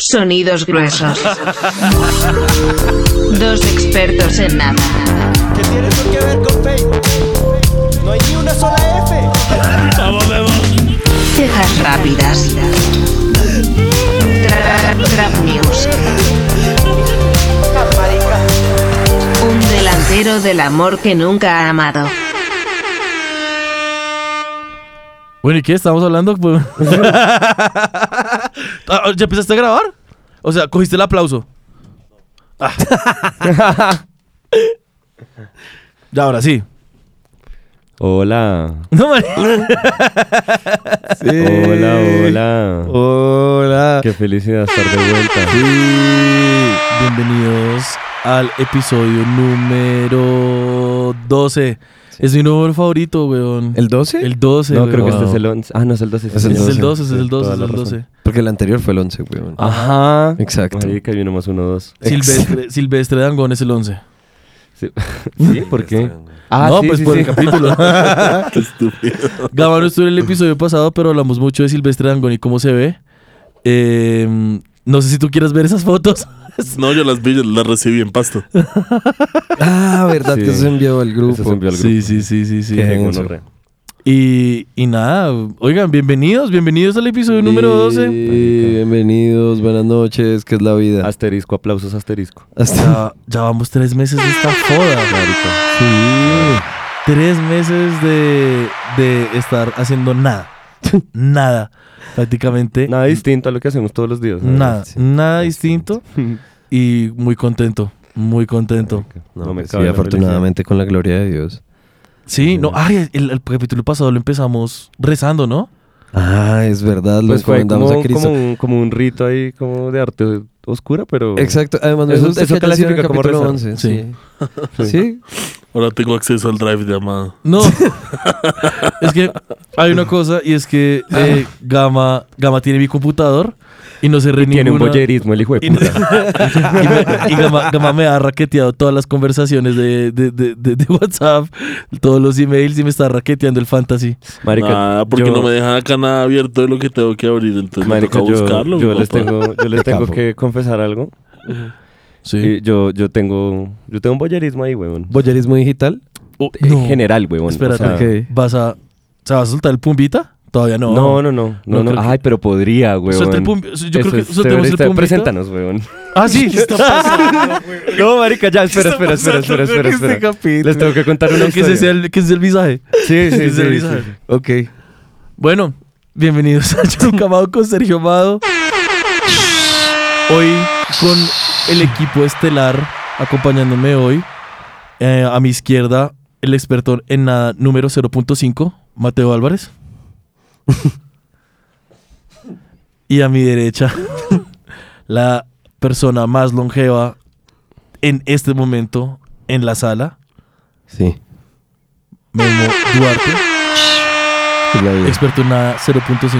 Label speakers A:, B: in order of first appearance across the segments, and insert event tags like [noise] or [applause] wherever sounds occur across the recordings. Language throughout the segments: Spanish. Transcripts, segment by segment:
A: Sonidos gruesos. Dos expertos en nada.
B: ¿Qué tiene eso que ver con Facebook? No hay ni una sola F.
C: Vamos, vemos.
A: Cejas rápidas. Tra- Trap News. Un delantero del amor que nunca ha amado.
C: Bueno, ¿y qué estamos hablando? Pues- [laughs] Ah, ¿Ya empezaste a grabar? O sea, cogiste el aplauso. Ah. ya, ahora sí.
D: Hola.
C: No, man-
D: Hola, hola.
C: Hola.
D: Qué felicidad estar de vuelta.
C: Bienvenidos al episodio número 12. Es mi número favorito, weón.
E: ¿El
D: ¿Oh,
E: 12?
C: El 12,
D: No, creo que
C: weón.
D: este es el 11. Ah, no, es el 12. sí,
E: Es el
C: Es el
E: 12.
C: 12, es el 12,
D: Toda
C: es
D: la
C: el
D: razón.
C: 12.
E: Porque el anterior fue el 11, weón.
D: Ajá.
E: Exacto.
D: Ah, Marica, y uno más uno, dos.
C: Silvestre, Silvestre Dangón es el 11.
D: Sí, ¿Sí? ¿por qué? Ah,
C: no,
D: sí,
C: pues
D: sí,
C: por
D: sí.
C: el [laughs] capítulo. Gama no estuvo en el episodio pasado, pero hablamos mucho de Silvestre Dangón y cómo se ve. Eh, no sé si tú quieres ver esas fotos.
F: No, yo las vi, yo las recibí en pasto.
E: [laughs] Ah, verdad
D: Sí.
E: que se envió al grupo.
D: Eso se envió al
C: [laughs]
D: grupo.
C: Sí, sí, sí, sí, sí.
D: Qué
E: Qué
D: gonorrea.
C: Y, y nada, oigan, bienvenidos, bienvenidos al episodio número 12.
E: Y bienvenidos, buenas noches, ¿qué es la vida?
D: Asterisco, aplausos, asterisco.
E: Hasta-
C: Ya, ya vamos tres meses de esta foda. Sí. Tres meses de, de estar haciendo [laughs] nada. nada. Prácticamente.
D: Nada distinto a lo que hacemos todos los días. ¿no?
C: Eh, Nada,
D: Sí.
C: nada distinto
D: [laughs]
C: y muy contento, muy contento.
D: No,
E: No,
D: me
E: pues
D: cabe
E: sí,
D: la
E: afortunadamente con la gloria de Dios.
C: Sí, no, ay, el, el capítulo pasado lo empezamos rezando, ¿no?
E: Ah, es verdad, lo
D: Pues fue
E: encomendamos
D: como,
E: a Cristo.
D: como un, como un rito ahí, como de arte oscura, pero...
E: Exacto, además me
D: Eso-
E: gusta
D: eso
E: que haya sido en el
D: clasifica como
E: capítulo
D: rezar.
E: 11. Sí. Sí.
F: Ahora tengo acceso al drive de Amado.
D: [laughs]
C: No. es que hay una cosa y es que
D: Ah.
C: eh, Gama, Gama tiene mi computador y no se re
D: Tiene un
C: ninguna-
D: boyerismo el hijo
C: [laughs]
D: de
C: Y, no-
D: puta.
C: y me- y Gama, Gama me ha raqueteado todas las conversaciones de, de- de- de- de WhatsApp, todos los emails y me está raqueteando el fantasy.
D: Marica,
F: Nada, porque
D: yo-
F: no me dejan acá nada abierto de lo que tengo que abrir, entonces
D: Marica,
F: me toca
D: yo,
F: buscarlo.
D: yo
F: mi
D: les
F: compa.
D: tengo, yo les tengo que confesar algo.
C: Sí.
D: Y yo, yo tengo, yo tengo un boyerismo ahí, weón.
E: ¿Boyerismo digital?
C: Oh,
D: En
C: no.
D: general, weón.
C: Espérate,
D: O sea,
E: ok.
C: ¿vas a, ¿se va a soltar el pumbita? Todavía no.
D: No, no, no,
C: No
D: no, no.
C: creo que-
D: Ay, pero podría, weón.
C: Suelta el pum- yo creo que
D: es-
C: soltemos el
D: está-
C: pumbita.
D: Preséntanos, weón.
C: Ah, [laughs] sí.
D: No, marica, ya, [laughs] espera, espera, espera, espera, espera, espera. Les tengo este que contar una
C: que ese
D: historia.
C: sea el, que ese sea el visaje. [laughs]
D: Sí,
C: que
D: sí,
C: ese sea el
D: sí,
C: visaje.
D: sí, sí.
E: Ok.
C: Bueno, bienvenidos a Yo Nunca Amado con Sergio Amado. Hoy con el equipo estelar acompañándome hoy. Eh, a mi izquierda, el experto en nada número 0.5, Mateo Álvarez. [laughs] y a mi derecha, [laughs] la persona más longeva en este momento en la sala,
E: Sí.
C: Memo Duarte,
E: es la vida.
C: experto en nada 0.5.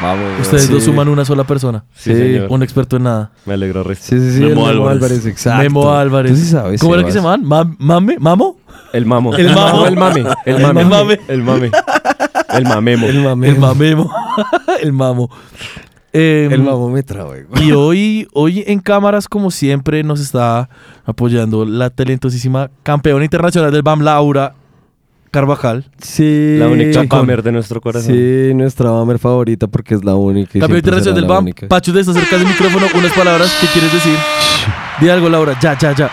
D: Vamos, weón.
C: Ustedes
E: Sí.
C: dos suman una sola persona.
D: Sí,
E: Sí.
D: señor.
C: Un experto en nada.
D: Me alegro, resto.
E: Sí, sí, sí. el
F: Memo Álvarez.
E: exacto.
C: Memo Álvarez.
E: Tú sí sabes.
C: ¿Cómo era que se
E: Sebas.
C: llamaban? Ma- ¿Mame? ¿Mamo?
D: El mamo.
C: El mamo.
D: No, El mame. El mame.
C: El mame.
D: El mame. El mamemo.
E: El mamemo.
C: El mamemo. [laughs] el mamo. Em,
E: El mamómetra, güey.
C: Y hoy, hoy en cámaras, como siempre, nos está apoyando la talentosísima campeona internacional del BAM, Laura Carvajal.
E: Sí.
D: La única comer de nuestro corazón.
E: Sí, nuestra Bammer favorita porque es la única. y
C: Campeona
E: siempre será
C: internacional del
E: la
C: BAM.
E: única.
C: Pachu, te está cerca del micrófono. Unas palabras. ¿Qué quieres
E: [laughs]
C: decir? Di algo, Laura. Ya, ya, ya.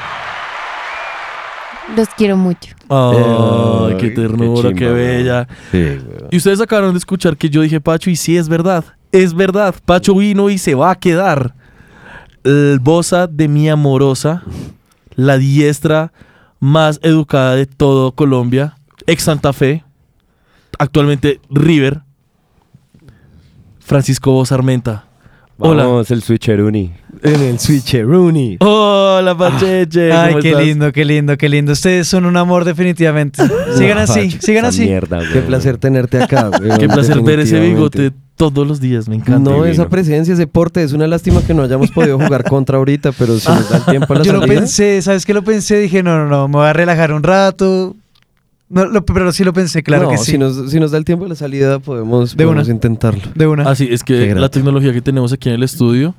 G: Los quiero mucho.
C: Ay,
E: Eh,
D: Ay,
C: qué
D: qué
C: ternura, qué,
D: chimba,
C: bella.
E: Sí, güey.
C: Y ustedes acabaron de escuchar que yo dije Pacho y sí es verdad. Es verdad. Pacho vino y se va a quedar. El bosa de mi amorosa, la diestra más educada de todo Colombia, ex Santa Fe, actualmente River, Francisco Bozarmenta. Hola.
D: Vamos, el switcheruni.
E: En el switcheroonie.
C: Hola, Pacheche.
H: Ay,
C: ¿cómo
H: qué
C: estás?
H: lindo, qué lindo, qué lindo. Ustedes son un amor definitivamente. Sigan así, sigan
D: Esa
H: así.
D: Mierda,
E: Qué
D: weón.
E: placer tenerte acá, güey.
C: Qué placer ver ese
E: definitivamente.
C: bigote todos los días, me encanta.
E: No,
D: divino.
E: esa presencia, ese porte. Es una lástima que no hayamos podido jugar contra ahorita, pero si nos da el tiempo a la
H: [laughs] Yo lo
E: salida-
H: pensé, ¿sabes qué lo pensé? Dije, no, no, no, me voy a relajar un rato. No, lo- pero sí lo pensé, claro
E: No,
H: que sí.
E: Si nos, si nos da el tiempo a la salida, podemos,
H: De
E: podemos
H: una.
E: intentarlo.
D: Ah.
H: De una.
C: Así Ah, es
E: Qué
C: que la
E: grato.
C: tecnología que tenemos aquí en el estudio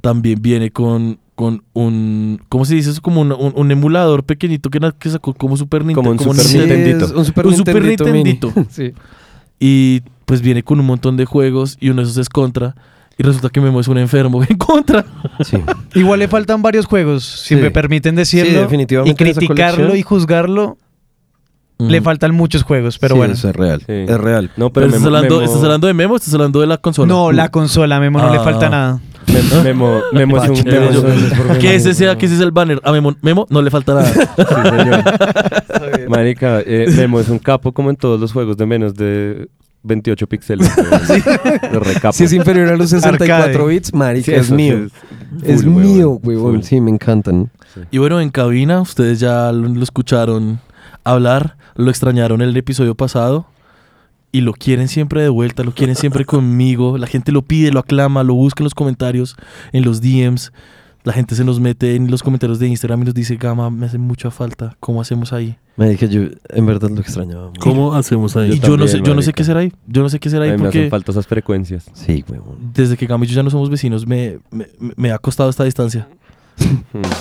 C: también viene con, con un, ¿cómo se dice eso? Como un, un- un emulador pequeñito que, na- que sacó como Super Nintendo.
D: Como un Super
E: Sí,
C: Nintendo.
D: Nintendito.
E: es Un Super
C: Un Super
E: Nintendito mini. [laughs]
C: Nintendito.
E: Sí.
C: Y pues viene con un montón de juegos y uno de esos es Contra. Y resulta que Memo es un enfermo [laughs] en Contra.
E: sí.
H: Igual le faltan varios juegos, si
E: Sí.
H: me permiten decirlo.
E: Sí, definitivamente en
H: Y
E: esa
H: criticarlo
E: colección.
H: y juzgarlo, le
C: Mm.
H: faltan muchos juegos, pero
E: Sí,
H: bueno.
E: Eso es real.
D: Sí.
E: Es real.
D: No,
C: Pero
D: pero
C: estás,
D: Memo,
C: hablando,
D: Memo-
C: estás hablando de Memo, o estás hablando de la consola.
H: No, la consola, a Memo no le
C: Ah.
H: falta nada.
D: Mem- Memo, Memo es un
C: Pache,
D: tema.
C: yo- [laughs] Que ese sea, que ese es el banner. A Memo, Memo no le falta
D: [laughs]
C: nada.
D: Sí, señor. Marica, eh, Memo es un capo como en todos los juegos de menos de 28 píxeles. Lo recapo.
E: Si es inferior a los 64
H: Arcade.
E: bits, marica,
D: Sí,
E: es
D: eso sí
E: mío. Es,
D: full, huevón.
E: mío, huevón.
D: Full.
E: Sí, me encantan.
C: Y bueno, en cabina, ustedes ya lo lo escucharon hablar, lo extrañaron el episodio pasado y lo quieren siempre de vuelta, lo quieren
D: [laughs]
C: siempre conmigo. La gente lo pide, lo aclama, lo busca en los comentarios, en los DMs. La gente se nos mete en los comentarios de Instagram y nos dice, Gama, me hace mucha falta. ¿Cómo hacemos ahí?
E: Me dije, yo en verdad lo extrañaba. mucho.
F: ¿Cómo hacemos
C: y
F: ahí?
C: yo no
D: también,
C: sé, yo no sé
D: marica.
C: qué será ahí. Yo no sé qué será
D: Ay,
C: ahí
D: me hacen
C: porque
D: falta esas frecuencias.
E: Sí,
C: [laughs]
E: huevón.
C: desde que Gama y yo ya no somos vecinos me, me, me ha costado esta
D: [laughs]
C: distancia.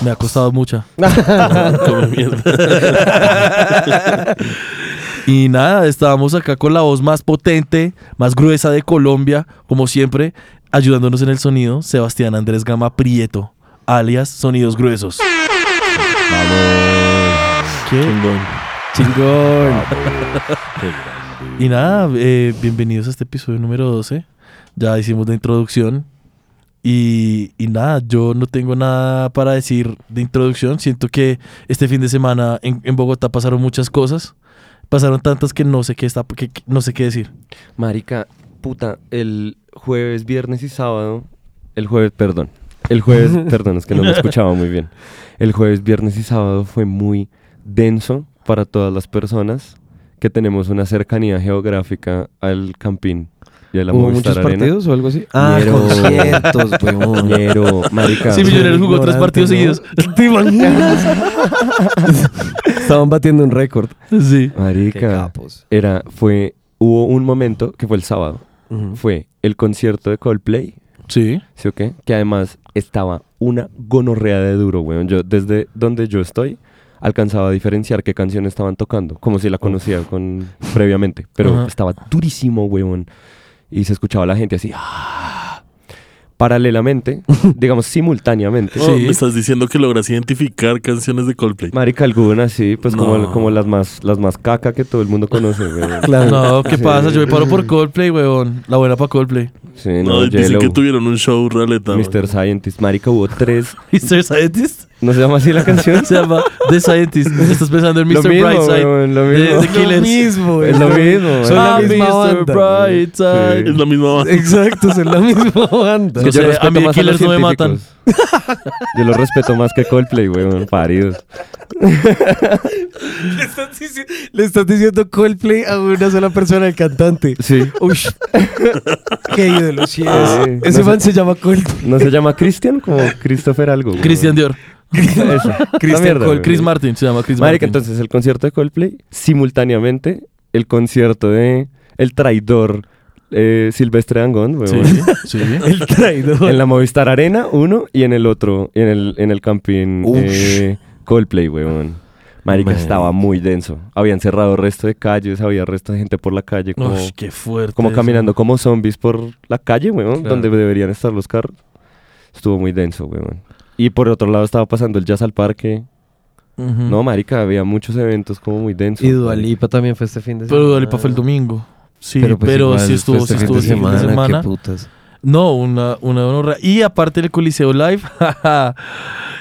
C: Me ha costado mucha.
F: Come mierda.
C: [laughs] Y nada, estábamos acá con la voz más potente, más gruesa de Colombia, como siempre, ayudándonos en el sonido, Sebastián Andrés Gama Prieto, alias Sonidos Gruesos. ¿Qué?
F: Chingón.
E: Chingón.
C: Ah, [laughs] Y nada, eh, bienvenidos a este episodio número 12. Ya hicimos la introducción. Y, y nada, yo no tengo nada para decir de introducción. Siento que este fin de semana en, en Bogotá pasaron muchas cosas. Pasaron tantas que no sé qué está, que- que no sé qué decir.
D: Marica, puta, el jueves, viernes y sábado. El jueves, perdón. El jueves, perdón, es que no me escuchaba muy bien. El jueves, viernes y sábado fue muy denso para todas las personas que tenemos una cercanía geográfica al Campín y a la
E: [laughs] ¿Hubo
D: Movistar
E: muchos
D: Arena.
E: partidos o algo así? Ah,
D: Ñero.
E: conciertos, huevón.
D: Ñero, marica.
C: Ah, Sí, Millonarios jugó tres
E: Ignorante,
C: partidos
E: ¿no?
C: seguidos. [laughs] ¿Te imaginas?
E: Estaban batiendo un récord.
C: Sí.
E: Qué
D: Marica.
E: capos.
D: Era, fue, hubo un momento que fue el sábado.
E: Ujú.
D: Fue el concierto de Coldplay,
C: Sí.
D: ¿sí o qué? Que además estaba una gonorrea de duro, weón. Yo, desde donde yo estoy, alcanzaba a diferenciar qué canción estaban tocando, como si la conocía con, previamente. Pero
C: Ajá.
D: estaba durísimo, weón. Y se escuchaba la gente así, "Ah". Paralelamente, digamos [laughs] simultáneamente.
F: Oh, me estás diciendo que logras identificar canciones de Coldplay.
D: Marica, algunas sí, pues
F: No.
D: como, como las más las más caca que todo el mundo conoce,
C: [laughs]
D: weón.
E: Claro.
C: Ah, No, ¿qué pasa? Yo me paro por Coldplay, weón. La buena para [laughs] Coldplay.
D: Sí,
F: No,
D: no,
F: dicen
D: Yellow,
F: que tuvieron un show raleta.
D: Mr. Scientist, marica, hubo tres.
C: ¿Mr. Scientist?
D: ¿No se llama así
C: [laughs]
D: la canción?
C: Se llama The Scientist. Estás pensando en Mr. Brightside.
D: weón, lo
C: De,
D: mismo.
C: de Em Killers.
E: mismo,
D: Es lo mismo.
E: Son la
C: Ah,
E: misma
C: Mr.
E: banda,
C: Brightside.
F: Es la misma banda.
E: Exacto, son la misma banda.
C: No
D: Que yo
C: sé,
D: respeto
C: a mí de
D: más los
C: Killers no me matan.
D: científicos. [laughs] Yo los respeto más que Coldplay, weón, paridos.
E: Le estás diciendo Coldplay a una sola persona, el cantante.
D: Sí.
E: Uy, [laughs] qué ídolo, sí es.
C: Ah,
D: Eh,
E: Ese
D: no
E: man se llama Coldplay.
D: ¿No se llama Christian? Como Christopher algo. weón.
C: Christian Dior. [laughs]
D: Eso. La mierda,
C: Cole-
D: weón.
C: Chris Martin se llama Chris
D: Marica,
C: Martin.
D: entonces el concierto de Coldplay, simultáneamente el concierto de El Traidor eh, Silvestre Angón, weón.
C: [laughs] Sí, sí.
E: El traidor.
D: En la Movistar Arena, uno, y en el otro, y en el, en el campín eh, Coldplay, weón. Marica, estaba muy denso. Habían cerrado resto de calles, había resto de gente por la calle, como,
C: Ush, qué fuerte.
D: como
C: eso.
D: caminando como zombies por la calle, weón,
C: Claro.
D: donde deberían estar los carros. Estuvo muy denso, weón. Y por otro lado estaba pasando el jazz al parque.
C: Ujú.
D: No, marica, había muchos eventos como muy densos.
E: Y Dualipa también fue este fin de semana.
C: Pero Dolipa fue el domingo. Sí, pero,
E: pues igual,
C: sí estuvo,
E: fue
C: sí
E: este
C: estuvo ese fin de semana.
E: Qué putas.
C: No, una, una honra. Y aparte del Coliseo Live, [laughs] jaja,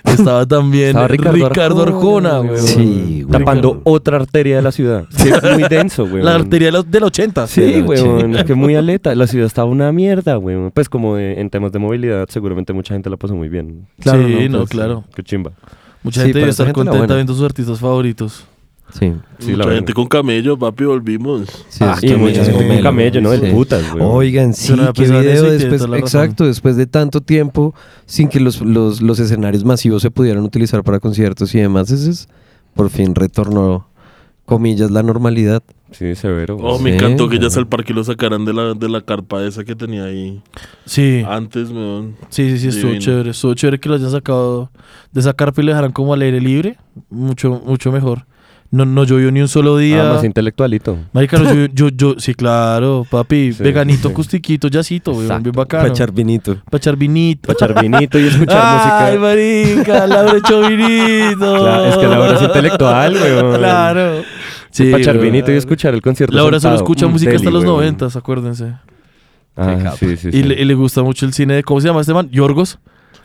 C: estaba también
D: Estaba
C: Ricardo,
D: Ricardo
C: Arjona,
D: Arjona,
C: weón.
E: Sí, güey.
D: Tapando otra arteria de la ciudad. Sí, es muy
C: [laughs]
D: denso, weón.
C: La arteria de los- del 80.
D: Sí,
E: Pero
D: weón,
E: chévere.
D: es que [laughs] muy aleta. La ciudad estaba una mierda, weón. Pues como de- en temas de movilidad, seguramente mucha gente la pasó muy bien.
C: Claro, Sí, no, claro.
D: Pues, Qué chimba.
C: Mucha
E: Sí,
C: gente debe
E: para esa
C: estar
E: gente la
C: contenta
E: buena.
C: viendo sus artistas favoritos.
E: Sí.
D: Sí, la
F: Mucha
D: verdad.
F: gente con camello, papi, volvimos.
E: sí
D: Ah,
E: es
D: y
E: que
D: mucha
E: me-
D: gente con
E: me-
D: camello, ¿no? El
E: sí.
D: putas, weón.
E: Oigan, sí,
C: no había
E: qué
C: pensado en eso y
E: video
C: tiene
E: después,
C: toda la razón.
E: exacto, después de tanto tiempo sin que los, los, los escenarios masivos se pudieran utilizar para conciertos y demás, ese es por fin retornó comillas, la normalidad.
D: Sí, severo.
F: Oh,
D: weón.
F: me
E: Sí,
F: encantó que ya
E: weón.
F: sea el parque y lo sacaran de la, de la carpa esa que tenía ahí
C: Sí,
F: antes, weón.
C: sí, sí, sí, estuvo
F: divino.
C: chévere. Estuvo chévere que lo hayan sacado de esa carpa y lo dejaran como al aire libre. Mucho, mucho mejor. No, no llovió ni un solo
D: Ah,
C: día.
D: más intelectualito. [laughs]
C: Marica, no, yo, yo, yo- sí, claro, papi,
D: Sí,
C: veganito,
D: [laughs] sí.
C: acustiquito, yacito, weón,
D: Exacto.
C: bien
E: Para
C: bacano. [laughs]
E: echar vinito.
C: Pa' echar vinito.
D: Echar vinito y escuchar
C: Ay,
D: música.
C: marica, Laura echó vinito.
D: [laughs] Claro, es que Laura
C: [laughs]
D: es intelectual, weón.
C: Claro. Sí,
D: para echar
C: weón.
D: vinito y escuchar el concierto.
C: Laura solo
D: sentado.
C: escucha
D: Mm,
C: música hasta
D: deli,
C: los
D: weón.
C: noventas, acuérdense.
D: Ah, sí, sí, sí.
C: Y, le, y le gusta mucho el cine de, ¿cómo se llama este man? Yorgos.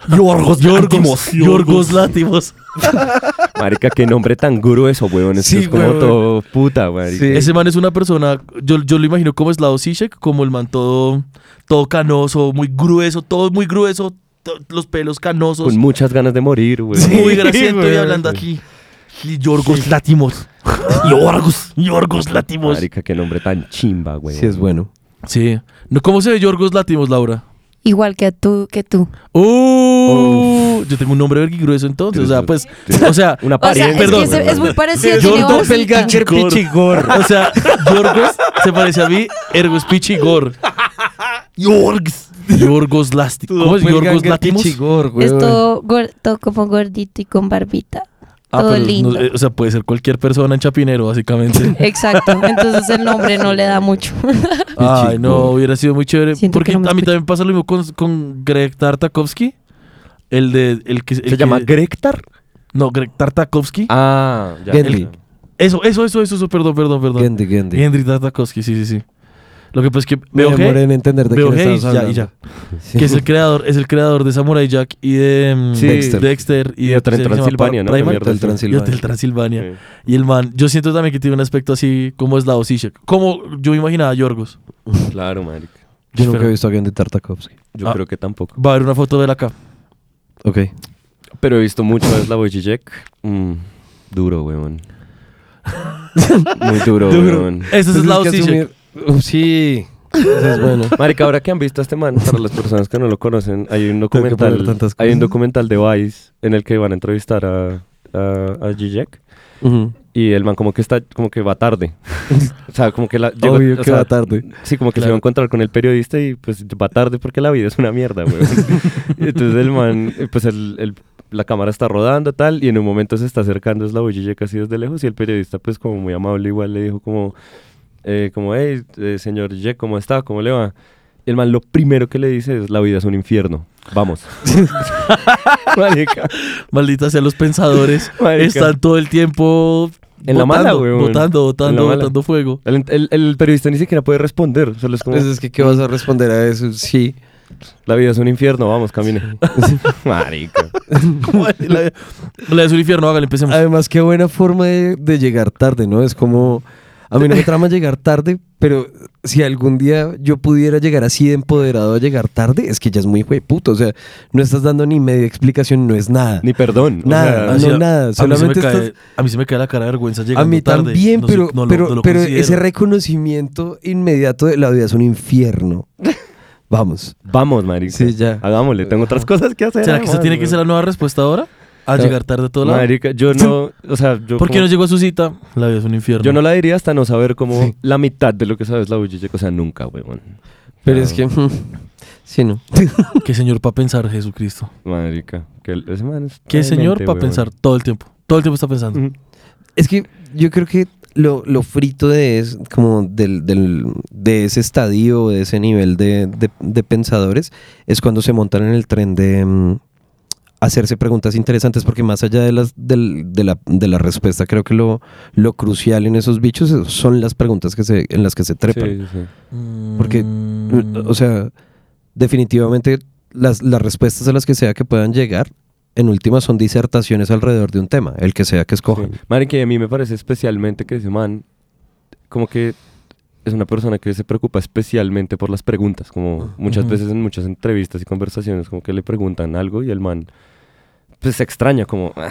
D: Yorgos,
C: Yorgos, Yorgos Látimos.
D: Marica, qué nombre tan grueso, weón. Esto
C: Sí,
D: es como
C: weón.
D: todo puta, marica.
E: Sí.
C: Ese man es una persona, yo, yo lo imagino como Slavoj Zizek, como el man todo, todo canoso, muy grueso, todo muy grueso, to- los pelos canosos.
D: Con muchas ganas de morir, weón.
C: muy grasiento y
D: weón.
C: hablando aquí. Y Yorgos
D: [laughs]
C: Látimos. Yorgos, Yorgos Látimos.
D: Marica, qué nombre tan chimba, weón.
E: Pues Sí, es bueno.
C: Sí. No, ¿Cómo se ve Yorgos Látimos, Laura?
G: Igual que tú, que tú.
C: Uh, yo tengo un nombre vergüenza entonces, o sea, pues, o sea,
D: Una
G: O sea,
D: pariente,
G: es, que
D: weón.
G: es, es muy parecido.
C: Yo
G: tiene
C: no
G: bolsita.
C: Pichigor. O sea, Yorgos se parece a mí, ergo es Pichigor. Yorgos. Yorgos Lasti. ¿Cómo es Yorgos Látimos?
E: Pichigor, güey.
G: Es todo, gor- todo como gordito y con barbita. todo
C: pero no,
G: lindo.
C: eh, [laughs] o sea, puede ser cualquier persona en Chapinero,
G: [laughs]
C: básicamente.
G: Exacto. Entonces el nombre no le
C: [laughs]
G: da mucho.
C: Ay, no, hubiera sido muy chévere.
G: Siento
C: porque
G: que no me
C: a mí
G: escucho.
C: también pasa lo mismo con, con Greg Tartakovsky. El de. El que, el
D: ¿Se llama
C: que-
D: Grektar?
C: No, Greg Tartakovsky.
D: Ah, ya.
E: Gendry.
C: Eso, eso, eso, eso, eso, perdón, perdón, perdón.
E: Gendi, Gendi.
C: Henry Tartakovsky, sí, sí, sí. Lo que pasa es que
E: Me
C: veo que-
E: demoré en entender de
C: veo
E: quién
C: gays,
E: estabas
C: ya,
E: hablando.
C: y ya.
E: Sí.
C: que es el creador, es el creador de Samurai Jack y de mm,
D: Sí.
C: Dexter. y de otra serie que se
D: Hotel
C: llama
D: Transilvania, ¿no?
C: Primal.
D: Qué mierda
E: Hotel
D: es eso.
C: Y
E: Transilvania.
C: Hotel Transilvania.
D: Sí.
C: Y el man, yo siento también que tiene un aspecto así como es Slavoj Zizek, como yo me imaginaba a Yorgos.
D: Claro, marica.
E: Yo nunca
C: Espera.
E: he visto a Gendi Tartakovsky.
D: Yo
C: Ah.
D: creo que tampoco.
C: Va a haber una foto de él acá.
E: Ok.
D: Pero he visto mucho a Slavoj Žižek. Mm, duro, weón. Muy
E: [laughs]
D: duro, weón.
C: Ese es Slavoj Zizek.
E: Entonces, Pues que asumir- Uh, Sí. Eso es bueno.
D: Marica, ahora que han visto a este man, para las personas que no lo conocen, hay un
E: que
D: documental,
E: poner tantas
D: hay un
E: cosas.
D: documental de Vice en el que van a entrevistar a, a, a Zizek,
E: [laughs] Ujú.
D: y el man como que está, como que va tarde. [laughs] o sea, como que la llegó-
E: Obvio
D: o
E: que
D: sea,
E: va tarde.
D: Sí, como que se va a encontrar con el periodista y pues va tarde porque la vida es una mierda,
E: [laughs]
D: güey. Entonces el man, eh, pues el, el- la cámara está rodando tal y en un momento se está acercando Slavoj Žižek así desde lejos y el periodista pues como muy amable igual le dijo como, eh, como, hey, eh, señor Žižek, ¿cómo está? ¿Cómo le va? Y el man lo primero que le dice es la vida es un infierno.
E: [laughs]
D: Vamos. [laughs] Marica.
C: Maldita sea los pensadores.
D: [laughs] Marica.
C: Están todo el tiempo
D: En la mala,
C: botando,
D: weón.
C: Botando,
D: En la
C: botando,
D: mala.
C: botando fuego.
D: El, el- el periodista ni siquiera puede responder. Solo es como,
E: Pues es que, ¿qué vas a responder a eso? Sí.
D: la vida es un infierno, vamos, camine. [laughs] Marica.
C: la, la de su infierno, hágale, empecemos.
E: Además, qué buena forma de, de llegar tarde, ¿no? Es como. A mí no me trama llegar tarde, pero si algún día yo pudiera llegar así de empoderado a llegar tarde, es que ya es muy hueputo. O sea, no estás dando ni media explicación, no es nada.
D: Ni perdón. o
E: Nada,
D: sea,
E: no,
C: Así, Ah, a-
E: nada,
C: a mí se me
E: solamente
C: cae-
E: estás-
C: A mí se me cae la cara de vergüenza llegando
E: a mí
C: tarde.
E: también,
C: No sé,
E: pero,
C: no lo-
E: pero,
C: no lo
E: pero
C: considero.
E: ese reconocimiento inmediato de la vida es un [laughs] infierno. Vamos.
D: Vamos, marica.
E: Sí, ya.
D: Hagámosle. Tengo otras cosas que hacer.
C: ¿Será que esa
D: además,
C: tiene que
D: güey.
C: ser la nueva respuesta ahora? A
E: Ah, No.
C: llegar tarde a todo lado.
D: Marica,
C: [laughs]
D: yo no... O sea, yo...
C: ¿Por qué no
D: como-
C: llegó a su cita? La vida es un infierno.
D: Yo no la diría hasta no saber como
E: Sí.
D: la mitad de lo que sabes la Bujijek. O sea, nunca, Ah, weón. Claro.
E: Pero es que. mm, Sí, no.
C: ¿Qué señor para pensar, Jesucristo?
D: Marica. Que el- ese man es
C: ¿Qué señor
D: demente,
C: para
D: weón.
C: pensar todo el tiempo? Todo el tiempo está pensando.
D: Mm.
E: [laughs] Es que yo creo que lo, lo frito de es como del, del- de ese estadio, de ese nivel de, de- de pensadores, es cuando se montan en el tren de mm, hacerse preguntas interesantes, porque más allá de, las, del- de, la, de la respuesta, creo que lo, lo crucial en esos bichos es- son las preguntas que se, en las que se trepan.
D: Sí, sí, sí.
E: Porque,
C: Mm.
E: O sea, definitivamente las, las respuestas a las que sea que puedan llegar, en última son disertaciones alrededor de un tema, el que sea que escojan.
D: Sí. Marica, y a mí me parece especialmente que ese man... Como que es una persona que se preocupa especialmente por las preguntas. Como muchas
C: Ujú.
D: veces en muchas entrevistas y conversaciones como que le preguntan algo y el man... Pues se extraña como... "Ah,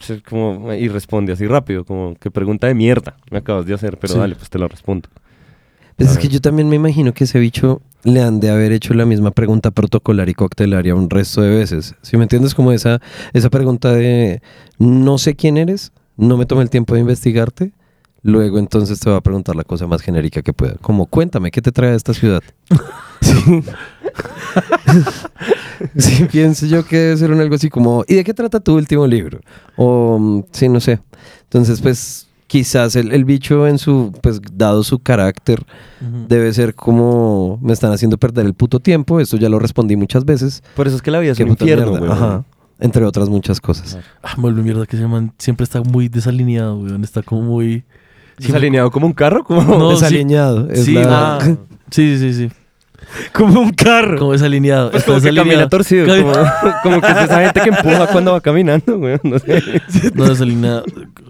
D: Sí, como, y responde así rápido, como que pregunta de mierda me acabas de hacer, pero
E: Sí.
D: dale, pues te lo respondo.
E: Pues
D: A
E: es que
D: ver.
E: yo también me imagino que ese bicho le han de haber hecho la misma pregunta protocolar y coctelaria un resto de veces. Si me entiendes, como esa, esa pregunta de no sé quién eres, no me tomé el tiempo de investigarte, Luego entonces te va a preguntar la cosa más genérica que pueda. Como, cuéntame, ¿qué te trae a esta ciudad? [laughs] sí. [laughs] Sí, pienso yo que debe ser un algo así como, ¿y de qué trata tu último libro? O, mm, sí, no sé. Entonces, pues, quizás el, el bicho en su, pues, dado su carácter,
D: Mm.
E: debe ser como, me están haciendo perder el puto tiempo, esto ya lo respondí muchas veces.
D: Por eso es que la vida es
E: Qué
D: un
E: puta
D: infierno,
E: mierda.
D: güey.
E: Ajá. Entre otras muchas cosas.
C: Ah, me vuelve mierda que se llaman. Siempre está muy desalineado, weón. Está como muy.
D: ¿Desalineado como un carro? [laughs] Como,
C: No,
E: Desalineado. es
C: sí,
E: la-
C: ah, sí, sí, sí.
D: como un carro.
C: Como desalineado.
D: Pues
C: está
D: como que camina
C: desalineado.
D: torcido.
C: Cami-
D: Como, como [laughs] que es esa gente que empuja cuando va caminando, güey. No sé.
C: No, desalineado.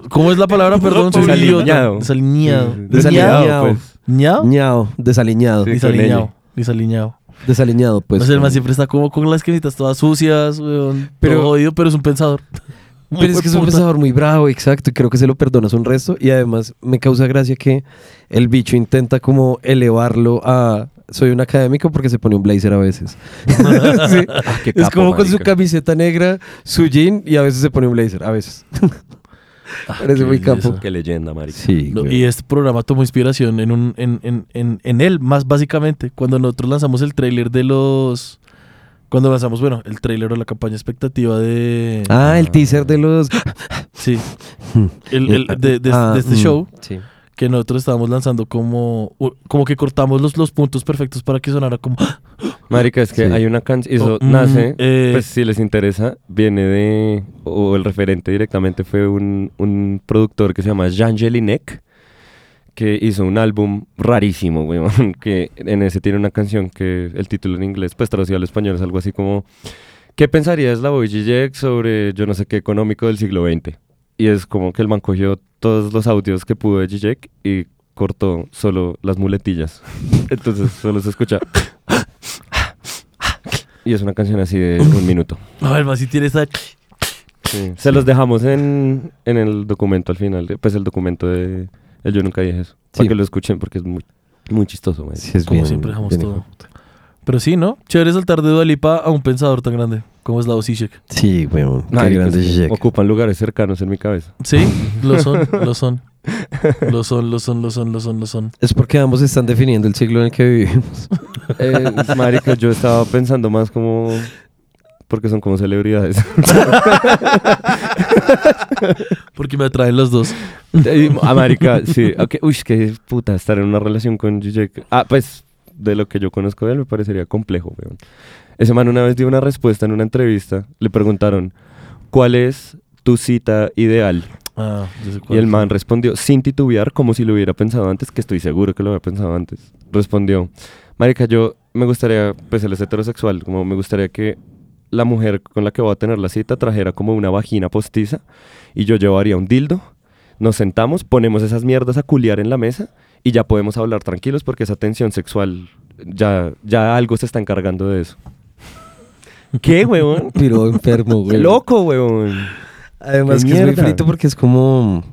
C: ¿Cómo es la palabra? Perdón, soy un
D: Desalineado.
C: idiota. Desalineado.
E: Desalineado,
C: Desalineado.
D: pues.
C: ¿Ñao?
E: [laughs] Ñao, desalineado.
D: Sí. con
C: Desalineado. Desalineado.
E: Desalineado, pues.
C: no sé, el man siempre está como con las camisetas todas sucias, weón. Pero,
E: Pero-
C: todo jodido, pero es un pensador.
E: Pero es que es un pensador muy bravo, exacto, y creo que se lo perdonas un resto. Y además me causa gracia que el bicho intenta como elevarlo a soy un académico porque se pone un blazer a veces. [laughs] Sí.
D: Ah, qué
E: es
D: capo,
E: como con su
D: marica.
E: camiseta negra, su jean y a veces se pone un blazer, a
C: [laughs]
E: veces.
C: Ah,
E: Parece muy capo.
D: Qué leyenda, marica.
E: Sí,
C: No,
E: güey.
C: y este programa tomó inspiración en, un, en, en, en, en él, más básicamente, cuando nosotros lanzamos el tráiler de los... Cuando lanzamos, bueno, el tráiler o la campaña expectativa de...
E: Ah, el teaser de los...
C: Sí. [laughs] El, el- de, de-
E: Ah,
C: de este
E: mm,
C: show,
E: Sí.
C: que nosotros estábamos lanzando como... u- Como que cortamos los, los puntos perfectos para que sonara como...
D: Marica, es que
E: Sí.
D: hay una canción. [gasps] Eso
C: Oh, mm,
D: nace.
C: eh.
D: pues si les interesa, viene de. O el referente directamente fue un, un productor que se llama Jean Jelinek. Que hizo un álbum rarísimo, weón. [laughs] Que en ese tiene una canción que el título en inglés, pues traducido al español, es algo así como. ¿Qué pensarías la Jack sobre yo no sé qué económico del siglo XX? Y es como que el man cogió todos los audios que pudo de Jack y cortó solo las muletillas. [laughs] Entonces solo se escucha. Y es una canción así de un minuto.
C: A ver, más si tiene esa...
D: Se los dejamos en, en el documento al final. Pues el documento de el Yo Nunca Dije Eso. Para
E: Sí.
D: que lo escuchen porque es muy, muy chistoso. güey.
E: Sí, es
C: Como
E: bien-
C: siempre dejamos
E: bien
C: todo.
E: hijo.
C: Pero sí, ¿no? Chévere saltar de Dualipa a un pensador tan grande como es la Zizek.
E: Sí, güey. Qué
D: Marica,
E: grande
D: sí.
E: Zizek.
D: Ocupan lugares cercanos en mi
E: [laughs]
D: cabeza. [laughs]
C: Sí, lo son, lo son. Lo son, lo son, lo son, lo son, lo
D: [laughs]
C: son.
E: Es porque ambos están definiendo el siglo en el
C: [laughs]
E: que vivimos.
D: Eh, marica, yo estaba pensando más como... Porque son como celebridades.
C: Porque me atraen los dos.
D: [laughs] Eh, ah, marica, sí. ok, Uy, qué puta estar en una relación con Zizek. Ah, pues, de lo que yo conozco de él me parecería complejo, weón. Ese man una vez dio una respuesta en una entrevista. Le preguntaron, ¿cuál es tu cita ideal?
C: Ah, yo sé cuál.
D: Y el man respondió, sin titubear, como si lo hubiera pensado antes, que estoy seguro que lo había pensado antes. Respondió, marica, yo me gustaría, pues él es heterosexual, como me gustaría que la mujer con la que voy a tener la cita trajera como una vagina postiza y yo llevaría un dildo, nos sentamos, ponemos esas mierdas a culiar en la mesa y ya podemos hablar tranquilos porque esa tensión sexual, ya, ya algo se está encargando de eso. ¿Qué, huevón?
E: Pero enfermo, güey.
D: Loco, huevón.
E: Además
D: ¡Qué
E: que es muy
D: mierda!
E: frito porque es como...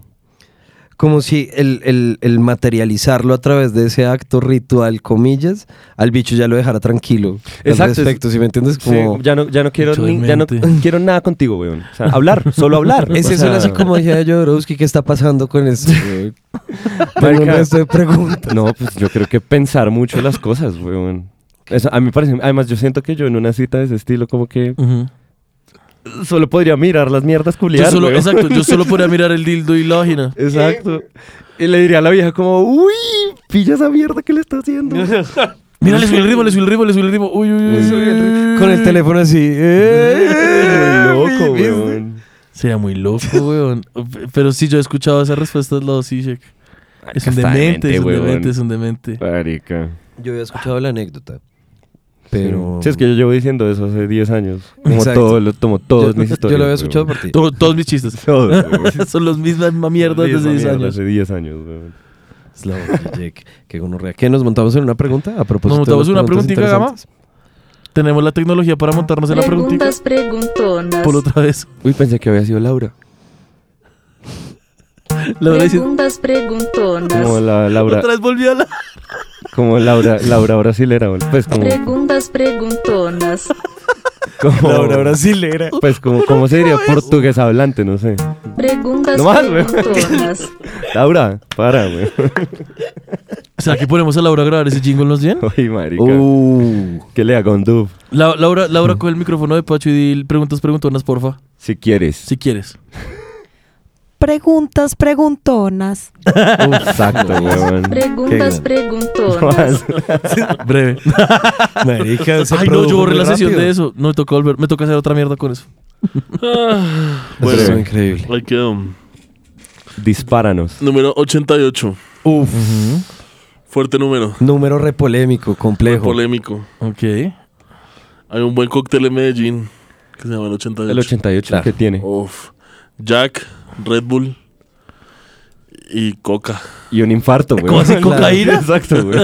E: Como si el, el- el materializarlo a través de ese acto ritual, comillas, al bicho ya lo dejara tranquilo.
D: Exacto,
E: Exacto. Al respecto, si me entiendes,
D: Sí,
E: como...
D: ya no, ya no quiero
C: Mucho
D: ni- ya no
C: demente.
D: quiero nada contigo, weón. O sea, hablar, solo
E: [laughs]
D: hablar.
E: Es que
D: O sea,
E: suena así
D: [laughs]
E: como dije a Jodorowsky, ¿qué está pasando con esto? güey?
D: [laughs]
E: Tengo un
D: Marica.
E: resto de preguntas.
D: No, pues yo creo que pensar mucho las cosas, weón. Eso a mí me parece, además yo siento que yo en una cita de ese estilo como que
C: Ujú.
D: solo podría mirar las mierdas
C: Yo
D: culiar,
C: solo,
D: weón.
C: exacto,
D: [laughs]
C: yo solo podría mirar el dildo y la vagina.
D: Exacto. Y le diría a la vieja como, uy, pilla esa mierda que le está
E: [laughs]
D: haciendo.
C: Mira,
D: [laughs]
C: le subí el ritmo, le subí el ritmo, le subí el ritmo. Uy, uy, uy.
E: Con el teléfono así. ¡eh!
D: [laughs] Muy loco, weón.
C: Sería muy loco, weón. Pero sí, yo he escuchado esas respuestas de la Zizek. Es un
D: Está
C: demente, es un
D: weón.
C: demente, es un demente.
D: Marica.
E: Yo había escuchado la anécdota, pero...
D: Sí, es que yo llevo diciendo eso hace 10 años. Como
E: Exacto.
D: todo, lo tomo todos
E: yo,
D: mis historias.
E: yo lo había
D: weón.
E: escuchado por ti.
C: Todo- todos mis chistes. [laughs]
D: [laughs] Todos, weón.
C: Son las mismas mierdas desde
D: Misma
C: 10
D: mierda,
C: años.
D: Hace 10 años, weón.
E: Slavoj Žižek, qué gonorrea. ¿Qué, nos montamos en una pregunta? A propósito
C: Nos montamos
E: de
C: en
E: las
C: una
E: preguntas
C: preguntita, Gama.
E: interesantes.
C: Tenemos la tecnología para montarnos en la preguntita.
I: Preguntas preguntonas.
C: Por otra vez. [laughs]
D: Uy, pensé que había sido Laura.
C: Laura dice,
I: Preguntas
D: Como
I: preguntonas.
D: la Laura,
C: otra vez volvió a la...
D: como Laura, Laura brasilera, güey. pues como,
I: Preguntas preguntonas.
D: como
E: brasilera.
D: pues como, ¿cómo se diría portugués hablante, no sé.
I: Perguntas
D: No más, weón.
I: preguntonas.
D: Laura, para, güey.
C: ¿Será que ponemos a Laura a grabar ese jingle nos
D: [laughs]
C: bien?
D: [laughs] Uy, marica.
E: Uh,
D: ¿Qué le hago a un dub?
C: La- Laura, Laura, coge el micrófono de Pacho y dile preguntas preguntonas, porfa,
D: Si
C: [laughs]
D: quieres.
C: si quieres.
G: [laughs] Preguntas preguntonas.
D: Exacto, weón.
I: Preguntas
E: Qué
I: preguntonas.
C: [laughs]
E: [laughs]
F: Uh.
C: Breve.
E: marica, se
C: Ay, no,
E: produjo
C: yo borré
E: muy
C: la sesión
E: rápido.
C: de eso. No me tocó volver. Me toca hacer otra mierda con eso.
E: Eso estuvo
D: Breve.
E: increíble.
F: Ahí quedó.
D: Dispáranos.
F: Número 88.
E: Uf,
F: Fuerte número.
E: número repolémico, complejo.
F: Polémico.
C: Ok.
F: Hay un buen cóctel en Medellín que se llama el 88.
D: El 88 que tiene.
F: Uf. Jack, Red Bull y Coca.
D: Y un infarto, güey.
C: ¿Cómo
D: [laughs]
C: así, cocaína?
D: Exacto, Pues, güey.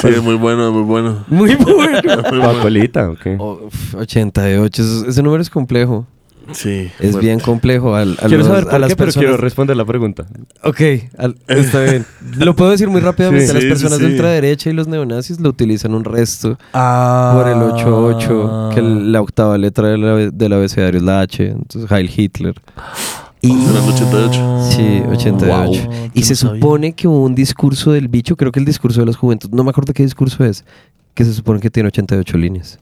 F: Sí, es muy bueno, es muy bueno. [laughs]
E: Muy bueno.
F: Muy bueno.
D: Pacolita, ok.
E: Uf, 88, es- ese número es complejo.
F: Sí.
E: Es
F: fuerte.
E: bien complejo. Al, a
D: Quiero
E: los-
D: saber
E: a
D: por
E: las
D: qué, pero
E: personas-
D: quiero responder la pregunta.
E: Ok, al- está
F: [laughs]
E: bien. Lo puedo decir muy rápidamente.
F: Sí,
E: las
F: sí,
E: personas
F: sí.
E: de ultraderecha y los neonazis lo utilizan un resto
C: Ah.
E: por el 88, que la octava letra del abe- del abecedario es la H, entonces Heil Hitler. Y,
F: Será el 88.
E: sí, 88.
C: Wow.
E: y
C: Yo
E: se
C: no sabía.
E: supone que hubo un discurso del bicho, creo que el discurso de las juventud, no me acuerdo qué discurso es, que se supone que tiene 88 líneas.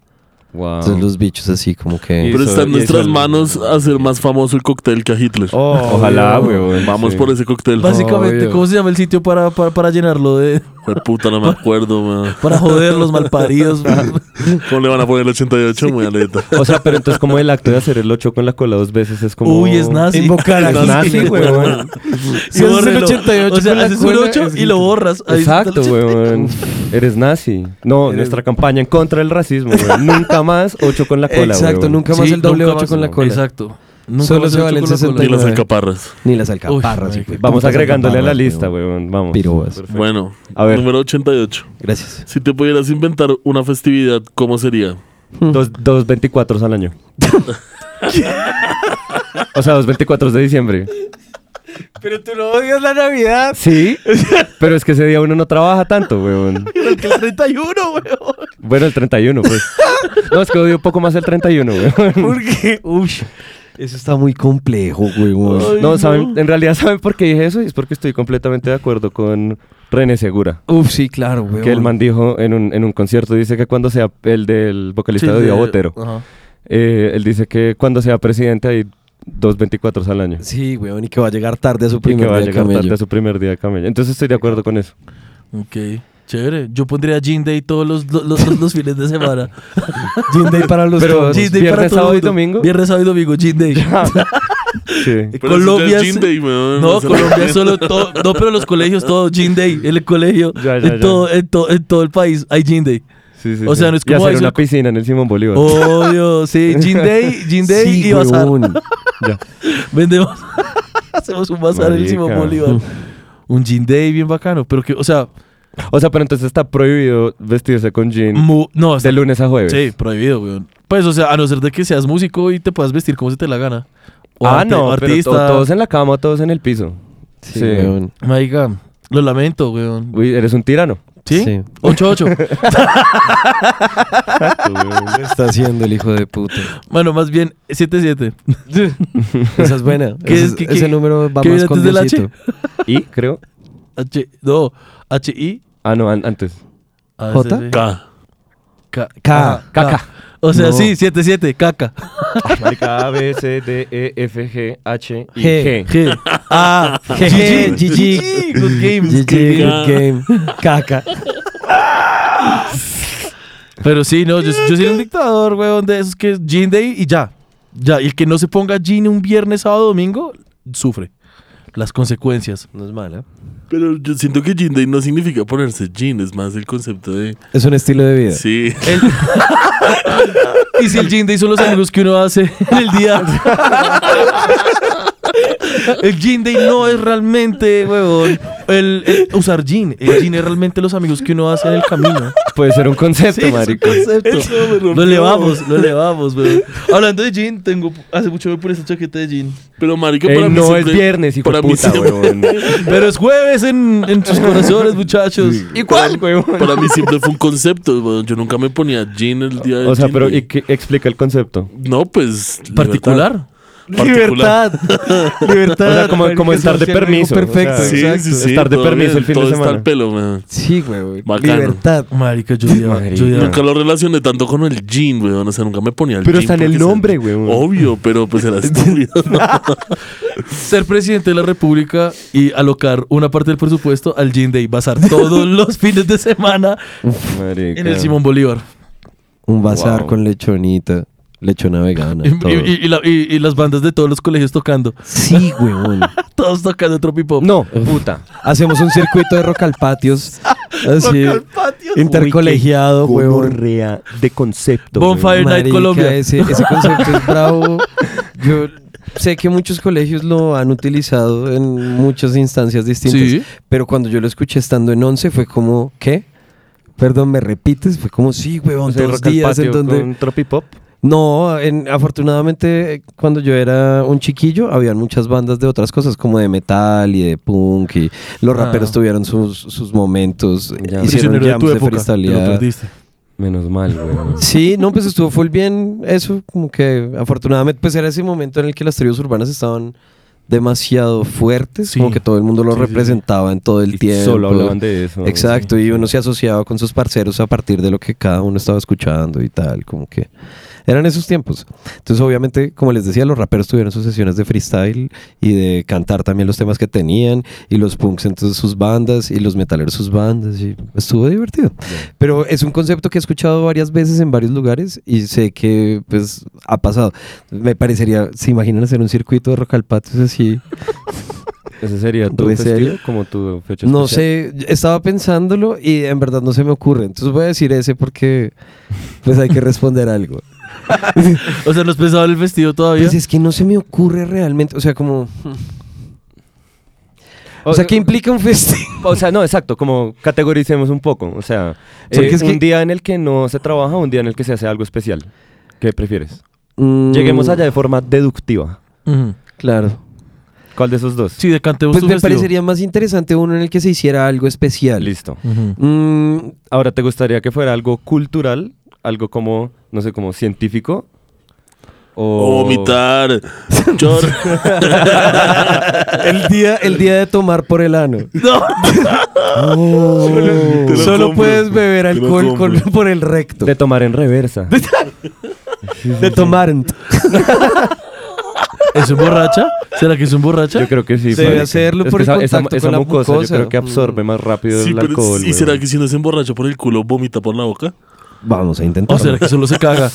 D: Wow.
E: Entonces los bichos así como que...
F: Pero
D: Eso-
F: está en
D: y
F: nuestras
D: eso-
F: manos hacer más famoso el cóctel que a Hitler.
D: Oh, [laughs] Ojalá,
E: Obvio.
D: güey.
F: Vamos
D: [laughs]
F: por ese cóctel.
C: Básicamente,
E: Obvio.
C: ¿cómo se llama el sitio para, para, para llenarlo de.
F: Joder, Oh, puta, no me acuerdo, weón.
C: para joder los
E: [laughs]
C: malparidos?
F: ¿Cómo le van a poner el 88? Muy aleta.
D: O sea, pero entonces como el acto de hacer el 8 con la cola dos veces es como...
C: Uy, es nazi.
E: Invocar a
D: Es
E: Hitler.
D: nazi, weón.
E: Si haces el
C: bórrelo.
E: 88
C: O sea,
E: con la
C: haces un
E: cola,
C: 8
E: es
C: y lo
E: Hitler.
C: borras. Ahí está el
D: Exacto,
C: 88.
D: weón. Eres nazi. No, nuestra campaña en contra del racismo, weón. Nunca más 8 con la cola,
E: Exacto,
D: weón.
E: nunca más
C: Sí,
E: el doble
C: nunca
E: 8 con la
C: más,
E: cola.
C: Exacto. Nunca
E: Solo
C: más
E: se
C: el
E: vale el
C: ocho con la cola.
E: 60.
F: Y las alcaparras.
E: Ni las alcaparras.
C: Uy,
E: hijo de
D: Vamos
E: putas
D: agregándole a la
E: alcaparras,
D: lista,
E: pues. weón.
D: weón. Vamos.
E: Pirobas.
F: Bueno,
D: A ver.
F: número 88.
E: Gracias.
F: Si te pudieras inventar una festividad, ¿cómo sería?
D: Dos, dos 24 al año. [laughs] o sea, dos 24 de diciembre.
E: Pero tú no odias la Navidad.
D: Sí, pero es que ese día uno no trabaja tanto, weón.
C: Porque el 31, weón.
D: Bueno, el 31, pues. No, es que odio un poco más el 31, weón.
E: Porque, uff, eso está muy complejo, weón.
D: No, ¿saben? en realidad, ¿saben por qué dije eso? Y es porque estoy completamente de acuerdo con René Segura.
E: Uf, sí, claro, weón.
D: Que el man dijo en un, en un concierto, dice que cuando sea el del vocalista de Odio a Botero,
C: Ajá.
D: eh, él dice que cuando sea presidente hay dos 24 al año.
E: Sí, weón, y que va a llegar tarde a su
D: Y que
E: primer
D: va a
E: día de
D: llegar tarde
E: camello.
D: a su primer día de camello. Entonces estoy de acuerdo con eso.
C: Ok. Chévere. Yo pondría Jean Day todos los, los, los- los fines de
E: [laughs]
C: semana.
E: Jean Day para los
D: Pero-
E: todos.
C: Jean Day
D: ¿viernes,
C: para todo el
D: sábado y
C: mundo.
D: domingo?
C: Viernes, sábado y domingo. Jean Day.
D: [laughs] Sí.
C: Eh,
F: Pero eso ya
C: Colombia.
F: es Jean Day, weón.
C: No,
F: O sea,
C: Colombia
F: [laughs]
C: solo todo. No, pero los colegios, todo. Jean Day. En el colegio.
D: Ya, ya,
C: en,
D: ya.
C: Todo, en, to- en todo el país hay Jean Day.
D: Sí, sí,
C: O
D: sí.
C: sea, no es Oh.
D: Y
C: como
D: hacer
C: eso-
D: una piscina en el Simón Bolívar.
C: Obvio, sí. Jean Day, Jean Day
E: Sí,
C: y bazar. [laughs]
E: weón.
D: Ya.
C: Vendemos. [laughs] Hacemos un bazar en el Simón
D: Marica.
C: Bolívar. Un Jean Day bien bacano. Pero que, o sea,
D: O sea, pero entonces está prohibido vestirse con jean
C: mu- no,
D: de lunes a jueves.
C: Sí, prohibido, weón. Pues, o sea, a no ser de que seas músico y te puedas vestir como se te la gana. O
D: ah,
C: arte-
D: no,
C: o
D: pero
C: artista.
D: to- todos en la cama, o todos en el piso.
E: Sí, weón.
C: Marica, lo lamento, weón.
D: Uy, eres un tirano.
C: ¿Sí?
E: Sí.
C: 8-8.
E: ¿Qué está haciendo el hijo de puta?
C: bueno, más bien 7-7.
E: Esa es buena.
C: [laughs] ¿Qué
E: Ese
C: es-
E: es-
C: qué-
E: ese
C: qué-
E: número va
C: qué
E: más
C: viene
E: con
C: antes del H?
E: Diosito.
D: ¿Y? Creo.
C: H, no, H-I.
D: Ah, no, an- antes.
C: A,
E: J.
C: C, C.
F: K.
C: K.
E: K.
C: K. O sea, sí, 7-7. Caca.
D: Marica A, B, C, D, E, F, G, H,
E: I, G.
C: G. A. [laughs]
E: G,
C: G.
E: GG.
C: G. Good game.
E: GG,
C: [laughs]
E: good game. Caca.
C: Pero sí, no, yo, yo soy un dictador, weón, de esos que es Jean Day y ya. Ya, y el que no se ponga Jean un viernes, sábado, domingo, sufre las consecuencias.
E: No es mala.
F: Pero yo siento que Jean Day no significa ponerse jean, es más el concepto de.
E: Es un estilo de vida.
F: [laughs] Sí.
C: El- [laughs] y si el Jean Day son los amigos que uno hace en el día. El Jean Day no es realmente, weón, el, el usar Jean. El Jean es realmente los amigos que uno hace en el camino.
D: Puede ser un concepto,
C: Sí, es un
D: marica.
C: concepto. Lo elevamos, lo elevamos, weón. Hablando de Jean, tengo, hace mucho me pone esta chaqueta de Jean.
F: Pero, marica,
D: Eh,
F: para mí.
D: no es
F: siempre-
D: viernes, hijo de
F: para mí
D: puta, [laughs]
F: siempre-
D: weón.
C: Pero es jueves en, en sus corazones, muchachos.
D: ¿Y cuál, weón?
F: [laughs] Para mí siempre fue un concepto, weón. Yo nunca me ponía jean el día de
D: O sea,
F: Jean
D: pero
F: Day.
D: ¿y qué explica el concepto?
F: No, pues. libertad.
C: ¿Particular?
F: particular.
C: Libertad. Libertad.
D: O sea, como- como
C: Marica,
D: estar de
C: social,
D: permiso,
C: marica, Perfecto.
D: o sea,
F: Sí,
C: exacto.
F: sí, sí.
D: Estar de
F: todo
D: permiso
F: bien,
D: el fin de
F: todo está
D: semana. Ah.
F: al pelo, man.
E: Sí, güey.
F: Bacano.
E: Libertad.
C: Marica, yo odiaba-
D: Marica.
C: yo odiaba.
F: Nunca lo relacioné tanto con el jean, weón. O sea, nunca me ponía el
D: Pero
F: jean
D: está en el
F: porque se-
D: nombre, weón.
F: Obvio, pero
D: [laughs]
F: pues era estúpido.
C: Ser presidente de la República y alocar una parte del presupuesto al Jean Day. Bazar
E: [laughs]
C: todos los fines de semana
D: Marica.
C: en el Simón Bolívar.
E: Un bazar
D: Wow.
E: con lechonita. Lechona vegana.
C: Y,
E: todo.
C: y- y la- y- y las bandas de todos los colegios tocando.
E: Sí, huevón.
C: Todos tocando tropipop.
D: No, puta.
E: Hacemos un circuito de rock al
C: [laughs]
E: patios. Así. Intercolegiado,
D: Uy, qué
E: huevón.
D: gonorrea de concepto.
C: Bonfire. Night
E: Marica,
C: Colombia.
E: Ese,
C: [laughs]
E: ese concepto es bravo. Yo sé que muchos colegios lo han utilizado en muchas instancias distintas.
C: Sí.
E: Pero cuando yo lo escuché estando en 11 fue como, ¿qué? Perdón, ¿me repites? Fue como, sí, huevón,
D: O sea,
E: dos
D: rock al
E: días en
D: patio
E: donde...
D: con tropipop.
E: No, en- afortunadamente eh, cuando yo era un chiquillo habían muchas bandas de otras cosas como de metal y de punk y los
C: Ah.
E: raperos tuvieron sus, sus momentos, eh,
D: Ya.
E: hicieron
C: Prisionero de
E: jams
C: tu
E: de
C: época. Te lo
E: freestyleada.
C: perdiste.
D: Menos mal,
E: [laughs]
D: weón.
E: Sí, no, pues estuvo full bien eso, como que afortunadamente pues era ese momento en el que las tribus urbanas estaban demasiado fuertes,
C: Sí.
E: como que todo el mundo lo
C: Sí, sí, sí.
E: representaba en todo el
D: Y
E: tiempo.
D: Solo hablaban de eso.
E: Exacto, y uno se asociaba con sus parceros a partir de lo que cada uno estaba escuchando y tal, como que eran esos tiempos. Entonces, obviamente, como les decía, los raperos tuvieron sus sesiones de freestyle y de cantar también los temas que tenían, y los punks entonces sus bandas, y los metaleros sus bandas, y estuvo divertido. Pero es un concepto que he escuchado varias veces en varios lugares y sé que pues ha pasado. Me parecería, ¿se imaginan hacer un circuito de rock al patio así?
D: ¿Ese sería tu
E: ¿En serio?
D: festivo? Como tu fecha
E: No
D: especial?
E: sé, estaba pensándolo y en verdad no se me ocurre. Entonces voy a decir ese porque pues hay que responder algo.
C: O sea, nos pensaba el vestido todavía.
E: Pues es que no se me ocurre realmente, o sea, como... O sea, ¿qué implica un festival?
D: O sea, no, exacto, como categoricemos un poco. O sea,
E: Porque
D: eh,
E: es
D: un
E: que-
D: día en el que no se trabaja, un día en el que se hace algo especial. ¿Qué prefieres? [laughs] Mm. Lleguemos allá de forma deductiva.
C: Ujú.
E: Mm, Claro.
D: ¿Cuál de esos dos?
C: Sí, decantemos
E: Pues
C: tu
E: me
C: vestido.
E: parecería más interesante uno en el que se hiciera algo especial.
D: Listo.
C: Ujú.
E: Mm,
D: Ahora, ¿te gustaría que fuera algo cultural? ¿Algo como, no sé, como científico? O...
E: [laughs]
F: Vomitar, [laughs] llorar.
E: el, día, el día de tomar por el ano.
C: No.
E: Oh.
F: Te lo
E: Solo
F: compro.
E: puedes beber
F: Te lo
E: alcohol con-
F: compro.
E: por el recto.
D: De tomar en [laughs] reversa.
E: de tomar.
C: ¿Es un borracha? ¿Será que es un borracha?
D: Yo creo que sí.
E: Debe
D: marica.
E: hacerlo
D: Es
E: por
D: que
E: el
D: esa, esa-
E: contacto
D: esa
E: con la
D: mucosa,
E: mucosa.
D: Yo creo que absorbe más rápido
F: Sí,
D: el
F: pero
D: alcohol.
F: ¿Y será
D: weón.
F: que si no se emborracha por el culo, vomita por la boca?
E: Vamos a intentar.
C: ¿O será que solo se
E: [laughs]
C: caga?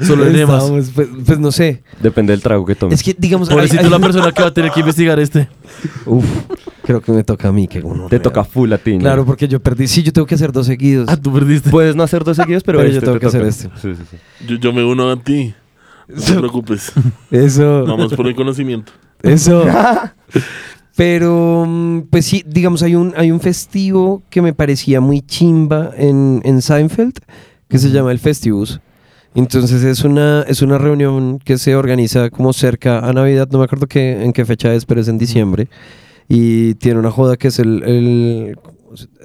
C: Solo enemas.
E: Estamos, pues, pues no sé.
D: Depende del trago que tomes.
E: Es que digamos. hay-
C: Pobrecito
E: hay-
C: la persona que va a tener que investigar este.
E: Uf, creo que me toca a mí. Que uno
D: Te toca full a ti. ¿no?
E: Claro, porque yo perdí. Sí, yo tengo que hacer dos seguidos. [laughs]
C: Ah, tú perdiste.
E: Pues,
D: Puedes no hacer dos seguidos, pero,
E: Pero yo
D: este
E: tengo
D: te
E: que hacer
D: toca.
E: este.
D: Sí, sí, sí.
F: Yo, yo me uno a ti. No te preocupes.
E: Eso.
F: Vamos por el
E: [laughs]
F: conocimiento.
D: [laughs]
E: Eso. Pero, mm, pues sí, digamos, hay un, hay un festivo que me parecía muy chimba en, en Seinfeld, que se llama el Festivus. Entonces es una, es una reunión que se organiza como cerca a Navidad, no me acuerdo qué, en qué fecha es, pero es en diciembre. Y tiene una joda que es el, el-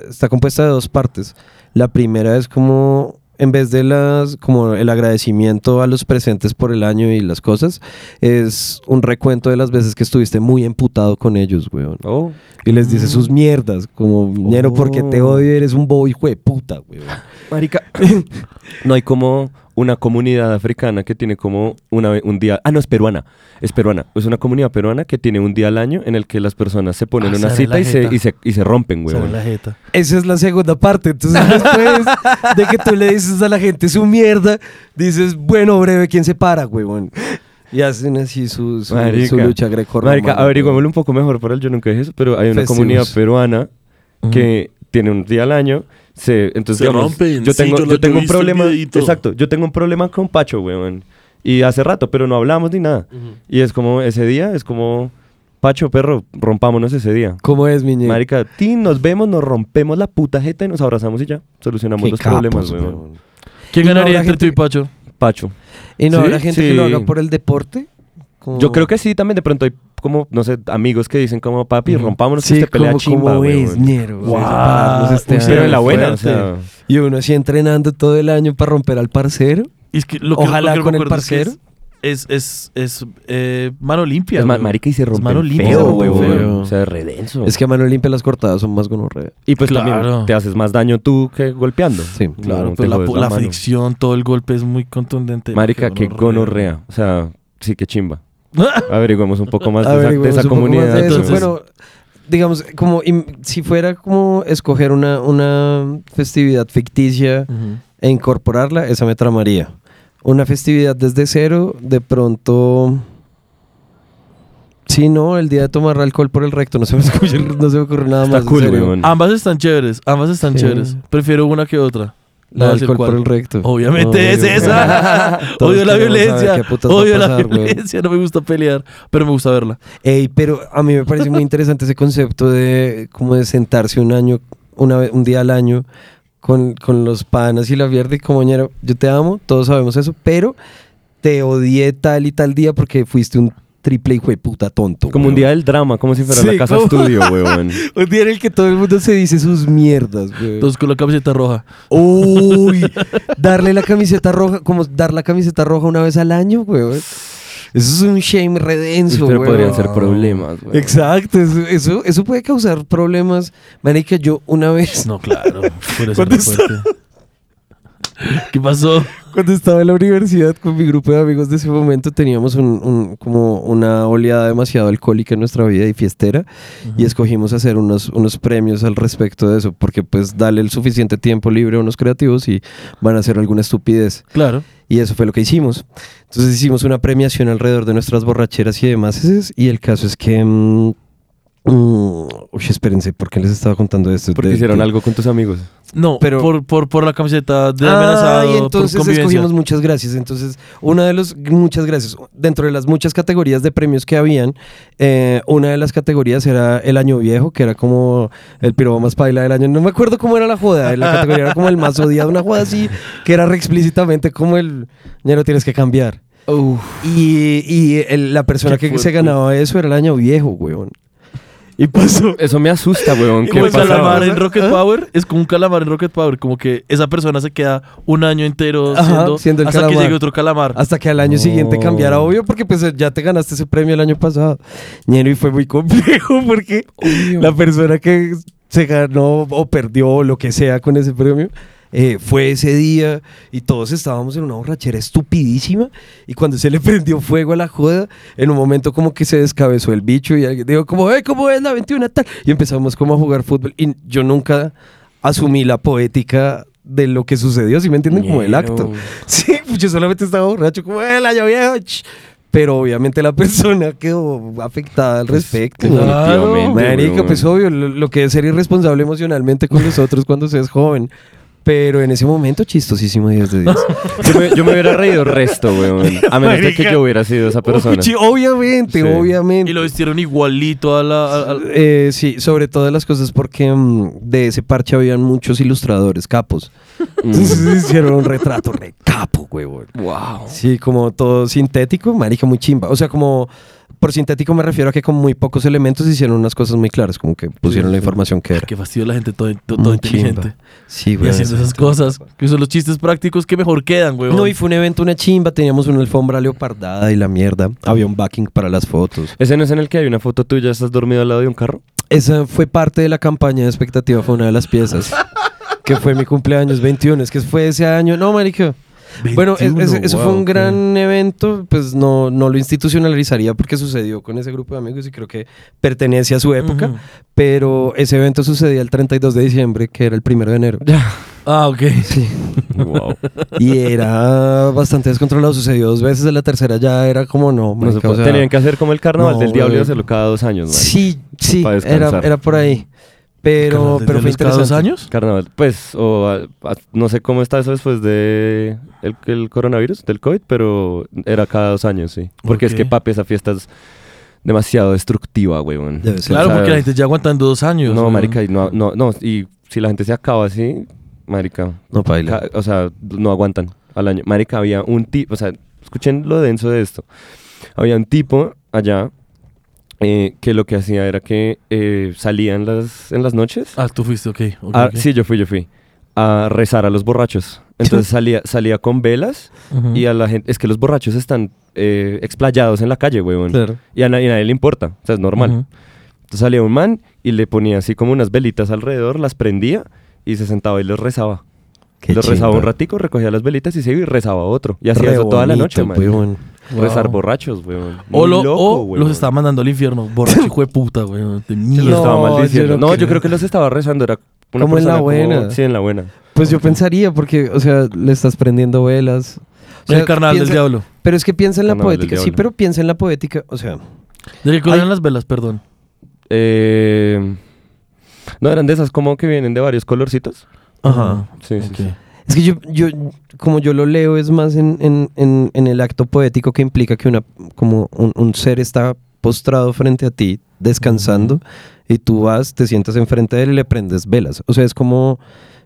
E: Está compuesta de dos partes. La primera es como... En vez de las, como el agradecimiento a los presentes por el año y las cosas, es un recuento de las veces que estuviste muy emputado con ellos, weón.
D: Oh,
E: Y les dice sus mierdas, como, ñero, porque te odio, eres un bobo hijo de puta, weón.
D: marica. [laughs] no hay como una comunidad africana que tiene como una, ve- un día... Ah, no, es peruana. Es peruana. Es una comunidad peruana que tiene un día al año en el que las personas se ponen
C: Ah,
D: en una
C: se
D: cita y se,
C: relajeta.
D: y, se, y se rompen, güey.
C: Sale la jeta.
E: Esa es la segunda parte. Entonces, después de que tú le dices a la gente su mierda, dices, bueno, breve, ¿quién se para, weón? Y hacen así su, su,
D: Marica.
E: su lucha grecorromana.
D: Marica, averigüémoslo un poco mejor para él. Yo nunca dije eso, pero hay una
E: Festivos.
D: comunidad peruana que tiene un día al año. Se, entonces,
F: Se
D: digamos,
F: rompen,
D: Yo
F: sí,
D: tengo,
F: yo lo-
D: yo
F: yo
D: tengo
F: he
D: un
F: visto el
D: problema.
F: videíto.
D: Exacto. Yo tengo un problema con Pacho, weón. Y hace rato, pero no hablamos ni nada. Y es como ese día, es como Pacho, perro, rompámonos ese día.
E: ¿Cómo es, mi ñe?
D: Marica, tin, nos vemos, nos rompemos la puta jeta y nos abrazamos y ya. Solucionamos
E: Qué
D: los
E: capos,
D: problemas, weón.
E: weón.
C: ¿Quién
E: Y no
C: ganaría
E: habrá
C: entre tú
E: gente-
C: y Pacho?
D: Pacho.
E: Y no
D: Sí,
E: habrá gente
D: sí.
E: que lo haga por el deporte. Como-
D: Yo creo que sí, también de pronto hay como, no sé, amigos que dicen como, papi, rompámonos que
E: Sí,
D: este pelea
E: como,
D: chimba,
E: como es,
D: weón.
E: ñero.
C: Wow.
E: Separarnos este
C: Uy,
E: año.
D: Pero en la buena, o
E: Fuerte.
D: sea.
E: Y uno así entrenando todo el año para romper al parcero.
C: Es que lo que-
E: Ojalá
C: lo que
E: con
C: me
E: el
C: acuerdo es que
E: parcero.
C: es- es, es, es eh, mano limpia.
D: Es ma-
C: güey.
D: marica y se rompe
C: mano limpia,
D: feo,
C: se
D: güey.
C: rompen
D: güey.
C: feo.
D: O sea, redenso.
E: Es que a mano limpia las cortadas son más gonorrea.
D: y pues
C: Claro.
D: también te haces más daño tú que golpeando.
E: Sí,
C: Claro,
D: No, te
C: pero la,
D: jodes
C: la
D: mano.
C: fricción, todo el golpe es muy contundente.
D: Marica, qué gonorrea. O sea, sí, qué chimba. Averiguamos un poco más de esa, de
E: Averigüemos
D: esa
E: un poco más de
D: comunidad.
E: eso.
D: entonces.
E: Bueno, digamos, como im- si fuera como escoger una, una festividad ficticia
C: Ujú.
E: e incorporarla, esa me tramaría. Una festividad desde cero, de pronto... Sí, no, el día de tomar alcohol por el recto, no se me, [laughs] escucha- no se me ocurre nada
D: Está
E: más. en
D: cool,
E: serio.
D: weón.
C: [laughs] Ambas están chéveres, ambas están
E: Sí.
C: chéveres. Prefiero una que otra. No
E: La
C: voy
E: de
C: a decir
E: alcohol por
C: cuál.
E: el recto.
C: Obviamente
E: Obvio.
C: es esa. [laughs]
E: Todos
C: odio la
E: queremos saber
C: violencia.
E: qué putas va a
C: Odio la
E: pasar, weón.
C: violencia. No me gusta pelear, pero me gusta verla.
E: Ey, pero a mí me parece muy interesante ese concepto de como de sentarse un año, una vez, un día al año con, con los panas y la mierda y como ñero, yo te amo, todos sabemos eso, pero te odié tal y tal día porque fuiste un triple hijo de puta tonto.
D: Como un
E: weón.
D: día del drama, como si fuera
C: Sí,
D: la casa
C: como-
D: estudio, weón.
E: Un día en el que todo el mundo se dice sus mierdas, güey.
C: Entonces con la camiseta roja.
E: Uy, darle la camiseta roja, como dar la camiseta roja una vez al año, güey. Eso es un shame redenso,
D: Pero
E: güey.
D: podrían ser problemas, weón.
E: Exacto, eso, eso, eso puede causar problemas. Marica, yo una vez,
C: No, claro. Por eso no fuerte. ¿Qué pasó?
E: cuando estaba en la universidad con mi grupo de amigos de ese momento, teníamos un, un- como una oleada demasiado alcohólica en nuestra vida y fiestera. Y escogimos hacer unos, unos premios al respecto de eso, porque pues dale el suficiente tiempo libre a unos creativos y van a hacer alguna estupidez.
C: Claro.
E: Y eso fue lo que hicimos. Entonces hicimos una premiación alrededor de nuestras borracheras y demás. es- Y el caso es que... mm, mm, uy, espérense, ¿por qué les estaba contando esto?
D: Porque
E: De-
D: hicieron
E: de-
D: algo con tus amigos.
C: No,
E: Pero-
C: por, por, por la camiseta de
E: Ah,
C: amenazado,
E: y entonces
C: por convivencia.
E: escogimos muchas gracias. Entonces, una de los muchas gracias. Dentro de las muchas categorías de premios que habían, eh, una de las categorías era el año viejo, que era como el pirobo más paila del año. No me acuerdo cómo era la joda. eh, La categoría era como el más odiado, una joda así, que era re explícitamente como el ya lo tienes que cambiar. Y, y el- la persona
F: Qué
E: que se
F: fuerte.
E: ganaba eso era el año viejo, weón. Y pasó.
D: Eso me asusta, weón.
C: Como
D: ¿Qué
C: el calamar
E: ¿Eh?
D: pasa?
C: en Rocket Power, es como un calamar en Rocket Power, como que esa persona se queda un año entero
E: Ajá,
C: siendo,
E: siendo el
C: hasta que
E: calamar.
C: llegue otro calamar.
E: Hasta que al
D: No.
E: año siguiente cambiara, obvio, porque pues ya te ganaste ese premio el año pasado. Ñero, y fue muy complejo [laughs] porque la persona que se ganó o perdió o lo que sea con ese premio. eh, fue ese día y todos estábamos en una borrachera estupidísima y cuando se le [laughs] prendió fuego a la joda, en un momento como que se descabezó el bicho y alguien dijo como, "Eh, ¿cómo es la 21 tal? Y empezamos como a jugar fútbol y yo nunca asumí la poética de lo que sucedió, si me entienden, como el acto. [laughs] Sí, pues yo solamente estaba borracho, como el año viejo. ch". Pero obviamente la persona [laughs] quedó afectada al respecto.
D: claro,
E: Pues, Claro, Marica,
D: weón.
E: pues obvio, lo, lo que es ser irresponsable emocionalmente con los otros cuando se es joven. Pero en ese momento, chistosísimo
C: [laughs]
E: 10 de 10.
D: Yo me, yo me hubiera reído el resto, weón. A menos de que
C: Marica.
D: yo hubiera sido esa persona.
E: Sí, obviamente,
D: Sí.
E: obviamente.
C: Y lo vistieron igualito a la. a- a-
E: Eh, sí, sobre todas las cosas porque mm, de ese parche habían muchos ilustradores,
C: [laughs]
E: capos. Entonces hicieron un retrato re capo, huevón.
D: wow.
E: Sí, como todo sintético, marica, muy chimba. O sea, como por sintético me refiero a que con muy pocos elementos hicieron unas cosas muy claras, como que pusieron la información que era.
C: Qué fastidio la gente todo, todo- todo
E: Muy
C: inteligente.
E: chimba. Sí,
C: Y
D: pues,
E: güey.
C: haciendo esas cosas, que son los chistes prácticos que mejor quedan, weón.
E: No, y fue un evento, una chimba, teníamos una alfombra leopardada y la mierda. Había un backing para las fotos.
D: ¿Ese no es en el que hay una foto tuya, estás dormido al lado de un carro?
E: Esa fue parte de la campaña de expectativa, fue una de las piezas. que fue mi cumpleaños 21, es que fue ese año. No, marica. Bueno, es-
C: 21,
E: es- eso fue
C: wow,
E: un
C: qué-
E: gran evento, pues no, no lo institucionalizaría porque sucedió con ese grupo de amigos y creo que pertenece a su época,
C: Ujú.
E: pero ese evento sucedía el 32 de diciembre, que era el primero de enero.
C: Ah, ok.
D: Wow.
E: Y era bastante descontrolado, sucedió dos veces, en la tercera ya era como no,
D: No se
E: marica, o
D: puede.
E: sea,
D: Tenían que hacer como el carnaval
E: no,
D: del diablo y
E: weón.
D: hacerlo cada dos años, man.
E: Sí, sí,
D: Pues Para
E: era,
D: descansar.
E: era por ahí. Pero,
C: Carnal,
E: pero
C: ¿desde
E: fue
C: los cada dos
E: interesante.
C: años?
D: Carnaval, pues, o a- a- no sé cómo está eso después de el, el coronavirus, del COVID, pero era cada dos años, sí. Porque es
C: Ok.
D: que, papi, esa fiesta es demasiado destructiva, weón.
E: Debe ser.
C: Claro,
D: O sea,
C: porque la gente ya aguantando dos años.
D: No,
C: weón.
D: marica, y no, no, no, y si la gente se acaba así, marica,
E: No, paila.
D: ca- o sea, no aguantan al año. Marica, había un tipo, o sea, escuchen lo denso de esto. Había un tipo allá eh, que lo que hacía era que eh, salía en las, en las noches
C: Ah, tú fuiste, Ah, ok. ok,
D: Ah,
C: ok.
D: Sí, yo fui, yo fui. A rezar a los borrachos.
C: [laughs]
D: Entonces salía, salía con velas y a la gente. Es que los borrachos están eh, explayados en la calle, huevón.
E: Claro.
D: Y a, na- y a nadie le importa. O sea, es normal. Entonces salía un man y le ponía así como unas velitas alrededor, las prendía y se sentaba y les rezaba.
E: Qué
D: les rezaba
E: chimba.
D: un ratico, recogía las velitas y se iba y rezaba otro. Y hacía
E: Re
D: eso toda la
E: bonito,
D: noche,
C: pues,
D: man.
E: weón.
D: Rezar borrachos, weón.
C: O,
D: Muy
C: lo-
D: loco,
C: o
D: weón.
C: los estaba mandando al
D: [laughs]
C: infierno, borracho hijo de puta, weón. De
D: Los
C: mierda.
E: No,
D: estaba
E: yo
D: maldiciendo.
E: no
D: No, yo
E: creo.
D: creo que los estaba rezando. Era una
E: Como en la
D: persona
E: buena.
D: sí, en la buena.
E: Pues yo pensaría, porque, o sea, le estás prendiendo velas. O sea,
C: el carnaval del
E: piensa-
C: diablo.
E: Pero es que piensa en la
D: Carnaval del
E: poética. Sí,
D: diablo.
E: pero piensa en la poética. O sea,
C: ¿De qué color
E: Ay.
C: eran las velas? Perdón.
D: Eh, no, eran de esas como que vienen de varios colorcitos.
C: Ajá.
D: Sí, sí,
C: Ok.
D: sí.
E: es que yo, yo como yo lo leo, es más en, en- en- en el acto poético que implica que una, como un, un ser está postrado frente a ti, descansando, y tú vas, te sientas enfrente de él y le prendes velas. O sea, es como...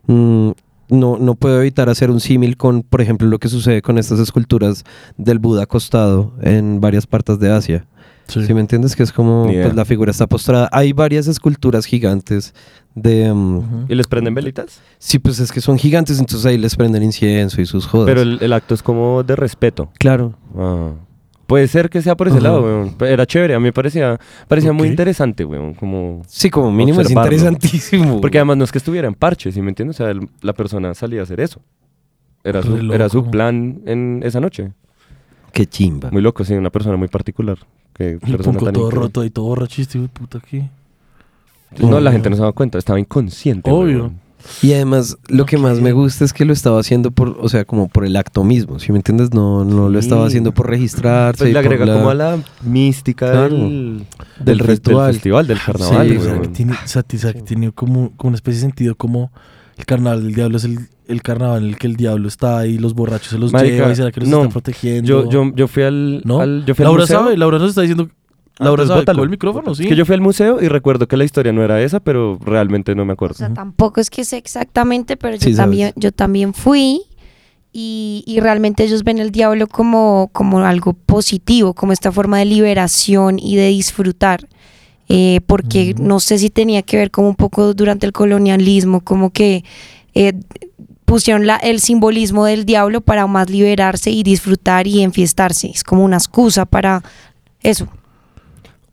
E: mm, no, no puedo evitar hacer un símil con, por ejemplo, lo que sucede con estas esculturas del Buda acostado en varias partes de Asia.
C: Sí.
E: Si me entiendes que es como
D: Ni idea.
E: pues, la figura está postrada. Hay varias esculturas gigantes de um,
D: ¿Y les prenden velitas?
E: sí, pues es que son gigantes, entonces ahí les prenden incienso y sus jodas.
D: Pero el, el acto es como de respeto.
E: claro.
D: Ah. Puede ser que sea por ese
E: Ajá.
D: lado, weón. Era chévere, a mí me parecía, parecía muy
C: Ok.
D: interesante, weón. Como...
E: Sí, como mínimo es
D: Observarlo. [laughs]
E: interesantísimo.
D: Porque además no es que estuviera en parche, ¿sí me entiendes? O sea, el- la persona salía a hacer eso. Era
C: Re
D: su, era su
C: loco.
D: plan en esa noche.
E: qué chimba.
D: Muy loco, sí, una persona muy particular. Qué
C: Ah. El
D: persona
C: punco
D: tan
C: todo
D: increíble.
C: roto ahí, todo borrachista, hijo de puta aquí.
D: No, la gente no se daba cuenta, estaba inconsciente.
C: Obvio.
D: weón.
E: Y además lo que más
C: Ok.
E: me gusta es que lo estaba haciendo por, o sea, como por el acto mismo, si me entiendes, no no lo estaba
D: Sí.
E: haciendo por registrarse
D: Pues
E: y
D: le
E: por
D: agrega
E: la-
D: como a la mística
E: Claro.
D: del,
E: Del
D: fe-
E: ritual.
D: festival, del carnaval.
E: Sí,
C: o sea,
D: weón.
C: que tiene, o sea, que- o sea, que tiene como, como una especie de sentido como el carnaval del diablo es el, el carnaval en el que el diablo está ahí, los borrachos se los
D: Marica,
C: lleva y será que los
D: no.
C: está protegiendo.
D: yo, yo, yo fui al,
C: ¿No?
D: al- yo fui al
C: Laura
D: museo.
C: sabe, Laura nos está diciendo.
D: Ah,
C: Laura
D: entonces
C: sabe,
D: bótalo.
C: sacó el micrófono, sí.
D: Es que yo fui al museo y recuerdo que la historia no era esa, pero realmente no me
G: O
D: acuerdo.
G: sea, tampoco es que sé exactamente, pero yo,
E: Sí, sabes.
G: también, yo también fui y, y realmente ellos ven el diablo como, como algo positivo, como esta forma de liberación y de disfrutar. eh, porque no sé si tenía que ver como un poco durante el colonialismo, como que eh, pusieron la- el simbolismo del diablo para más liberarse y disfrutar y enfiestarse. Es como una excusa para eso.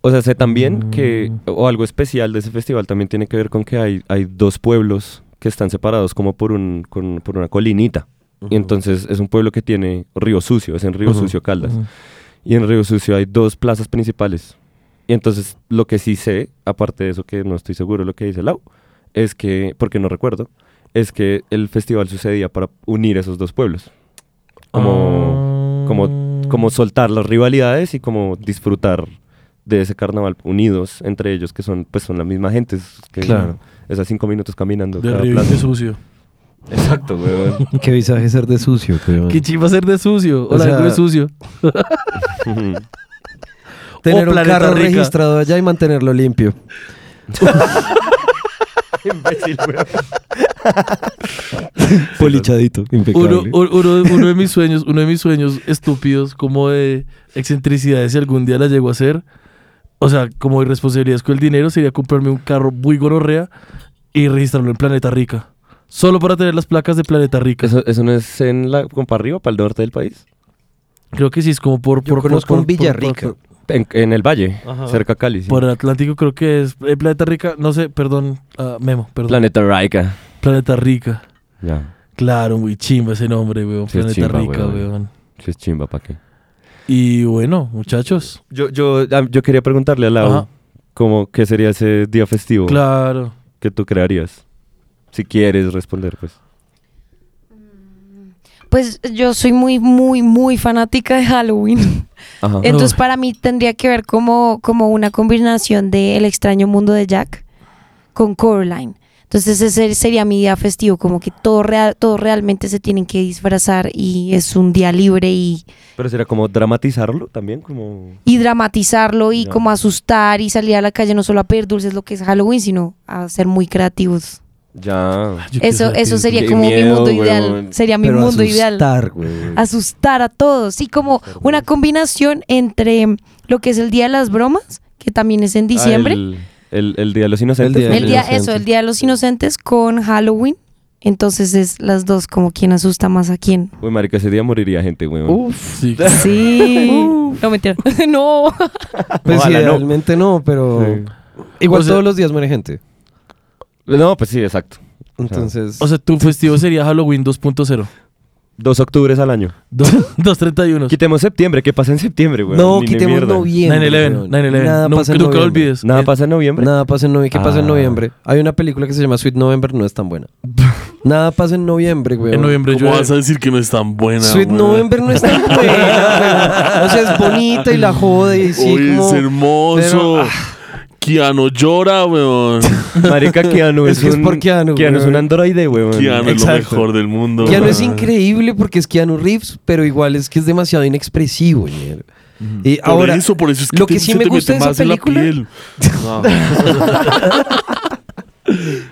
D: O sea, sé también que,
C: Mm.
D: o algo especial de ese festival también tiene que ver con que hay, hay dos pueblos que están separados como por, un, con- por una colinita. Y entonces es un pueblo que tiene Río Sucio, es en Río Sucio Caldas.
C: Ujú.
D: Y en Río Sucio hay dos plazas principales. Y entonces lo que sí sé, aparte de eso que no estoy seguro de lo que dice Lau, es que, porque no recuerdo, es que el festival sucedía para unir esos dos pueblos. Como,
C: Ah.
D: como, como soltar las rivalidades y como disfrutar de ese carnaval unidos entre ellos que son pues son la misma gente es que
E: Claro.
D: esas cinco minutos caminando
C: De
D: cada
C: río y
D: plaza.
C: de sucio.
D: exacto weón. [laughs]
E: Qué visaje ser de sucio, weón.
C: Qué chiva ser de sucio.
E: O
C: Hola,
E: sea,
C: algo de sucio.
E: Tener
C: O
E: un
C: Planeta
E: carro
C: Rica.
E: registrado allá y mantenerlo limpio.
D: [laughs] Imbécil, weón.
E: [laughs] Polichadito, impecable.
C: Uno, u- uno,
D: [laughs]
C: uno de mis sueños, uno de mis sueños estúpidos, como de excentricidades, si algún día la llego a hacer, o sea, como irresponsabilidades con el dinero, sería comprarme un carro muy gonorrea y registrarlo en Planeta Rica. Solo para tener las placas de Planeta Rica.
D: eso, eso no es en la como para arriba para el norte del país
C: Creo que sí, es como por...
E: Yo
C: por
E: conozco
C: por-
E: un
C: por-
E: Villarrica.
C: Por, por-
D: en, en el valle cerca a Cali sí.
C: por el Atlántico creo que es... eh, Planeta Rica, no sé, perdón, ah, Memo, perdón.
D: planeta Raica
C: Planeta Rica.
D: ya
C: Claro, muy chimba ese nombre, weón.
D: Sí, es
C: Planeta
D: chimba,
C: Rica,
D: weón.
C: weón.
D: si es chimba para qué
C: Y bueno, muchachos.
D: yo yo ah, yo quería preguntarle a Lau
C: Ajá.
D: como qué sería ese día festivo
C: Claro.
D: que tú crearías si quieres responder pues
G: Pues yo soy muy, muy, muy fanática de Halloween. [laughs]
D: Ajá.
G: Entonces para mí tendría que ver como, como una combinación de El extraño mundo de Jack con Coraline. Entonces ese sería mi día festivo, como que todo real, todos realmente se tienen que disfrazar y es un día libre y,
D: Pero será como dramatizarlo también, como...
G: y dramatizarlo y
D: Ya.
G: como asustar y salir a la calle no solo a pedir dulces lo que es Halloween, sino a ser muy creativos.
D: Ya.
C: Yo quiero
G: Eso,
C: saber
G: eso
C: qué-
G: sería
D: qué
G: como mi
D: miedo,
G: mundo
D: weón.
G: ideal. Sería mi
E: Pero
G: mundo ideal.
E: asustar, weón.
G: asustar a todos. Sí, como una combinación entre lo que es el Día de las Bromas, que también es en diciembre.
D: Ah, el, el- el Día de los Inocentes.
E: El Día de
G: el,
E: los
G: día,
E: Inocentes.
G: eso, el Día de los Inocentes con Halloween Entonces es las dos, como quién asusta más a quién.
D: Uy, marica, ese día moriría gente, weón.
E: Uh.
F: Sí.
G: Sí. [laughs] no, mentira. no. Ah,
E: Pues
D: Ojalá no.
E: idealmente no, pero igual
C: O sea-
E: todos los días muere gente.
D: No, pues sí, exacto.
E: Entonces,
C: O sea, tu festivo sería Halloween 2.0.
D: Dos octubres al año.
C: [laughs] Do- 231.
D: Quitemos septiembre. ¿Qué pasa en septiembre, weón?
E: no
D: Ni- ni
E: quitemos
D: mierda.
E: noviembre.
C: 9-11.
E: weón.
C: 9-11.
E: Nada
C: Nunca-
E: pasa
C: nunca lo
E: en noviembre.
C: olvides.
D: Nada
C: Eh,
D: pasa en noviembre.
E: Nada pasa en noviembre. ¿Qué pasa en
D: Ah.
E: noviembre? Hay una película que se llama Sweet November, no es tan buena. Nada pasa en noviembre, güey.
C: En noviembre
F: ¿Cómo vas a
C: llueve.
F: decir que no es tan buena?
E: Sweet
F: weón?
E: November no es tan buena, weón. O sea, es bonita y la jode y sí,
F: Oye,
E: como-
F: es hermoso.
E: pero- ah.
F: Keanu
E: [laughs]
F: llora, weón.
D: [laughs] Marica, Keanu es,
E: Es que es
D: un...
E: por Keanu,
D: es
E: weón.
D: un androide, weón.
F: Keanu es lo
E: Exacto.
F: mejor del mundo.
E: Keanu
F: weón.
E: es increíble porque es Keanu Reeves, pero igual es que es demasiado inexpresivo, ñero. Y
F: Por
E: ahora,
F: eso, por eso es que
E: lo que
F: te-
E: sí
F: se
E: me
F: te
E: gusta
F: mete
E: de esa
F: más en la
E: película-
F: piel.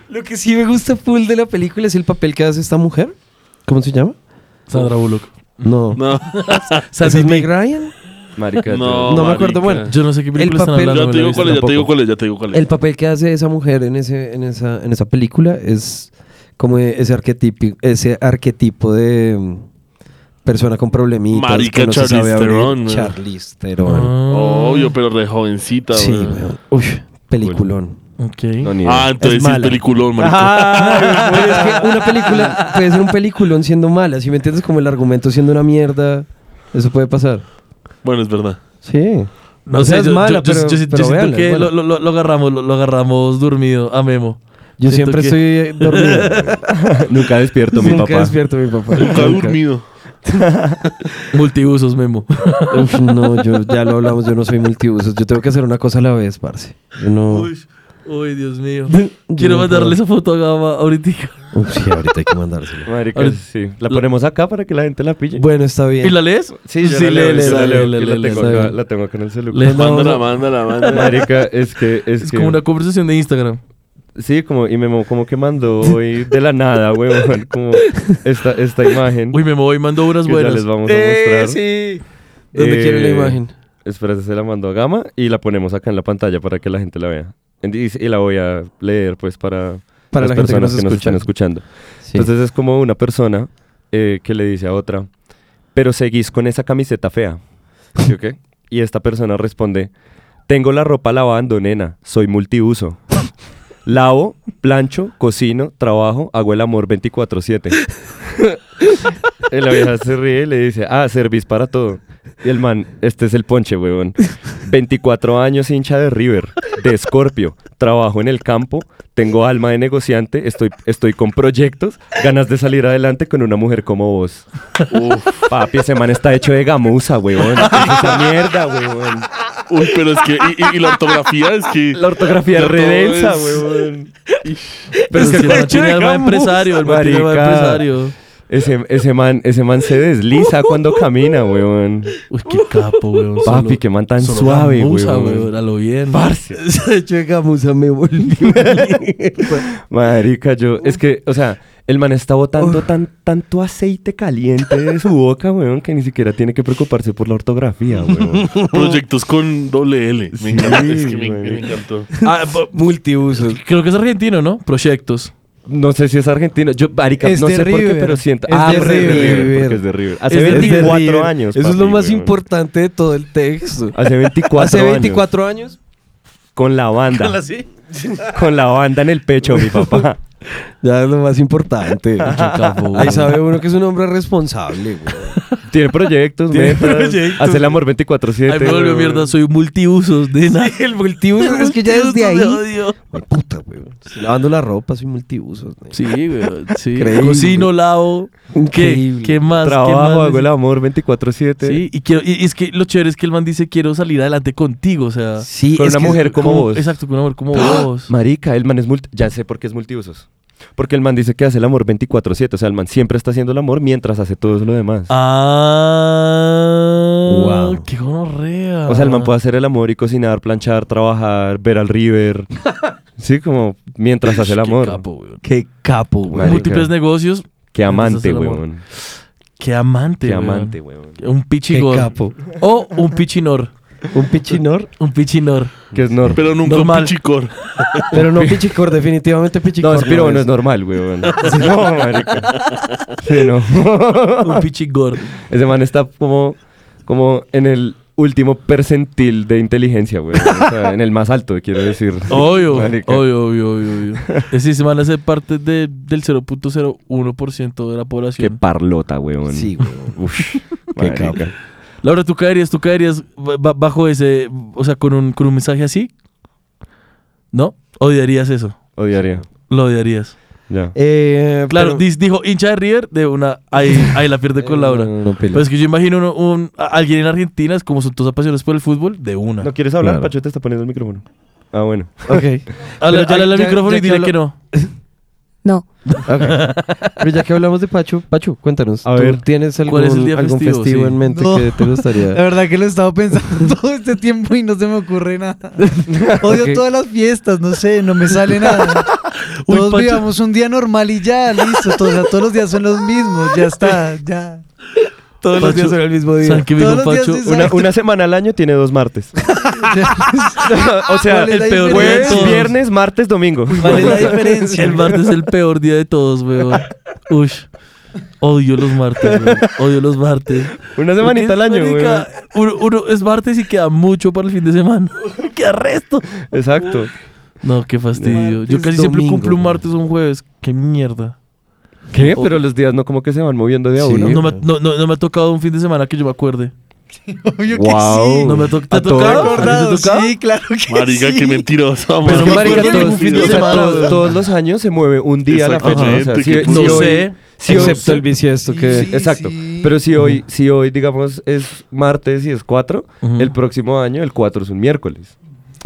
E: lo que sí me gusta full de la película es el papel que hace esta mujer. ¿Cómo se llama?
C: Sandra Bullock.
E: No.
F: [laughs]
E: [laughs]
F: No,
E: ¿Es
C: Sandy
E: Meg Ryan?
D: Marica,
F: no,
E: No me acuerdo,
F: marica.
E: bueno.
C: Yo no sé qué película
E: El
C: están
E: papel-
C: hablando. no
F: Ya te
C: la he
F: digo
C: visto
F: cuál es, ya te
C: tampoco.
F: digo cuál es, ya te digo cuál es.
E: El papel que hace esa mujer en, ese, en, esa, en esa película es como ese arquetipo, ese arquetipo de mm, persona con problemitas.
F: Marica,
E: que no se sabe
F: Charlize
E: abrir.
F: Theron, ¿no? Ah,
E: Charlize Theron.
F: Obvio, pero re jovencita,
E: sí,
F: weón.
E: weón. Uy, peliculón.
C: Ok.
D: No, ni idea.
F: Ah, entonces
E: Es
F: sí es
E: mala.
F: peliculón, marica.
H: Ah.
F: Ah.
E: Pero Ah. es que una película puede ser un peliculón siendo mala. Si me entiendes, como el argumento siendo una mierda, eso puede pasar.
F: Bueno, es verdad.
E: Sí.
C: No
E: O sea,
C: sé,
E: es
C: yo,
E: mala,
C: yo- yo-
E: pero-
C: yo- yo
E: pero
C: siento
E: véanla,
C: que
E: es
C: lo,
E: buena.
C: lo- lo agarramos, lo, lo agarramos dormido a Memo.
E: Yo
C: Siento
E: siempre estoy
C: [laughs]
E: dormido.
D: [laughs] Nunca despierto, mi
E: Nunca
D: papá.
E: despierto mi papá.
F: Nunca he dormido.
C: Multiusos, Memo.
E: Uf, no, yo ya lo hablamos, yo no soy multiusos. Yo tengo que hacer una cosa a la vez, parce. Yo no.
C: Uy, uy, Dios mío.
E: Yo
C: Quiero
E: no
C: mandarle
E: puedo.
C: esa foto a Gama ahorita.
E: Uf, sí, ahorita hay que mandársela.
D: Marica,
C: Ahora-
D: sí. La ponemos acá para que la gente la pille.
E: Bueno, está bien.
C: ¿Y la lees?
D: Sí, yo
C: sí,
D: la leo,
C: lee,
D: yo la
C: lee,
D: leo,
C: lee,
D: que la
C: lee,
D: tengo
E: lee,
D: acá,
E: está bien.
D: la tengo acá en el
C: Lee.
D: celular.
C: No,
F: Mándala,
C: no.
F: mándala, mándala.
D: Marica, es
E: [laughs]
D: que... Es,
C: Es
D: que-
C: como una conversación de Instagram.
D: Sí, como, y Memo como que mandó hoy de la nada, weón, como esta, esta imagen.
C: Uy, Memo, hoy mando unas
D: que ya
C: buenas. Eh,
D: les vamos a mostrar.
C: sí.
E: ¿Dónde
D: Eh,
E: quiere la imagen?
D: Espérate, se la mando a Gama y la ponemos acá en la pantalla para que la gente la vea. Y, y la voy a leer, pues, para,
E: Para
D: las
E: la gente que
D: personas
E: nos
D: que nos
E: escucha.
D: están escuchando.
C: [laughs]
E: Sí.
D: Entonces es como una persona eh, que le dice a otra, pero seguís con esa camiseta fea. ¿Sí o qué? [laughs] Y esta persona responde, tengo la ropa lavando, nena, soy multiuso. Lavo, plancho, cocino, trabajo, hago el amor 24-7. [laughs] Y la vieja se ríe y le dice, ah, servís para todo. Y el man, este es el ponche, huevón. 24 años hincha de River, de Escorpio, trabajo en el campo, tengo alma de negociante, estoy, estoy con proyectos, ganas de salir adelante con una mujer como vos. Papi, ese man está hecho de gamuza, huevón. ¿Qué es esa mierda, huevón.
F: Uy, pero es que. Y, y- y la ortografía es que.
D: La ortografía es
F: Todo
D: re densa,
F: es-
D: huevón.
C: Pero es que el man
D: Marica.
C: tiene alma de empresario. El man tiene alma de
D: Marica.
C: empresario.
D: Ese, ese, man, ese man se desliza cuando camina, huevón.
C: Uy, qué capo, weón.
D: Papi,
C: Solo-
D: qué man tan
C: solo
D: suave,
C: gamuza,
D: huevón.
C: weón. A lo bien.
E: Se echó de gamuza, me volvió.
C: [laughs]
D: [laughs] Marica, yo, es que, o sea, el man está botando tan, tanto aceite caliente de su boca, weón, que ni siquiera tiene que preocuparse por la ortografía, weón.
F: Proyectos con doble L. Me
D: Sí,
F: encanta. es que me,
D: marica.
F: me encantó.
C: Ah, po-
E: Multiusos.
C: creo que es argentino, ¿no? Proyectos.
D: No sé si es argentino. Yo, marica,
E: Es
D: no
E: de
D: sé por qué,
E: River.
D: pero siento.
E: Es de
D: re
E: River.
D: porque es de River. Hace
C: Es de
D: 24
E: River.
D: años.
E: Eso es
D: papi,
E: lo más
D: weón.
E: importante de todo el texto.
D: Hace 24
E: Hace
D: años.
E: 24 años.
D: Con la banda. ¿Con la, banda en el pecho, mi
E: [laughs]
D: papá.
E: Ya es lo más importante. [laughs]
C: capo, güey.
E: Ahí sabe uno que es un hombre responsable, güey.
D: Tiene proyectos,
C: Tiene
D: metas,
C: proyectos.
D: Hace el amor 24-7.
C: Ay, me volvió
D: weón.
C: mierda. Soy multiusos. De nada.
E: El multiuso
C: [laughs]
E: es que ya
C: Multiusos
E: desde ahí.
C: de odio.
E: Ay, puta, güey. Estoy lavando la ropa, soy multiusos. güey.
C: Sí, weón. Sí.
E: Increíble.
C: Cocino, lavo. ¿Qué,
E: Increíble.
C: ¿Qué más? ¿Qué
D: Trabajo,
C: más?
D: hago el amor 24-7.
C: Sí, y, quiero, y, y es que lo chévere es que el man dice, quiero salir adelante contigo, o sea...
E: Sí,
D: Con
E: es
D: una
E: que-
D: mujer como
C: como-
D: vos.
C: Exacto, con un amor como vos.
D: Marica, el man es multi... Ya sé por qué es multiusos. Porque el man dice que hace el amor 24-7. O sea, el man siempre está haciendo el amor mientras hace todo lo demás.
C: Ah...
E: Wow.
C: ¡Qué gonorrea!
D: O sea, el man puede hacer el amor y cocinar, planchar, trabajar, ver al
C: [laughs]
D: river. sí, como mientras hace el
C: Qué
D: amor.
C: capo, weón.
E: Qué capo, güey.
D: Marica.
C: Múltiples negocios,
D: Qué
C: hace
D: amante,
C: el amor.
D: weón.
C: qué amante,
D: Qué
C: weón.
D: amante, weón.
C: Un
E: Qué
C: pichigor.
E: capo.
C: O un pichinor.
E: Un [laughs] pichinor.
C: Un pichinor.
D: Que es normal.
F: Pero nunca
C: Normal.
F: un pichicor.
E: Pero no pichicor, definitivamente
D: No,
E: pichicor.
D: es piro, no es normal, güey.
C: [laughs]
D: bueno. No, marica. Sí, no. [laughs]
C: Un pichigor.
D: Ese man está como, como en el último percentil de inteligencia, güey. O sea, en el más alto, quiero decir.
C: Obvio,
D: Marica.
C: obvio, obvio,
D: [laughs]
C: obvio, obvio. Es decir, se van a hacer parte de- del 0.01% de la
D: Qué
C: población.
D: parlota, güey.
E: Sí, güey.
C: [laughs]
D: [laughs]
E: Qué cabrón.
C: Laura, ¿tú caerías, tú caerías ba- ba- bajo ese, o sea, con un, con un mensaje así? ¿No? ¿Odiarías eso?
D: Odiaría.
C: Lo odiarías.
D: Ya.
E: Eh,
C: Claro,
E: pero- Eh,
C: dis- dijo hincha de River, de una, ahí, ahí la pierde con
E: [laughs]
C: Laura.
D: No, no,
E: Pues,
C: Pero es que yo imagino uno- un, a- alguien en Argentina, es como son todos apasionados por el fútbol, de una.
D: ¿No quieres hablar?
E: Claro.
D: Pacho te está poniendo el micrófono.
C: [laughs]
D: Ah, bueno.
E: Ok. [laughs]
C: Habla-
E: Pero ya-
C: háblale al
E: ya-
C: micrófono
E: ya
C: y
E: que
C: dile
E: hablo-
C: que no.
G: No.
E: Ok. Pero ya que hablamos de Pacho, Pacho, cuéntanos.
D: A
E: ¿tú
D: ver,
E: ¿Tienes algún,
C: ¿cuál es el día
E: algún
C: festivo?
E: festivo,
C: Sí.
E: en mente
H: No.
E: que te [laughs]
H: La
E: gustaría?
H: verdad que lo he estado pensando [laughs] todo este tiempo y no se me ocurre nada. Odio
E: Ok.
H: todas las fiestas, no sé, no me sale nada.
C: Uy,
H: Todos
C: Pacho.
H: vivamos un día normal y ya, listo. Todos, o sea, todos los días son los mismos, ya está, ya.
C: Todos
E: los días son el mismo día.
C: ¿Saben qué me
H: Todos
C: dijo
H: los días
C: Pacho?
H: es-
D: Una,
H: Exacto.
D: una semana al año tiene dos
C: [laughs]
D: martes. o sea,
H: ¿Cuál es
C: el
H: la
C: peor
H: diferencia?
C: día de
D: jueves,
C: todos.
D: viernes, martes, domingo.
C: ¿Cuál es
D: [laughs]
C: la diferencia? [laughs] El martes es el peor día de todos, weón. Uy, odio los martes, weón. Odio los martes.
D: Una semanita al año, güey.
C: Marica, Uno, uno es martes y queda mucho para el fin de semana. ¡Qué resto!
D: Exacto.
C: No, qué fastidio. Yo
E: Martes,
C: casi siempre
E: domingo,
C: cumplo un
E: weón.
C: martes o un jueves. ¡Qué mierda!
D: ¿Qué?
C: O-
D: Pero los días no como que se van moviendo de a
E: Sí.
D: uno.
C: No me, no, no, no me ha tocado un fin de semana que yo me acuerde.
H: Obvio
D: Wow.
H: que sí.
C: No me ha to- ¿Te ha
D: ¿A todos?
C: tocado? ¿A
H: Acordado,
C: ti te ha tocado?
H: sí, claro que
F: Marica,
H: sí.
F: qué mentiroso.
C: Pero
F: amor.
C: no me
D: Marica,
C: acuerdo
D: todos,
C: ningún fin de
D: o sea,
C: semana.
D: todos- todos los años se mueve un día la fecha. O sea,
F: Exactamente,
D: si-
F: qué
D: si
C: No
D: hoy-
C: sé.
D: si hoy-
E: Excepto el bisiesto que...
H: Sí,
D: Exacto.
H: sí.
D: Pero si hoy, si hoy, digamos, es martes y es 4,
C: Ujú.
D: el próximo año el 4 es un miércoles.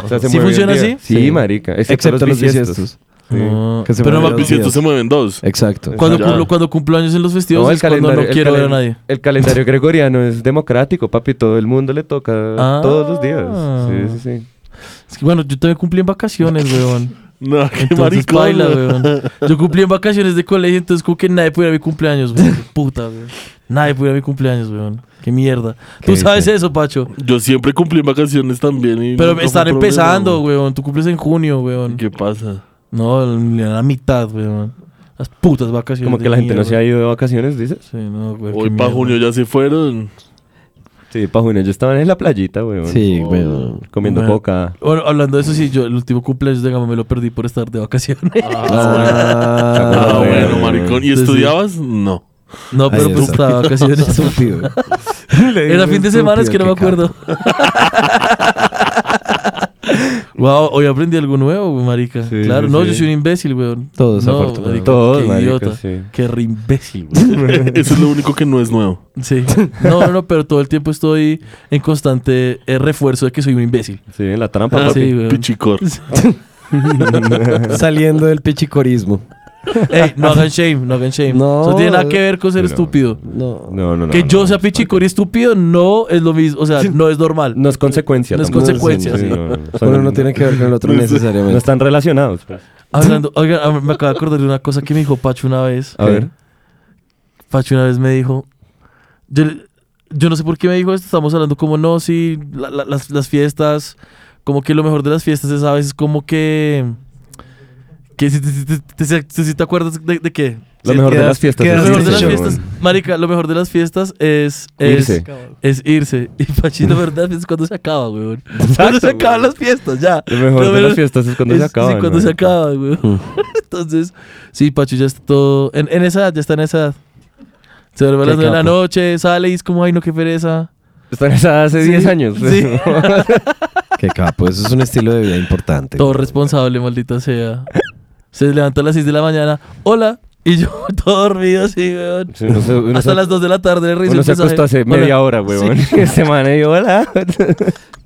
D: O sea, se
C: ¿Sí
D: mueve un
C: funciona
D: día.
C: así?
D: Sí,
E: Sí.
D: marica. Excepto,
E: Excepto
D: los
E: los
D: bisiestos.
E: bisiestos.
D: Sí.
C: No.
E: Que se
C: Pero
E: me
C: no me
E: olvidó.
F: Los bisiestos se mueven dos.
C: Eh,
E: Exacto.
C: Cuando
F: Ya.
C: cumplo, cuando cumplo años en los festivos
D: No,
C: es cuando no
D: el
C: quiero ver a
D: calen-
C: nadie. [laughs]
D: El calendario gregoriano es democrático, papi. Todo el mundo le toca
C: Ah.
D: todos los días. Sí, sí, sí.
C: Es que, bueno, yo también cumplí en
D: [laughs]
C: vacaciones, weón.
F: No, qué
C: Entonces
F: maricón.
C: baila, weón. Yo cumplí en vacaciones de colegio, entonces como que nadie pudiera mi cumpleaños,
D: [laughs]
C: weón. Puta, weón. Nadie pudiera mi cumpleaños, weón. Qué mierda. Tú
E: Qué
C: sabes eso, Pacho.
F: Yo siempre cumplí en vacaciones también. y
C: Pero
F: nunca fue
C: están
F: un
C: empezando,
F: problema.
C: weón. Tú cumples en junio, weón.
F: ¿Qué pasa?
C: No, la la mitad, weón. Las putas vacaciones.
D: Como que
C: de
D: la gente no
C: mierda.
D: se ha ido de vacaciones, dices.
C: Sí, no, weón. qué
F: Hoy
C: mierda.
F: para junio ya se fueron.
D: Sí, pa' junio. Yo estaban en la playita, weón.
E: Sí,
F: Oh.
E: güey.
D: Comiendo
C: Bueno.
D: coca.
C: Bueno, hablando de eso, sí, yo el último cumpleaños de Gama me lo perdí por estar de vacaciones.
F: Ah,
E: Ah,
F: bueno,
D: bueno.
F: maricón. ¿Y
C: Sí, sí. [laughs]
F: estudiabas? No.
C: [laughs] No, pero
E: Ahí
C: pues
E: está.
C: estaba de
D: [laughs]
C: vacaciones.
E: Estúpido.
C: [laughs] Era fin de semana, es que no me acuerdo.
D: [laughs]
C: wow, hoy aprendí algo nuevo, güey, marica.
D: Sí,
C: claro,
D: sí,
C: no,
D: sí.
C: yo soy un imbécil, weón.
E: Todos,
C: no,
E: afortunadamente.
C: marica,
D: Todos,
C: qué
D: marica,
C: idiota.
D: sí.
C: Qué re imbécil, güey.
D: [laughs]
F: Eso es lo único que no es nuevo.
C: Sí. No, no, no, pero todo el tiempo estoy en constante eh, refuerzo de que soy un
D: [laughs]
C: imbécil.
D: Ah, Sí, en la trampa, papi.
C: Ah, sí, weón.
F: Pichicor.
E: Saliendo del pichicorismo.
C: Ey, no hagan shame, no hagan shame.
E: No.
C: Eso tiene nada que ver con ser
D: No.
C: estúpido.
E: No.
D: No, no, no.
C: que
D: no,
C: yo
D: no,
C: sea pichicor y estúpido no es lo mismo, o sea, no es normal.
D: No es consecuencia.
C: No es
D: tampoco.
C: consecuencia, sí.
D: Son-
E: Uno no tiene que ver con el otro
D: no
E: necesariamente.
D: están relacionados. pues.
C: Hablando, oigan, ah, me acabo de acordar de una cosa que me dijo Pacho una vez.
D: A ver.
C: Pacho una vez me dijo, yo, le- yo no sé por qué me dijo esto, estamos hablando como no, sí, la- la- las, las fiestas, como que lo mejor de las fiestas es a veces como que... que si, si- si- si- si- si te acuerdas de, de qué?
D: Lo
C: Sí,
D: mejor de
H: quedas-
D: las fiestas.
H: quedas
C: Lo
D: es
C: mejor de las
D: irse,
C: fiestas,
D: weón.
C: marica, lo mejor de las fiestas es... es
D: Irse.
C: Es irse. Y Pachi, la verdad, es cuando se acaba, weón. cuando se
D: weón.
C: acaban las fiestas, ya.
D: Lo mejor de las fiestas es cuando se Mm.
C: Es- sí,
D: acaba.
C: cuando se acaba, güey. [laughs] Entonces, sí, Pacho ya está todo. En, en esa edad, ya está en esa edad. Se duerme a las
D: Qué
C: 9 de la
D: capo.
C: noche, sale y es como, ay, no, qué pereza.
D: Están esa hace
C: Sí,
D: 10 años. [laughs]
C: sí.
E: Qué capo. Eso es un estilo de vida importante.
C: Todo responsable, maldita sea. Se levantó a las 6 de la mañana, hola. Y yo [laughs] todo dormido así, weón.
D: Sí, uno se- uno
C: Hasta
D: se-
C: las 2 de la tarde le revisé
D: Uno
C: el
D: se
C: mensaje.
D: acostó hace
C: Hola.
D: media hora, weón. [laughs] Semana y hola.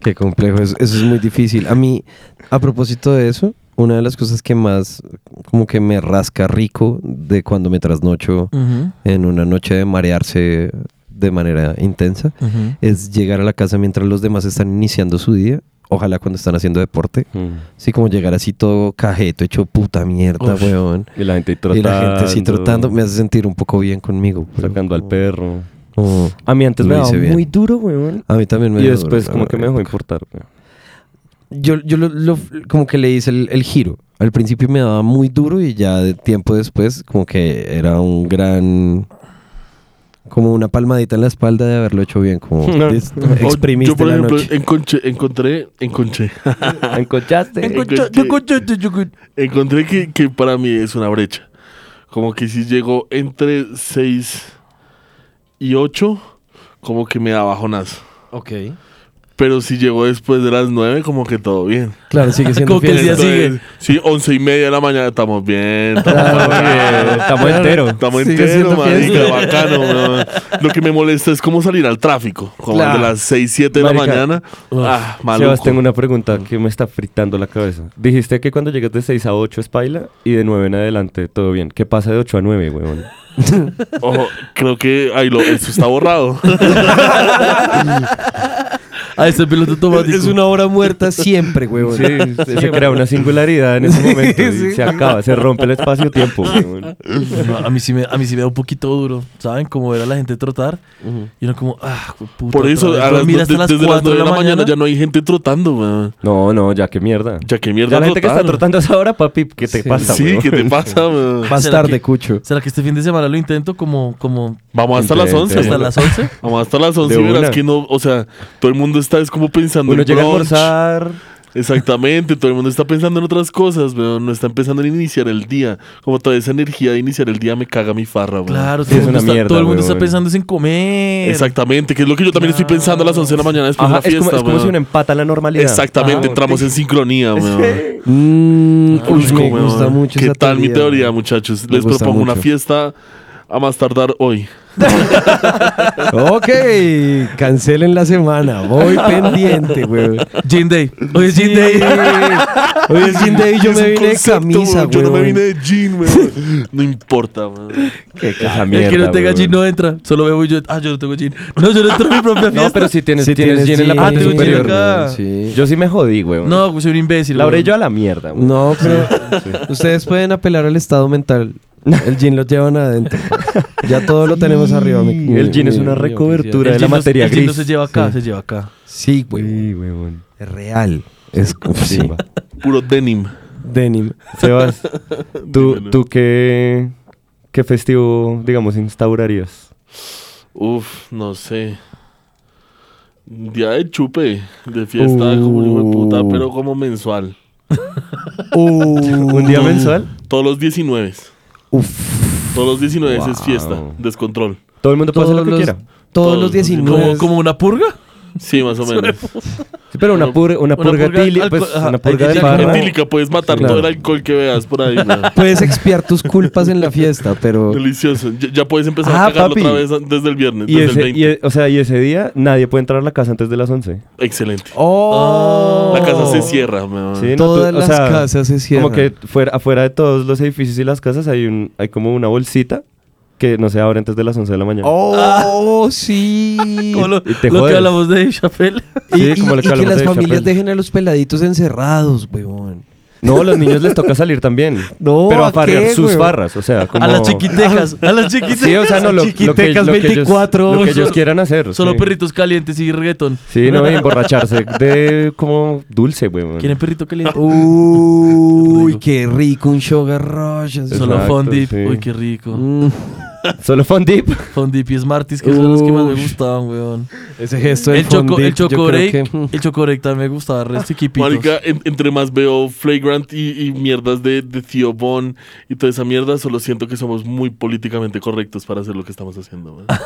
E: Qué complejo, eso, eso es muy difícil. A mí, a propósito de eso, una de las cosas que más como que me rasca rico de cuando me trasnocho
C: Ujú,
E: en una noche de marearse de manera intensa
C: ujú.
E: es llegar a la casa mientras los demás están iniciando su día. Ojalá cuando están haciendo deporte.
D: Mm.
E: Así como llegar así todo cajeto, hecho puta mierda,
C: Uf.
E: weón.
D: Y la gente
E: Y la gente así trotando me hace sentir un poco bien conmigo. pero
D: Sacando al
E: como-
D: perro.
E: Oh,
D: A mí antes
E: Lo
D: me
E: hice
D: daba
E: bien.
D: muy duro, weón.
E: a mí también me
D: Y
E: dio
D: después
E: duro,
D: como
E: la
D: que me
E: verdad.
D: dejó importar, weón.
E: Yo, yo lo- lo- como que le hice el, el giro. Al principio me daba muy duro y ya de tiempo después como que era un gran... Como una palmadita en la espalda de haberlo hecho bien,
F: [laughs]
E: como
D: No.
E: des-
F: O
E: exprimiste
F: Yo, por
E: la
F: ejemplo,
E: noche.
F: enconché- encontré, encontré,
D: ¿Encochaste?
F: encontré que, que para mí es una brecha. Como que si llego entre 6 y 8, como que me da bajonazo.
C: [laughs]
D: Ok.
F: Pero si llego después de las 9, como que todo bien.
E: Claro, sigue siendo
C: Como que el día
E: fiesta.
C: sigue.
F: Sí, 11 y media de la mañana, estamos bien. Estamos bien.
D: Estamos enteros.
F: Estamos
H: Sigue
F: enteros,
H: siendo
F: marica,
H: fiesta.
F: bacano. weón. Lo que me molesta es cómo salir al tráfico. Como
D: Claro.
F: de las 6, 7 de la
D: Marica.
F: mañana. Ah,
D: Sebas, tengo
F: maluco.
D: una pregunta que me está fritando la cabeza. Dijiste que cuando llegas de 6 a 8 es paila y de 9 en adelante todo bien. ¿Qué pasa de 8 a 9, weón?
F: Ojo, creo que ahí lo, eso está
D: [laughs]
F: borrado.
C: Ah, este piloto automático.
E: Es una obra muerta siempre, huevón. [laughs]
D: se, crea una singularidad en [laughs] ese momento y se acaba, se rompe el [laughs] espacio-tiempo, weón.
C: No, a, mí sí me, a mí sí me da un poquito duro. ¿Saben? Como ver a la gente trotar. Y uno como, ah, puta,
F: Por eso,
C: otra vez.
F: a
C: Pero
F: las,
C: mira,
F: de-
C: hasta las
F: desde las
C: 4
F: 9 de la mañana ya no hay gente trotando, weón.
D: No, no, ya qué mierda.
F: Ya que mierda
D: Ya la gente que está
F: trotar.
D: trotando a esa hora, papi, ¿qué te
E: Sí.
D: pasa,
F: Sí,
D: weón?
F: ¿qué te pasa, weón?
E: Más
C: ¿Será
E: tarde,
C: que-
E: Cucho.
C: ¿Será que este fin de semana lo intento como, como
F: Vamos hasta las
D: Entre-
F: 11.
C: hasta
F: weón.
C: las 11?
F: Vamos hasta las 11 y
D: De
F: verás
D: una.
F: que no, o sea, todo el mundo está es como pensando
D: Uno
F: en
D: llega a
F: brunch.
D: almorzar.
F: Exactamente, todo el mundo está pensando en otras cosas, weón. No están pensando en iniciar el día. Como toda esa energía de iniciar el día me caga mi farra, weón.
C: Claro,
D: Sí,
C: todo,
D: es
C: el mundo
D: una
C: está-
D: mierda,
C: todo el mundo está
D: weón.
C: pensando es en comer.
F: Exactamente, que es lo que yo también estoy pensando a las 11 de la mañana después
D: Ajá,
F: de la
D: es, como,
F: fiesta,
D: es como
F: weón.
D: si uno empata la normalidad.
F: Exactamente,
D: Ajá.
F: entramos
E: [laughs]
F: en sincronía, weón.
E: Mm, uy,
F: Cusco,
E: me
F: weón.
E: gusta mucho
F: ¿Qué
E: esa
F: tal mi teoría, muchachos?
E: Me
F: Les
E: gusta
F: propongo una
E: mucho.
F: fiesta a más tardar hoy.
E: Ok, cancelen la semana.
F: [laughs]
E: Voy pendiente, weón.
C: Gin Day. Hoy es Gin Day.
E: Hoy Pues es Jim Day y yo
F: Es
E: me vine
F: un
E: de
F: concepto,
E: camisa,
F: weón. Yo no me
E: weón.
F: vine de jean, weón. No importa, weón.
D: Qué
F: Ah,
D: esa
C: El [laughs] que no
D: mierda,
C: tenga
D: weón.
C: gin no entra. Solo veo y yo, ah, yo no tengo gin. [laughs] No, yo no entro a mi propia fiesta.
D: No, pero si tienes,
E: Sí,
D: tienes,
E: tienes
D: gin en la
E: gin
C: Ah,
D: parte
C: tengo gin
D: superior.
C: acá.
E: weón, sí.
D: Yo sí me jodí, weón.
C: No, güey, soy un imbécil.
D: Laura y
C: weón.
D: yo a la mierda, weón.
E: No, pero ustedes pueden apelar al estado mental. El gin lo llevan adentro. Ya todo lo tenemos arriba. mi- mi-
D: El gin es
E: mi-
D: una
E: mi
D: recobertura de
E: oficial.
C: El
D: la
C: gin no-
D: materia
C: el gin no
D: gris.
C: se lleva acá, se lleva acá.
E: Sí, güey.
D: Sí, weón.
E: Es real. Es sí.
D: Chimba.
F: Puro denim.
E: Denim.
D: Sebas, ¿tú,
F: Dímelo.
D: tú qué, qué festivo, digamos, instaurarías?
F: Uf, no sé. Día de chupe, de fiesta, como un hijo de puta,
E: Uh.
F: pero como mensual.
D: ¿Un día mensual?
F: Todos los 19.
E: Uf.
F: Todos los 19 es
D: Wow.
F: fiesta, descontrol.
D: Todo el mundo puede hacer lo
E: Todos
D: que
E: los,
D: quiera.
E: todos
F: Todos.
E: los 19.
C: ¿Como, como una purga?
F: Sí, más o
D: [laughs]
F: menos.
D: Sí, pero una,
F: Una-
D: purga, una
C: una
D: purga,
C: purga
D: tili-
C: alco-
D: pues,
C: ajá,
D: una purga de
C: etílica.
D: farra.
F: Etílica, puedes matar
D: Sí, claro. Pues,
F: todo el alcohol que veas por ahí.
D: [laughs]
F: weón.
E: Puedes expiar tus culpas en la fiesta, pero
F: [laughs] Delicioso. Ya, ya puedes empezar
E: Ah,
F: a cagarlo
E: papi.
F: otra vez a- desde el viernes,
D: Y
F: desde el
D: ese,
F: 20.
D: y e- o sea, y ese día nadie puede entrar a la casa antes de las 11.
F: Excelente.
E: Oh.
F: La casa se cierra, weón.
D: Sí, no,
E: Todas
D: tú- o
E: las
D: sea,
E: casas se cierran.
D: Como que fuera, afuera de todos los edificios y las casas hay un hay como una bolsita que no se abre antes de las 11 de la mañana.
E: Oh,
D: [laughs]
E: sí.
C: Como lo,
D: y te
C: lo que
D: jodes.
C: hablamos de Dave Chappelle.
E: Y,
D: Sí,
E: y-
D: como lo que
E: y que
D: hablamos
E: las
D: de
E: familias
D: Chappelle.
E: dejen a los peladitos encerrados, weón.
D: No, a los niños les toca salir también.
E: [laughs] No,
D: pero
E: ¿a
D: a farrear
E: qué,
D: sus
E: güey?
D: barras, o sea, como
C: A las chiquitecas. A las chiquitecas.
D: Sí, o sea, no lo, lo que, lo que
E: Chiquitecas
D: ellos,
E: 24.
D: lo que ellos quieran hacer.
C: Solo
D: sí.
C: perritos calientes y reggaetón.
D: Sí, no, y emborracharse de como dulce, güey. güey.
C: ¿Quieren perrito
D: Uh,
C: caliente?
E: Uy, qué rico un sugar rush. así.
C: Solo
D: Exacto,
C: Fondip.
D: sí. Uh.
C: Uy, qué rico.
E: Mm,
D: Solo fondip.
C: Fondip y Smarties, que son los que más me
E: Uy.
C: gustaban, weón.
E: ese gesto del
C: El, choco,
E: fondue,
C: el
E: yo creo
C: chocorec.
D: eh,
E: que- mm.
C: El chocorec también me gustaba. Resto y quipitos.
F: Marica, en- entre más veo Flagrant y, y mierdas de, de Theo Von y toda esa mierda, solo siento que somos muy políticamente correctos para hacer lo que estamos haciendo. weón.
C: [laughs]
D: Ah,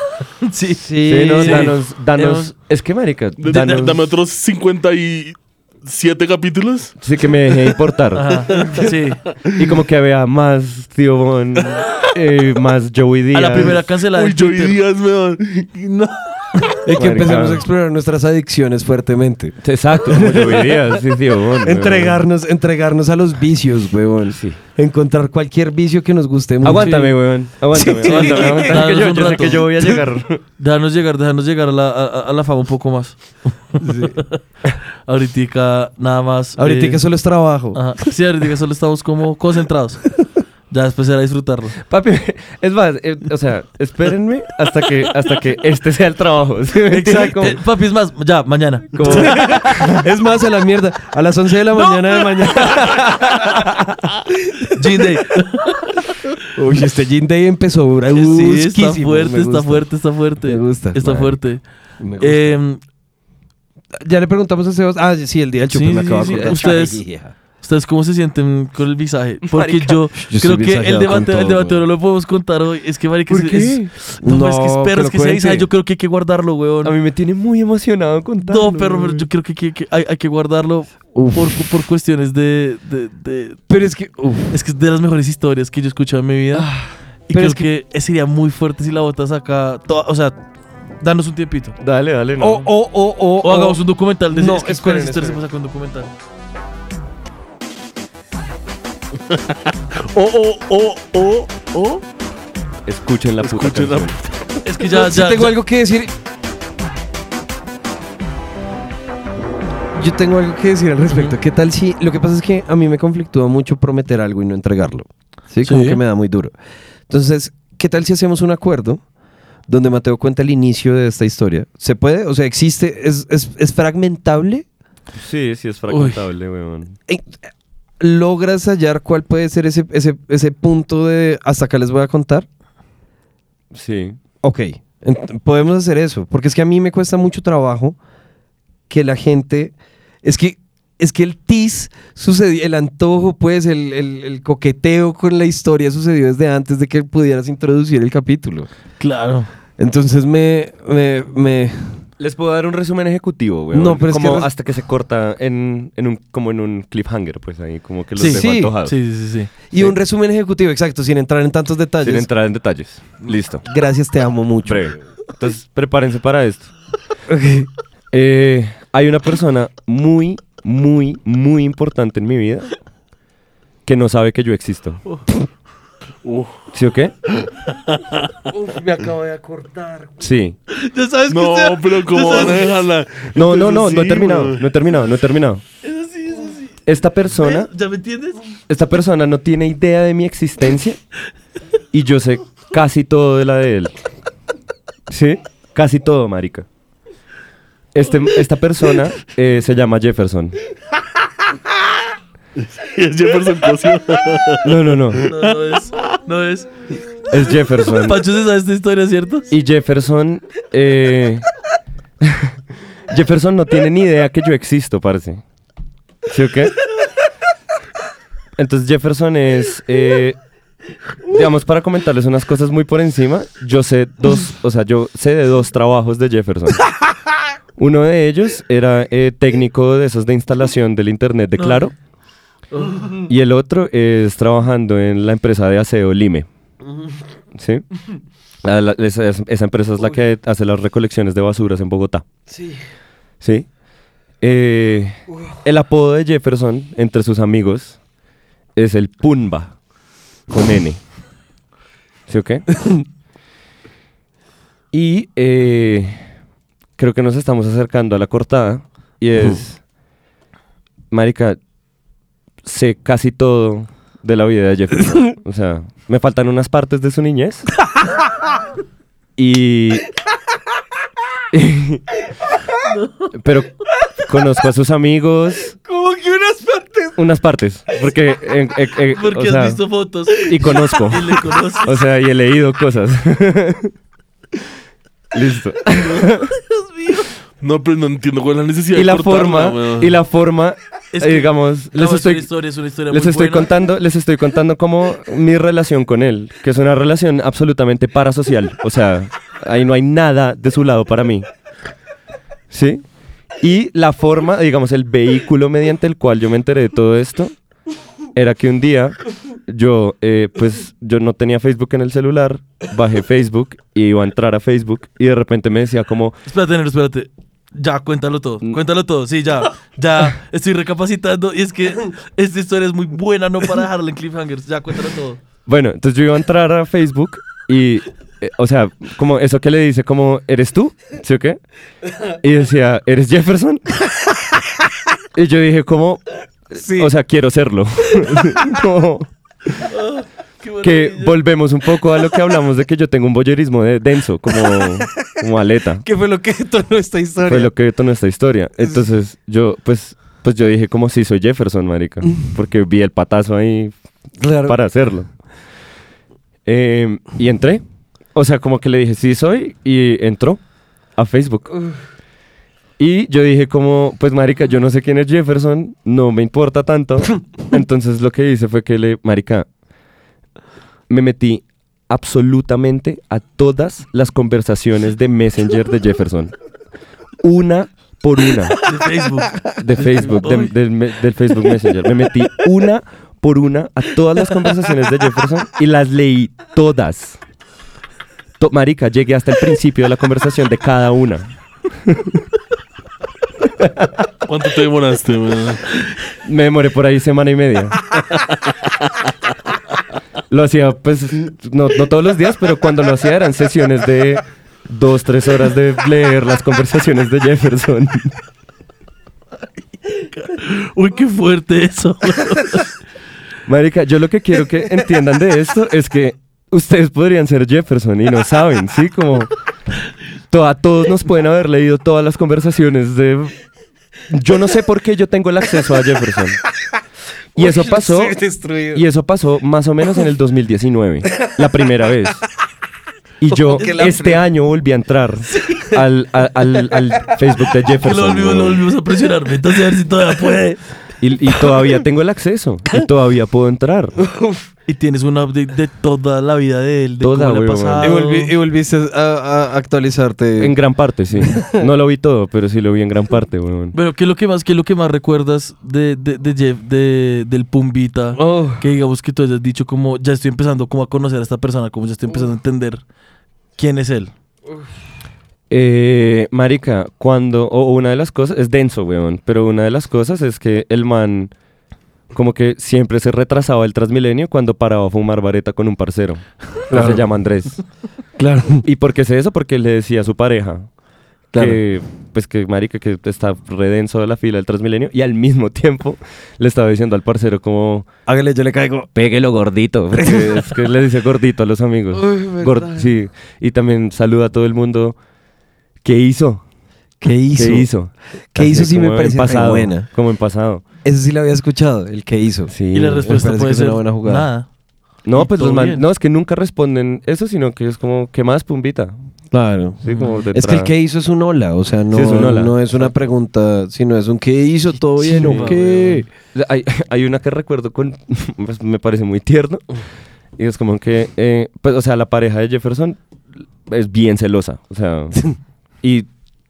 C: Sí.
E: Sí,
D: Sí, no,
C: sí.
D: danos, danos.
C: Hemos-
D: Es que, marica,
F: De- de-
D: danos.
F: dame otros 57 capítulos.
D: Sí, que me dejé importar.
C: Ajá. Sí.
D: y como que había más Tío Bon, eh, más Joey Díaz.
C: A la primera cancelada.
F: Uy,
C: en
F: yo
C: Twitter.
F: días, weón. No.
E: es que empezamos
D: Marica.
E: a explorar nuestras adicciones fuertemente.
D: Ah. Exacto, como Joey Díaz, sí, Tío Bon. güey.
E: Entregarnos, entregarnos a los vicios, weón.
D: Sí.
E: Encontrar cualquier vicio que nos guste mucho.
D: Aguántame, weón. Aguántame,
E: Sí.
D: aguántame, aguántame, que
C: Danos
D: yo,
C: un
D: yo sé
C: rato.
D: que yo voy
C: [laughs]
D: a llegar.
C: Déjanos llegar, déjanos llegar a la, a- a la fama un poco más. [laughs] Ahorita nada más.
E: Ahorita
C: eh,
D: Eh,
E: que solo es trabajo.
C: ajá. Sí, ahorita solo estamos como concentrados. Ya después era disfrutarlo.
D: Papi, es más, eh, o sea, espérenme hasta que, hasta que este sea el trabajo. ¿sí me entiendes? Como-
C: Eh, papi, es más, ya, mañana.
D: como-
E: [laughs] Es más, a la mierda. A las 11 de la mañana de mañana.
C: Jean
E: [laughs]
C: Day.
E: Uy, este Jean Day empezó
C: Sí,
E: brusquísimo.
C: está fuerte,
E: Me
C: está
E: gusta.
C: fuerte, está fuerte.
E: Me gusta,
C: Está
E: madre.
C: fuerte.
E: Me gusta.
C: Eh,
E: ya le preguntamos a Sebas. Ah, sí, el día del
C: Sí,
E: chupe me
C: sí,
E: acabo
C: sí,
E: de acordar.
C: ustedes-
E: Ay, hija.
C: ¿Ustedes cómo se sienten con el visaje? Porque yo,
E: yo estoy
C: creo que el
E: visajeado con
C: debate, el
E: todo,
C: debate no
E: weón.
C: lo podemos contar hoy. Es que, marica, es, es- no,
E: No,
C: es que es
E: que
C: perro,
E: lo
C: es que ese visaje
E: cuente.
C: yo creo que hay que guardarlo, weón.
D: A mí me tiene muy emocionado contarlo.
C: No, perro, pero
D: güey.
C: yo creo que, que- que hay, hay que guardarlo
E: Uf.
C: por, por cuestiones de, de- de-
E: Pero es que. uf.
C: Es que es de las mejores historias que yo he escuchado en mi vida. y
E: Ah, pero
C: creo que...
E: es
C: sería muy fuerte si la botas acá. toda- o sea, danos un tiempito.
D: Dale, dale, no.
C: Oh,
E: O, o, o, o.
C: O, hagamos un documental. De
E: No,
C: es que con
E: esperen,
C: esa historia se puede
E: esperen.
C: sacar un documental.
F: Oh, oh, oh, oh, oh.
D: Escuchen la puta
F: Escuchen la
D: canción.
C: Es que ya,
E: [laughs] Sí
C: ya,
E: tengo
C: ya-
E: algo que decir. Yo tengo algo que decir al respecto. ¿Qué tal si.? Lo que pasa es que a mí me conflictúa mucho prometer algo y no entregarlo. ¿Sí? Como
C: Sí.
E: que me da muy duro. Entonces, ¿qué tal si hacemos un acuerdo donde Mateo cuenta el inicio de esta historia? ¿Se puede? O sea, ¿existe? ¿Es, es, es fragmentable?
D: Sí, sí, es fragmentable, weón.
E: Eh, ¿Logras hallar cuál puede ser ese, ese, ese punto de hasta acá les voy a contar?
D: Sí.
E: Ok, ent- podemos hacer eso, porque es que a mí me cuesta mucho trabajo que la gente, es que, es que el tis sucedió, el antojo, pues, el, el- el coqueteo con la historia sucedió desde antes de que pudieras introducir el capítulo.
C: Claro.
E: Entonces me, me, me-
D: Les puedo dar un resumen ejecutivo, weón.
E: No, pero es
D: como
E: que-
D: hasta que se corta en, en un, como en un cliffhanger, pues ahí, como que los
E: Sí,
D: dejo
E: sí,
D: antojados.
C: Sí, sí, sí. sí.
E: Y un resumen ejecutivo, exacto, sin entrar en tantos detalles.
D: Sin entrar en detalles. Listo.
E: Gracias, te amo mucho.
D: Breve. Entonces, prepárense para
E: [laughs]
D: esto. Eh, hay una persona muy, muy, muy importante en mi vida que no sabe que yo existo.
F: Uh.
D: ¿Sí o qué?
E: me acabo de acordar.
D: Sí.
C: Ya sabes
F: No, pero ¿cómo van a dejarla?
D: No, no,
F: Entonces,
D: no, no he
F: sí,
D: terminado,
F: weón. [laughs]
D: no he terminado, no he terminado.
C: Es así, es así.
D: Esta persona,
C: ¿Ya me entiendes?
D: esta persona no tiene idea de mi existencia y yo sé casi todo de la de él. ¿Sí? Casi todo, marica. Este, esta persona eh, se llama Jefferson.
F: Es Jefferson Cosio.
D: No, no, no.
C: No, no es. No es.
D: Es Jefferson.
C: Pancho se sabe esta historia, ¿cierto?
D: Y Jefferson. eh, [laughs] Jefferson no tiene ni idea que yo existo, parce. ¿Sí o qué? Entonces Jefferson es. eh, digamos, para comentarles unas cosas muy por encima, yo sé dos. O sea, yo sé de dos trabajos de Jefferson. Uno de ellos era eh, técnico de esos de instalación del internet de Claro. Y el otro es trabajando en la empresa de aseo Lime. ¿Sí? Ah, la- esa, es- esa empresa es la que hace las recolecciones de basuras en Bogotá. Sí. ¿Sí? Eh, el apodo de Jefferson entre sus amigos es el Pumba con N. ¿Sí o qué? [laughs] y eh, creo que nos estamos acercando a la cortada y es, marica, sé casi todo de la vida de Jefferson. o sea, me faltan unas partes de su niñez. Y. [laughs] Pero conozco a sus amigos.
E: ¿Cómo que unas partes?
D: Unas partes. Porque. eh, eh, eh,
C: Porque
D: o
C: has
D: sea,
C: visto fotos.
D: Y conozco.
C: [laughs] Y le conoces.
D: O sea, y he leído cosas. Listo.
F: No, pero no entiendo cuál es la necesidad
D: Y
F: de
D: la
F: cortarla,
D: forma.
F: weón.
D: Y la forma.
C: Es
D: eh,
C: que-
D: digamos.
C: No,
D: Les
C: es
D: estoy.
C: una historia, es una historia
D: Les
C: muy
D: estoy
C: buena.
D: contando, les estoy contando como mi relación con él, que es una relación absolutamente parasocial. O sea, ahí no hay nada de su lado para mí. ¿Sí? Y la forma, digamos, el vehículo mediante el cual yo me enteré de todo esto, era que un día yo, eh, pues, yo no tenía Facebook en el celular, bajé Facebook y iba a entrar a Facebook y de repente me decía como,
C: Espérate, Nero, espérate. Ya, cuéntalo todo.
D: Mm.
C: Cuéntalo todo. Sí, ya. Ya estoy recapacitando. Y es que esta historia es muy buena, no para dejarla en cliffhangers. Ya, cuéntalo todo.
D: Bueno, entonces yo iba a entrar a Facebook y, eh, o sea, como eso que le dice, como, ¿eres tú? ¿Sí o qué? Y decía, ¿eres Jefferson? Y [laughs] yo dije, como, O sea, quiero serlo. Como- Que volvemos un poco a lo que hablamos de que yo tengo un boyerismo de- denso, como, como aleta.
E: ¿Qué fue lo que detonó esta historia?
D: Fue lo que detonó esta historia. Entonces, yo, pues, pues yo dije como si soy Jefferson,
E: [laughs]
D: marica. Porque vi el patazo ahí
E: Claro.
D: para hacerlo. Eh, y entré. O sea, como que le dije, sí soy, y entró a Facebook. Y yo dije como, pues marica, yo no sé quién es Jefferson, no me importa tanto.
E: [laughs]
D: Entonces lo que hice fue que le, marica, me metí absolutamente a todas las conversaciones de Messenger de Jefferson. Una por una
C: De Facebook.
D: de Facebook, de-
C: Uy.
D: del, me- del Facebook Messenger. Me metí una por una a todas las conversaciones de Jefferson y las leí todas. To- Marica, llegué hasta el principio de la conversación de cada una.
F: ¿Cuánto te demoraste, weón?
D: Me demoré por ahí semana y media. Lo hacía, pues, no, no todos los días, pero cuando lo hacía eran sesiones de dos, tres horas de leer las conversaciones de Jefferson.
C: Uy, qué fuerte [laughs] eso.
D: Marica, yo lo que quiero que entiendan de esto es que ustedes podrían ser Jefferson y no saben, ¿sí? Como to- a todos nos pueden haber leído todas las conversaciones de... Yo no sé por qué yo tengo el acceso a Jefferson. Y eso pasó... Y eso pasó más o menos en el 2019, la primera vez. Y yo este año volví a entrar al, al- al- al Facebook
C: Que
D: de
C: lo
D: Jefferson.
C: volvimos, lo
D: weón.
C: volvimos a presionar. Entonces, a ver si todavía puede.
D: Y, y todavía tengo el acceso. Y todavía puedo entrar.
C: Y tienes un update de toda la vida de él, de
D: Toda,
C: cómo le ha
D: weón.
C: pasado.
E: Y, volvi- y volviste a, a actualizarte.
D: En gran parte, sí. No lo vi todo, pero sí lo vi en gran parte, weón.
C: Pero, ¿qué es lo que más, qué es lo que más recuerdas de, de, de Jeff, de, del Pumbita?
D: Oh.
C: Que digamos que tú hayas dicho como, ya estoy empezando como a conocer a esta persona, como ya estoy empezando a entender quién es él.
D: Eh, marica, cuando... O o una de las cosas... Es denso, weón. Pero una de las cosas es que el man... Como que siempre se retrasaba el Transmilenio cuando paraba a fumar vareta con un parcero. Que se llama Andrés.
E: Claro.
D: ¿Y por qué sé eso? Porque le decía a su pareja que, pues que marica, que está redenso de la fila del Transmilenio y al mismo tiempo le estaba diciendo al parcero como...
E: Hágale, yo le caigo.
D: Péguelo
E: [laughs]
D: gordito. Porque es que le dice gordito a los amigos. Gor- sí. Y también saluda a todo el mundo. ¿Qué hizo?
E: ¿Qué hizo?
D: ¿Qué hizo?
E: ¿Qué
D: Así
E: hizo? Sí
D: como
E: me parece
D: en pasado,
E: buena.
D: Como en pasado.
E: Eso sí lo había escuchado, el que hizo.
D: Sí.
C: Y la respuesta
E: parece que
C: puede
E: es una
C: ser
E: buena jugada.
C: nada.
D: No,
C: y
D: pues
C: todo
D: los man-
C: bien.
D: No, es que nunca responden eso, sino que es como, ¿qué más, Pumbita?
E: Claro.
D: Sí, como de
E: Es que el
D: entrada.
E: que hizo es un hola, o sea, no,
D: Sí, es un hola.
E: no es una pregunta, sino es un ¿qué hizo? ¿Todo bien?
C: chimba,
E: ¿O qué?
D: Hay, [laughs] hay una que recuerdo con. [laughs] pues, me parece muy tierno. Y es como que. eh, pues, o sea, la pareja de Jefferson es bien celosa. O sea. y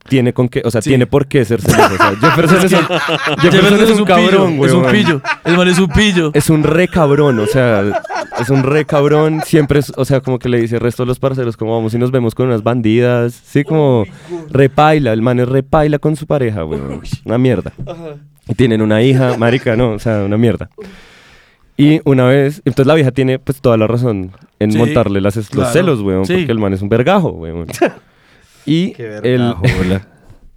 D: tiene con qué. O sea, tiene por qué ser celosa. o sea, Jefferson, es un, Jefferson es un cabrón,
C: pillo, Es un
D: huevón.
C: pillo. El man es un pillo.
D: Es un re cabrón, o sea, es un re cabrón. Siempre es, o sea, como que le dice el resto de los parceros, como vamos y nos vemos con unas bandidas. Sí, como repaila, el man es repaila con su pareja, güey. Una mierda. Y tienen una hija, marica, no, o sea, una mierda. Y una vez, entonces la vieja tiene pues toda la razón en
C: Sí,
D: montarle las, los
C: claro.
D: celos, weón,
C: Sí.
D: porque el man es un vergajo, weón. Y el, [laughs]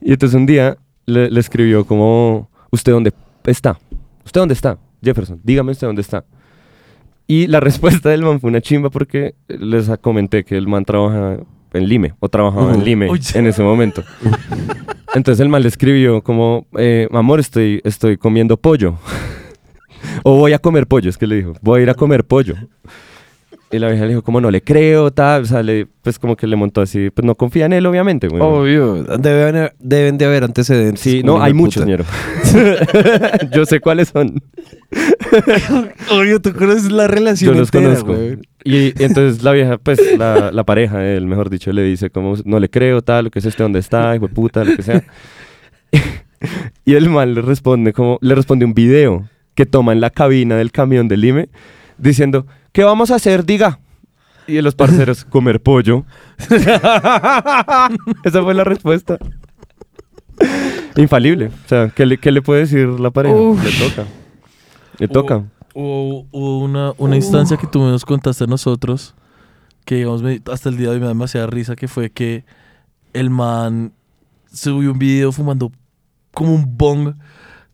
D: y entonces un día le, le escribió como, ¿usted dónde está? ¿Usted dónde está? Jefferson, dígame usted dónde está. Y la [laughs] respuesta del man fue una chimba porque les comenté que el man trabaja en Lime, o trabajaba en Lime
C: Uy.
D: en ese
E: [laughs]
D: momento. Entonces el man le escribió como, eh, amor, estoy, estoy comiendo pollo. [laughs] o voy a comer pollo, es que le dijo, voy a ir a comer pollo. Y la vieja le dijo, como no le creo, tal, o sea, le- pues como que le montó así, pues no confía en él, obviamente. güey.
E: Obvio, deben, deben de haber antecedentes.
D: Sí, no,
E: Uy,
D: hay
E: puta.
D: muchos, ñero. [laughs] Yo sé cuáles son.
E: Obvio, tú conoces la relación
D: Yo los
E: entera,
D: conozco.
E: güey.
D: Y entonces la vieja, pues la, la pareja de él, mejor dicho, le dice como no le creo, tal, lo que es este, dónde está, hijo de puta, lo que sea. [laughs] y el man le responde como, le responde un video que toma en la cabina del camión del IME diciendo, ¿qué vamos a hacer? Diga. Y de los
E: [laughs]
D: parceros, comer pollo. Esa fue la respuesta. Infalible. O sea, ¿qué le, qué le puede decir la pareja? Le toca. Le toca.
C: Hubo, hubo una, una instancia que tú nos contaste a nosotros, que digamos, me- hasta el día de hoy me da demasiada risa, que fue que el man subió un video fumando como un bong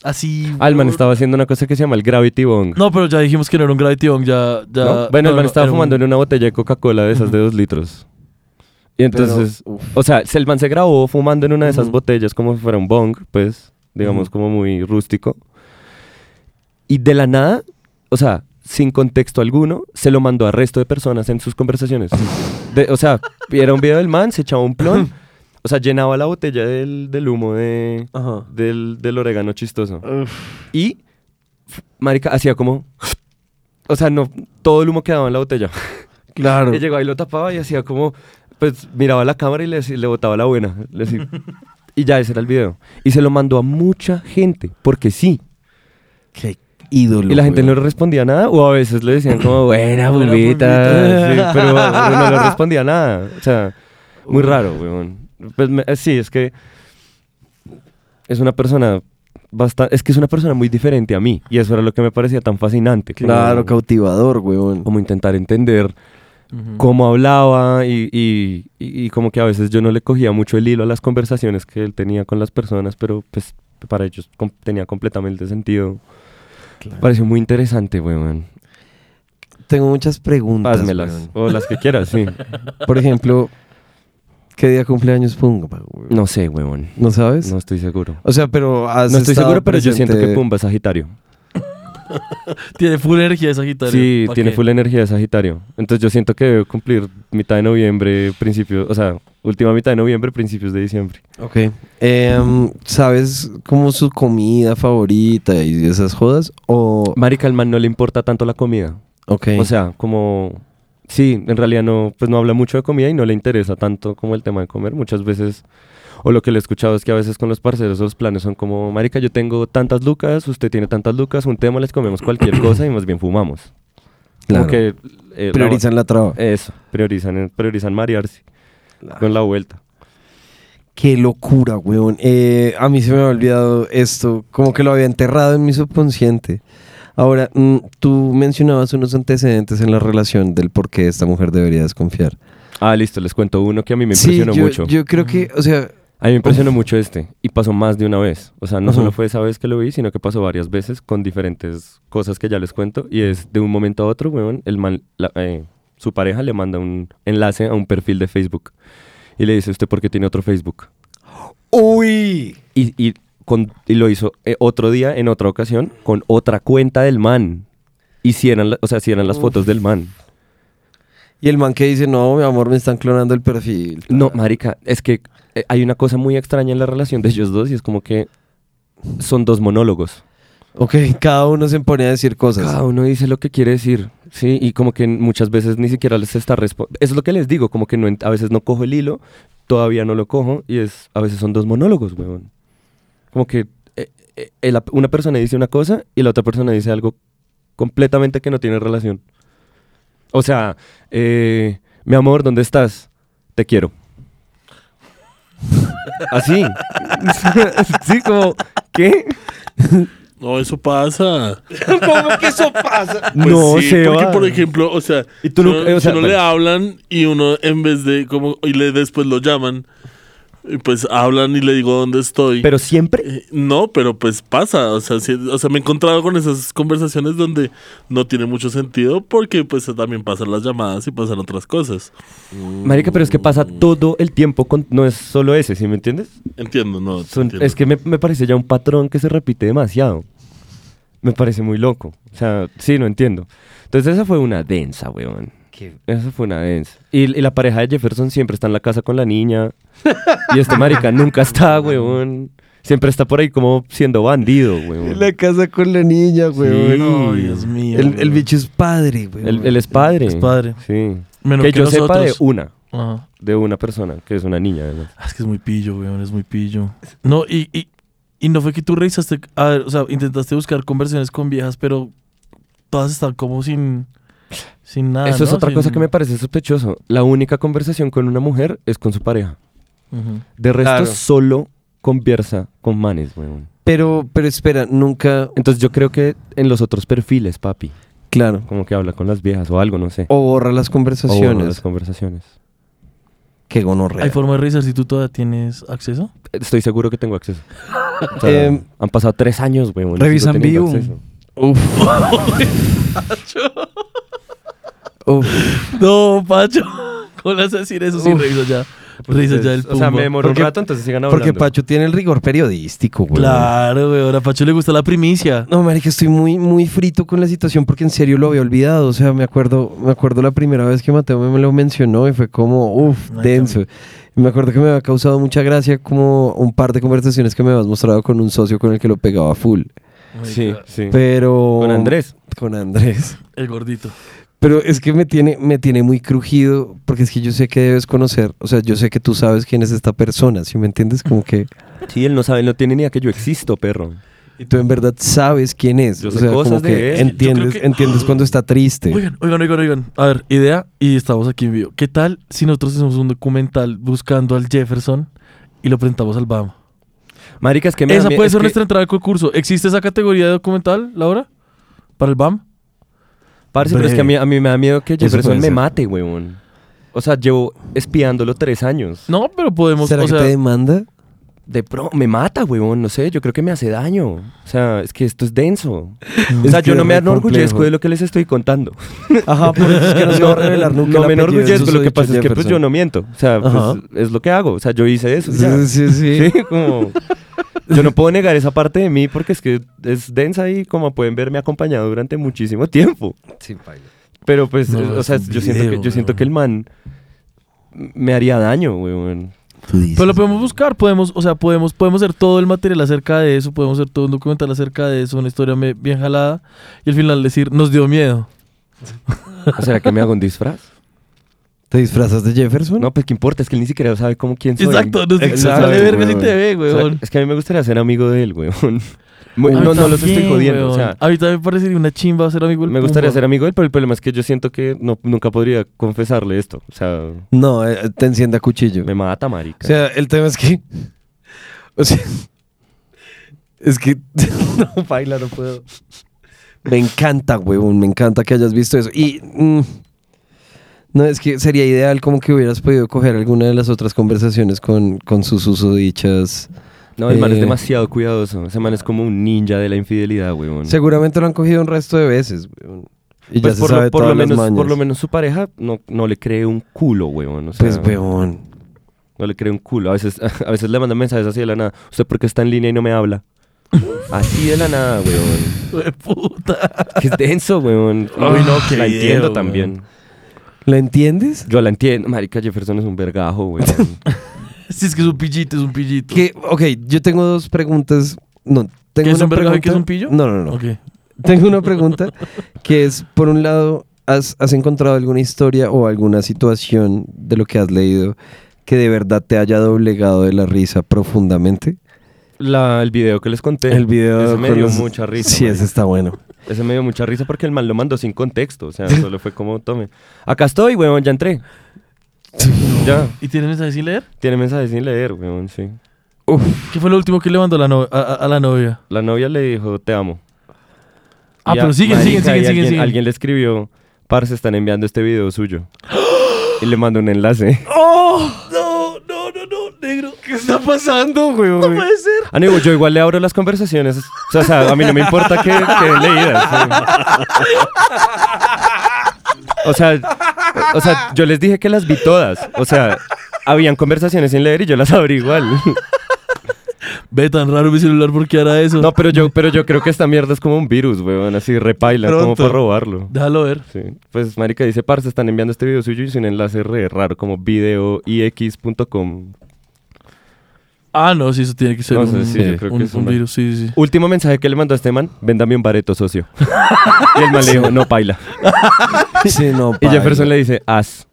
C: así.
D: Ah, el man estaba haciendo una cosa que se llama el Gravity Bong.
C: No, pero ya dijimos que no era un Gravity Bong, ya. ya
D: ¿no? Bueno, el
C: no,
D: man
C: no,
D: estaba
C: era un-
D: fumando en una botella de Coca-Cola de esas de dos litros. Y entonces, o sea, el man se grabó fumando en una de esas botellas como si fuera un bong, pues, digamos, como muy rústico. Y de la nada, o sea, sin contexto alguno, se lo mandó al resto de personas en sus conversaciones. De- o sea, era un video del man, se echaba un plon, o sea, llenaba la botella del, del humo de,
C: Ajá.
D: del, del orégano chistoso. Y, f- marica, hacía como... O sea, no, todo el humo quedaba en la botella.
C: Claro.
D: Y llegaba y lo tapaba y hacía como... Pues miraba la cámara y le, decí- le botaba la buena. Le decía- y ya ese era el video. Y se lo mandó a mucha gente, porque sí.
E: Qué ídolo.
D: Y la gente no
E: weón.
D: le respondía nada, o a veces le decían como, buena
C: pulvita".
D: bulbita, sí, pero no le respondía nada. O sea, muy raro, weón. Pues me- eh, sí, es que es una persona bastante, es que es una persona muy diferente a mí, y eso era lo que me parecía tan fascinante. como-
E: Claro, cautivador, weón.
D: como intentar entender cómo hablaba y, y- y- y como que a veces yo no le cogía mucho el hilo a las conversaciones que él tenía con las personas, pero pues para ellos com- tenía completamente sentido. Pareció muy interesante, weón.
E: Tengo muchas preguntas.
D: Házmelas.
E: weón.
D: O las que quieras,
E: [laughs]
D: sí.
E: Por ejemplo, ¿qué día cumpleaños Pumba? weón?
D: No sé, weón.
E: ¿No sabes?
D: No estoy seguro.
E: O sea, pero Pues, has
D: No estoy
E: estado
D: seguro, pero yo siento que
E: presente-
D: Pumba es Sagitario.
C: Tiene full energía esa guitarra.
D: Sí,
C: ¿Pa
D: tiene
C: qué?
D: full energía de Sagitario. Entonces yo siento que debe cumplir mitad de noviembre, principios, o sea, última mitad de noviembre, principios de diciembre.
E: Ok. Em, ¿Sabes cómo su comida favorita y esas jodas? O.
D: Marica, al man no le importa tanto la comida.
E: Ok.
D: O sea, como... Sí, en realidad no, pues no habla mucho de comida y no le interesa tanto como el tema de comer. Muchas veces, o lo que le he escuchado es que a veces con los parceros los planes son como, marica, yo tengo tantas lucas, usted tiene tantas lucas, un tema, les comemos
E: [coughs]
D: cualquier cosa y más bien fumamos.
E: claro.
D: Como que... eh, la-
E: priorizan la traba.
D: eso, priorizan, priorizan marearse con la vuelta.
E: Qué locura, weón. Eh, a mí se me había olvidado esto, como que lo había enterrado en mi subconsciente. Ahora, mm, tú mencionabas unos antecedentes en la relación del por qué esta mujer debería desconfiar.
D: Ah, listo, les cuento uno que a mí me impresionó
E: sí, yo,
D: mucho.
E: Yo creo que, o sea,
D: A mí me impresionó mucho este y pasó más de una vez. O sea, no
E: Ujú.
D: solo fue esa vez que lo vi, sino que pasó varias veces con diferentes cosas que ya les cuento. Y es de un momento a otro, weón, el man, la- eh, su pareja le manda un enlace a un perfil de Facebook y le dice, ¿usted por qué tiene otro Facebook?
E: uy,
D: Y, y con- y lo hizo eh, otro día, en otra ocasión, con otra cuenta del man. Y si eran, la- o sea, si eran las fotos del man.
E: y el man que dice, no, mi amor, me están clonando el perfil. Ah,
D: No, marica, es que eh, hay una cosa muy extraña en la relación de ellos dos y es como que son dos monólogos.
E: Ok, cada uno se pone a decir cosas.
D: Cada uno dice lo que quiere decir, sí, y como que muchas veces ni siquiera les está respondiendo. Eso es lo que les digo, como que no, ent- a veces no cojo el hilo, todavía no lo cojo, y es, a veces son dos monólogos, weón. Como que eh, eh, el- una persona dice una cosa y la otra persona dice algo completamente que no tiene relación. O sea, eh, mi amor, ¿dónde estás? Te quiero. Así.
F: [laughs]
D: sí, como, ¿qué?
F: No, eso pasa.
E: ¿Cómo que eso pasa?
F: Pues
D: no,
F: sí,
D: se
F: porque
D: va.
F: por ejemplo, o sea,
D: Y tú
F: si
D: nunca-
F: no-
D: eh, o sea,
F: si no le
D: bueno.
F: hablan y uno en vez de como y le después lo llaman y pues hablan y le digo dónde estoy.
D: Pero siempre
F: Eh, no, pero pues pasa, o sea, sí, o sea, me he encontrado con esas conversaciones donde no tiene mucho sentido porque pues también pasan las llamadas y pasan otras cosas.
D: Marica, pero es que pasa todo el tiempo, con- no es solo ese, ¿sí me entiendes?
F: Entiendo, no. te
D: Son-
F: entiendo.
D: es que me, me parece ya un patrón que se repite demasiado. Me parece muy loco. O sea, sí, no entiendo. Entonces esa fue una densa, weón. Esa fue una densa. Y, y la pareja de Jefferson siempre está en la casa con la niña. Y este marica nunca está, weón. Siempre está por ahí como siendo bandido, weón.
E: En la casa con la niña, güey.
C: No, Dios mío.
E: El, el bicho es padre, güey.
D: Él, él es padre.
C: Es padre.
D: Sí.
C: Menos
D: que,
C: que
D: yo sepa de
C: nosotros.
D: una.
C: Ajá.
D: De una persona, que es una niña, además.
C: Ah, Es que es muy pillo, weón, es muy pillo. No, y, y, y no fue que tú revisaste, a ver, o sea, intentaste buscar conversaciones con viejas, pero todas están como sin, sin nada.
D: Eso es
C: Ah, ¿no?
D: otra cosa
C: Sin-
D: que me parece sospechoso. La única conversación con una mujer es con su pareja.
C: Ujú.
D: De resto,
E: Claro.
D: solo conversa con manes, weón.
E: Pero, pero espera, nunca.
D: Entonces yo creo que en los otros perfiles, papi,
E: Claro.
D: como que habla con las viejas o algo, no sé.
E: O borra las
D: O borra
E: conversaciones.
D: las conversaciones.
E: Qué gonorrea.
C: ¿Hay forma de revisar si tú todavía tienes acceso? [laughs]
D: Estoy seguro que tengo acceso. O sea,
E: Em,
D: han pasado tres años, güey. bueno,
H: Revisan
D: sigo teniendo acceso.
H: vivo.
D: [laughs]
E: Uf,
C: No, Pacho. ¿Cómo le vas a decir eso si revisas ya? Revisas ya el
D: Pues O sea, me
C: Pumba.
D: demoró un
E: Porque-
D: rato, entonces sigan hablando.
E: porque Pacho tiene el rigor periodístico, güey.
C: Claro, güey. Ahora a Pacho le gusta la primicia.
E: No, marica, estoy muy, muy frito con la situación porque en serio lo había olvidado. O sea, me acuerdo, me acuerdo la primera vez que Mateo me lo mencionó y fue como, uff, denso. Y me acuerdo que me había causado mucha gracia como un par de conversaciones que me habías mostrado con un socio con el que lo pegaba full.
D: Sí, sí.
E: Pero...
D: Con Andrés.
E: Con Andrés.
C: El gordito.
E: Pero es que me tiene, me tiene muy crujido porque es que yo sé que debes conocer, o sea, yo sé que tú sabes quién es esta persona, ¿sí me entiendes?
D: [laughs]
E: Como que...
D: Sí, él no sabe, él no tiene ni idea que yo existo, perro.
E: Y tú en verdad sabes quién es.
D: Yo
E: o
D: sé
E: sea,
D: cosas
E: como
D: de él.
E: que
D: Yo
E: entiendes,
C: creo que-
D: [gasps]
E: entiendes cuando está triste.
C: Oigan, oigan, oigan, oigan. A ver, idea y estamos aquí en vivo. ¿Qué tal si nosotros hacemos un documental buscando al Jefferson y lo presentamos al BAM?
D: Marica, es que me da
C: Esa
D: mie-
C: puede
D: es
C: ser
D: que-
C: nuestra entrada al concurso. ¿Existe esa categoría de documental, Laura? ¿Para el BAM?
D: Parce, pero es que a mí, a mí me da miedo que
E: Eso
D: Jefferson
E: puede
D: me
E: ser.
D: mate, weón. O sea, llevo espiándolo tres años.
C: No, pero podemos.
E: ¿Será
C: o sea,
E: que te demanda?
D: De pro, me mata, weón. No sé, yo creo que me hace daño. O sea, es que esto es
E: [laughs]
D: denso. o sea,
E: que
D: yo no
E: es
D: me
E: muy
D: enorgullezco
E: complejo.
D: de lo que les estoy contando.
E: Ajá, por eso [laughs] es que no se va a revelar
D: [laughs]
E: [laughs] nunca.
D: No
E: el
D: me
E: apellido de
D: enorgullezco,
E: su
D: lo que
E: susodicho
D: pasa es que pues,
E: Jefferson.
D: yo no miento. O sea, pues,
E: Ajá.
D: es lo que hago. O sea, yo hice eso. ya.
E: Sí, sí, sí.
D: Sí, como... Yo no puedo negar esa parte de mí porque es que es densa y como pueden ver me ha acompañado durante muchísimo tiempo. Pero pues,
C: No,
D: eh, o
C: es
D: sea,
C: un
D: yo siento, que,
C: video,
D: yo siento
C: weón.
D: que el man me haría daño, weón.
C: Pero lo podemos buscar, podemos, o sea, podemos, podemos hacer todo el material acerca de eso, podemos hacer todo un documental acerca de eso, una historia me- bien jalada, y al final decir, nos dio miedo.
D: ¿O será que me hago un disfraz?
C: [laughs]
E: ¿Te disfrazas de Jefferson?
D: No, pues qué importa, es que él ni siquiera sabe cómo quién soy.
C: Exacto, nos
E: Exacto,
C: sale verga si
E: weón.
C: te ve,
D: O sea,
C: weón.
D: es que a mí me gustaría ser amigo de él, weón. [laughs] Muy-
C: A mí
D: no, no los estoy
C: también,
D: jodiendo. O
C: weón. Ah,
D: sea,
C: a mí también me parecería una chimba ser amigo del
D: me gustaría
C: Pumba.
D: ser amigo de él, pero el problema es que yo siento que no, nunca podría confesarle esto. O sea,
E: No, eh, te enciende a cuchillo.
D: me mata,
E: O
D: marica.
E: sea, el tema es que... O sea... Es que... [laughs] no, baila, no puedo. Me encanta, huevón, me encanta que hayas visto eso. Y... mm, no, es que sería ideal como que hubieras podido coger alguna de las otras conversaciones con, con sus usodichas.
D: no, el man
E: eh,
D: es demasiado cuidadoso. Ese man es como un ninja de la infidelidad, weón.
E: Seguramente lo han cogido un resto de veces, huevón. Y
D: Pues
E: ya
D: por,
E: se
D: lo-
E: sabe
D: por
E: todas
D: lo
E: las
D: menos,
E: mañas.
D: por lo menos su pareja no, no le cree un culo, weón. O sea,
E: Pues, huevón.
D: No le cree un culo. A veces, [laughs] a veces le mandan mensajes así de la nada. ¿Usted por qué está en línea y no me habla?
E: [laughs]
D: así de la nada, weón.
C: Hijo de [laughs] puta.
D: Qué denso, weón.
E: Ah,
F: Uy, no, qué
D: la
F: video,
D: entiendo
F: weón.
D: también.
E: ¿La entiendes?
D: Yo la entiendo. Marica Jefferson es un vergajo,
E: [laughs]
D: weón.
C: Si es que es un pillito, es un pillito.
E: Que, ok, yo tengo dos preguntas. No, tengo
C: ¿Que es
E: una
C: un vergajo y que es
E: pregunta-
C: un pillo?
E: No, no, no.
C: Ok.
E: Tengo una pregunta que es, por un lado, ¿has, ¿has encontrado alguna historia o alguna situación de lo que has leído que de verdad te haya doblegado de la risa profundamente?
D: La- el video que les conté.
E: El video
D: Ese me
E: con
D: dio
E: los-
D: mucha risa.
E: Sí,
D: marica.
E: ese
D: [laughs]
E: está bueno.
D: Ese me dio mucha risa porque el man lo mandó sin contexto. O sea, solo fue como, tome. Acá estoy, weón, ya entré. ya.
C: ¿Y tienen mensaje sin leer?
D: Tiene mensajes sin leer, weón, sí.
C: ¿Qué fue lo último que le mandó la no- a, a- a la novia?
D: La novia le dijo, te amo.
C: Ah,
D: Y a-
C: pero siguen,
D: marica,
C: siguen, siguen,
D: y
C: siguen,
D: alguien,
C: siguen.
D: alguien le escribió, parce, están enviando este video suyo. y le mandó un enlace.
C: ¡Oh! No, no, no, no, negro. ¿Qué está
E: pasando, güey?
C: puede ser?
D: Ah, no, yo igual le abro las conversaciones. O sea, o sea, a mí no me importa que, que den leídas. sí. O sea, o sea, yo les dije que las vi todas. O sea, habían conversaciones sin leer y yo las abrí igual.
C: Ve tan raro mi celular porque hará eso.
D: No, pero yo, pero yo creo que esta mierda es como un virus, weón. Así repaila, como
C: Pronto.
D: para robarlo.
C: Déjalo ver.
D: Sí, pues marica dice, parce, están enviando este video suyo y es un enlace re raro, como videoix.com.
C: Ah, no, sí, eso tiene que ser
D: No
C: un,
D: sé, sí, yo creo que
C: un-
D: es
C: un
D: una-
C: virus, sí, sí. sí.
D: Último mensaje que le mandó a este man, véndame un bareto,
E: [laughs]
D: socio. y el man le dijo, no, paila.
E: Sí, no,
D: Y
E: paila.
D: Jefferson le dice,
E: [laughs]
D: as.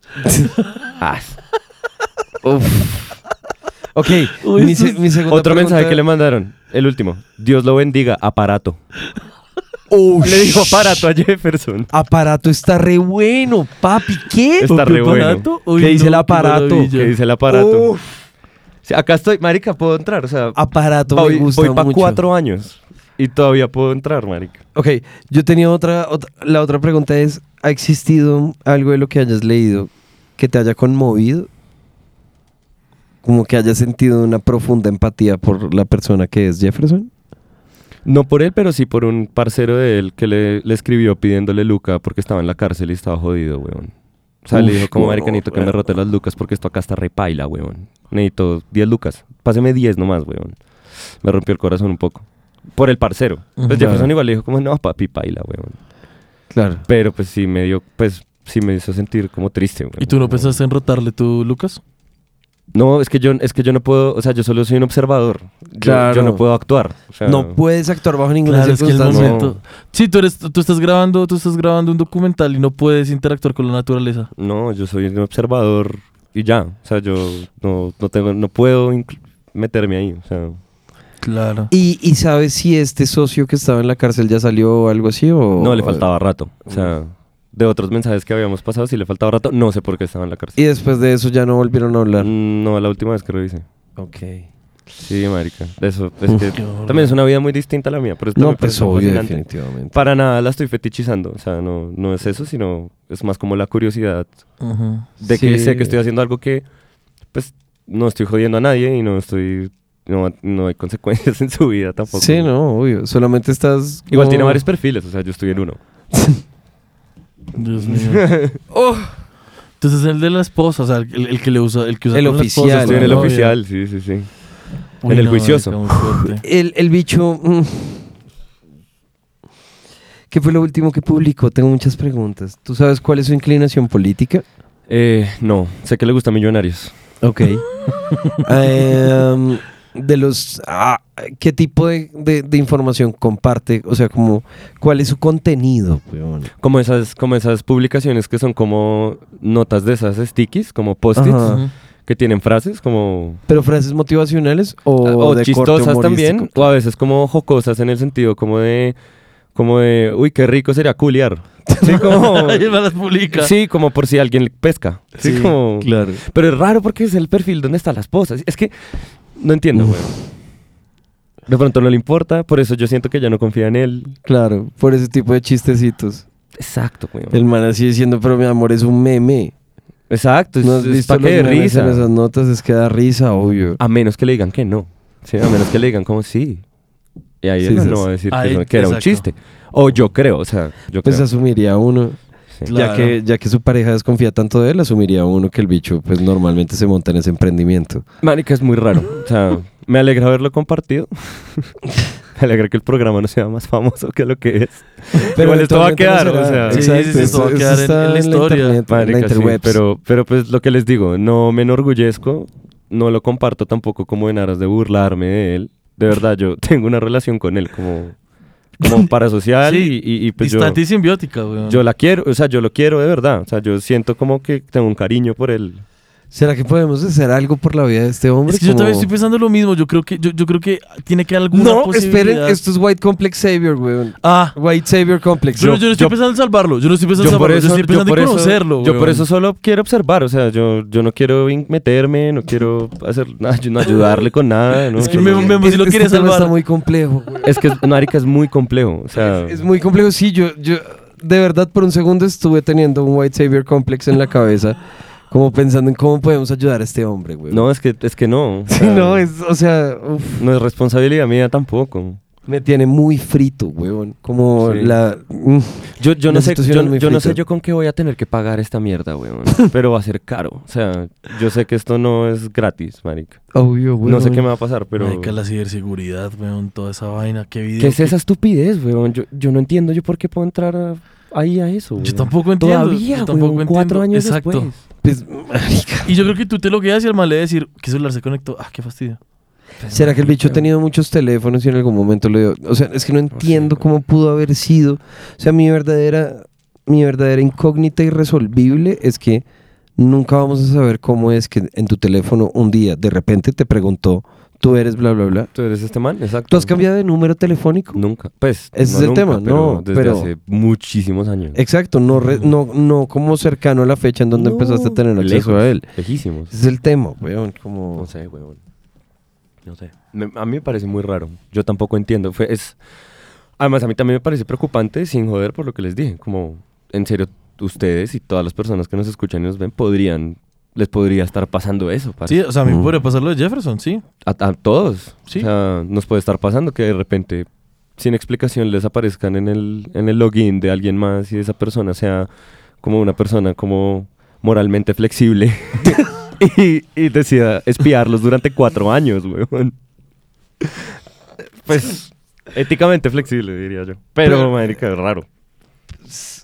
D: as.
E: Ok,
C: Uy,
E: mi,
C: eso
E: se-
C: es-
E: mi segunda
D: Otro mensaje
E: pregunta-
D: que le mandaron, el último, Dios lo bendiga, aparato. le dijo aparato a Jefferson.
E: Aparato está re bueno, papi. ¿Qué?
D: Está re bueno.
C: ¿Aparato? Uy,
E: ¿Qué dice el
C: qué
E: aparato?
C: maravilla.
D: Que dice el aparato.
E: Uf.
D: Sí, acá estoy, marica, puedo entrar, o sea,
E: Aparato
D: voy,
E: me gusta
D: para
E: mucho.
D: cuatro años y todavía puedo entrar, marica.
E: Ok, yo tenía otra, ot- La otra pregunta es: ¿ha existido algo de lo que hayas leído que te haya conmovido? como que haya sentido una profunda empatía por la persona que es Jefferson.
D: No por él, pero sí por un parcero de él que le, le escribió pidiéndole Luca porque estaba en la cárcel y estaba jodido, weón. O sea, le
E: Uf,
D: dijo como
E: no,
D: americanito que me
E: weón.
D: rote las lucas porque esto acá está repaila, weón. Necesito 10 lucas. Páseme 10 nomás, weón. Me rompió el corazón un poco. Por el parcero. Pues
E: Ujú.
D: Jefferson igual le dijo como, no, papi, paila, weón.
E: Claro.
D: Pero pues sí me dio, pues sí me hizo sentir como triste, weón.
C: ¿Y tú no pensaste en rotarle tú, Lucas?
D: No, es que yo, es que yo no puedo, o sea, yo solo soy un observador. Yo-
E: Claro.
D: Yo, no puedo actuar. o sea,
E: No puedes actuar bajo ninguna
C: Claro, es que el
E: circunstancia.
C: momento. Sí, tú eres, tú estás grabando, tú estás grabando un documental y no puedes interactuar con la naturaleza.
D: No, yo soy un observador y ya. O sea, yo no, no tengo, no puedo incl- meterme ahí. O sea,
C: Claro.
E: ¿Y, ¿Y sabes si este socio que estaba en la cárcel ya salió o algo así? O...
D: no le faltaba rato. O sea, de otros mensajes que habíamos pasado, si le faltaba rato, no sé por qué estaba en la
E: Y
D: cárcel.
E: después de eso ya no volvieron a hablar.
D: No, la última vez que lo hice.
E: Ok.
D: Sí, marica. Eso, es que
C: qué horror.
D: también es una vida muy distinta a la mía. Pero esto
E: No,
D: me
E: pues
D: pareció
E: obvio,
D: fascinante.
E: definitivamente.
D: Para nada la estoy fetichizando. O sea, no, no es eso, sino es más como la curiosidad
C: Ujú.
D: de
E: Sí.
D: que sé que estoy haciendo algo que, pues, no estoy jodiendo a nadie y no estoy. No, no hay consecuencias [laughs] en su vida tampoco.
E: Sí, no, obvio. Solamente estás.
D: Igual
E: como-
D: tiene varios perfiles, o sea, yo estoy en uno.
C: Dios mío. Oh. Entonces el de la esposa, o sea, el, el que le usa, el que usa
E: El
C: con la esposa,
E: oficial,
D: Estoy
C: con
D: en el
C: la novia.
D: oficial, sí, sí, sí.
C: Uy,
D: en el
C: no,
D: juicioso.
C: marica, muy
E: [laughs]
C: fuerte. [laughs]
E: El, el bicho. mm. ¿Qué fue lo último que publicó? Tengo muchas preguntas. ¿Tú sabes cuál es su inclinación política?
D: Eh, no, sé que le gusta Millonarios.
E: [laughs] Ok. Eh, um, de los. ah, ¿Qué tipo de, de- de información comparte? O sea, como. ¿Cuál es su contenido? weón?
D: Como esas, como esas publicaciones que son como notas de esas stickies, como post-its,
E: Ajá.
C: Ujú.
D: que tienen frases como...
E: ¿Pero frases motivacionales Ah, o,
D: o
E: de corte
D: chistosas
E: humorístico?
D: también, o a veces como jocosas en el sentido como de... Como de, uy, qué rico sería
E: [laughs]
D: culiar. Sí, como...
C: Ay, me las publica.
D: Sí, como por si alguien le pesca. Sí, como...
E: Claro.
D: Pero es raro porque es el perfil donde están las posas. Es que no entiendo, güey. De pronto no le importa, por eso yo siento que ya no confía en él.
E: Claro, por ese tipo de chistecitos.
D: Exacto, güey.
E: El man así diciendo, pero mi amor, es un meme.
D: Exacto,
E: ¿No has
D: es, es
E: visto
D: pa' que de
E: los memes
D: risa.
E: en esas notas? Es que da risa, obvio.
C: Ah,
D: A menos que le digan que no. Sí, a menos que le digan como sí. Y ahí
E: Sí,
D: él
E: sí,
D: no
E: sí.
D: va a decir que,
C: Ahí,
D: no- que era un
C: exacto.
D: chiste. O yo creo, o sea, yo
E: Pues
D: creo.
E: asumiría uno.
D: sí.
C: Claro.
E: Ya, que, ya que su pareja desconfía tanto de él, asumiría uno que el bicho pues normalmente se monta en ese emprendimiento.
D: Marica, es muy raro. O sea, me alegra haberlo
E: [laughs]
D: compartido. me alegra que el programa no sea más famoso que lo que es. Igual esto va a
E: eventualmente
D: quedar,
E: lo
D: o sea.
E: será.
C: Sí, sí, sí, esto va a quedar en-
E: está
C: en la historia.
E: internet, en la
D: Marica, sí,
E: interwebs.
D: pero, pero pues lo que les digo, no me enorgullezco, no lo comparto tampoco como en aras de burlarme de él. De verdad, yo [laughs] tengo una relación con él como,
C: [laughs]
D: como parasocial
C: Sí,
D: y, y- y, pues yo,
C: Distante y simbiótica, weón.
D: yo la quiero, o sea, yo lo quiero de verdad. O sea, yo siento como que tengo un cariño por él.
E: ¿Será que podemos hacer algo por la vida de este hombre?
C: es que yo
E: Como-
C: también estoy pensando lo mismo. Yo creo que, yo, yo creo que tiene que haber alguna
E: No, esperen,
C: posibilidad.
E: esto es White Complex Savior, weón.
C: Ah,
E: White Savior Complex.
C: yo, yo no estoy pensando en salvarlo. Yo no estoy pensando en
D: Yo por
C: salvarlo.
D: eso,
C: yo estoy
D: yo
C: pensando
D: por
C: en
D: eso-
C: conocerlo,
D: yo
C: weón.
D: por eso solo quiero observar, o sea, yo, yo no quiero in- meterme, no quiero hacer nada, yo no ayudarle con nada. ¿no?
C: Es que
D: Yo
C: me-
D: no-
C: me- si lo
E: este
C: quieres
E: tema
C: salvar.
E: está muy complejo, güey.
D: es que es- marica, es muy complejo, o sea,
E: Es muy complejo, sí, yo, yo de verdad por un segundo estuve teniendo un White Savior Complex en la cabeza, como pensando en cómo podemos ayudar a este hombre, güey.
D: no, es que, es que
C: [laughs]
D: no. o
E: [laughs] Sí,
D: sea,
E: no, es, o sea, uf,
D: No es responsabilidad mía tampoco.
E: me tiene muy frito, weón. Como
D: Sí.
E: la... mm.
D: Yo, yo no sé,
E: Necesito
D: yo,
E: ser muy
D: yo no
E: frito.
D: sé yo con qué voy a tener que pagar esta mierda, weón. [laughs] pero va a ser caro. O sea, yo sé que esto no es gratis, marica.
E: Obvio, weón.
D: no sé qué me va a pasar, pero.
C: Marica, la ciberseguridad, weón, toda esa vaina, qué video.
D: ¿Qué es esa estupidez, weón? Yo, yo no entiendo yo por qué puedo entrar a- ahí a eso.
C: Yo
D: weón.
C: tampoco entiendo.
D: Todavía,
C: yo tampoco
D: weón,
C: entiendo.
D: cuatro años
C: Exacto.
D: después.
E: Pues, [laughs] marica,
C: Y yo creo que tú te lo quedas y al mal le decir, que celular se conectó. Ah, qué fastidio.
E: ¿Será que el bicho ha tenido muchos teléfonos y en algún momento le dio... O sea, es que no entiendo
D: güey.
E: cómo pudo haber sido... O sea, mi verdadera, mi verdadera incógnita irresolvible es que nunca vamos a saber cómo es que en tu teléfono un día de repente te preguntó, tú eres bla, bla, bla.
D: Tú eres este man, exacto.
E: ¿Tú has cambiado de número telefónico?
D: Nunca. Pues.
E: Ese
D: no
E: es el
D: nunca,
E: tema,
D: pero
E: no,
D: Desde
E: pero-
D: hace muchísimos años.
E: Exacto, no, re- no, no como cercano a la fecha en donde
D: No,
E: empezaste a tener acceso
D: lejos,
E: a él.
D: Lejísimos.
E: Ese es el tema, weón, como...
D: No sé, weón. No sé. Me- a mí me parece muy raro. Yo tampoco entiendo. Fue, es, además, a mí también me parece preocupante, sin joder, por lo que les dije. Como, en serio, ustedes y todas las personas que nos escuchan y nos ven podrían les podría estar pasando eso. parce.
C: Sí, o sea, a mí me
E: Mm.
C: podría pasar lo de Jefferson, sí.
D: a, a todos.
C: Sí.
D: O sea, nos puede estar pasando que de repente, sin explicación, les aparezcan en el, en el login de alguien más y esa persona sea como una persona como moralmente flexible [laughs] y, y decida espiarlos durante cuatro años, weón. Pues, éticamente flexible, diría yo. Pero,
C: Pero-
D: marica, es raro.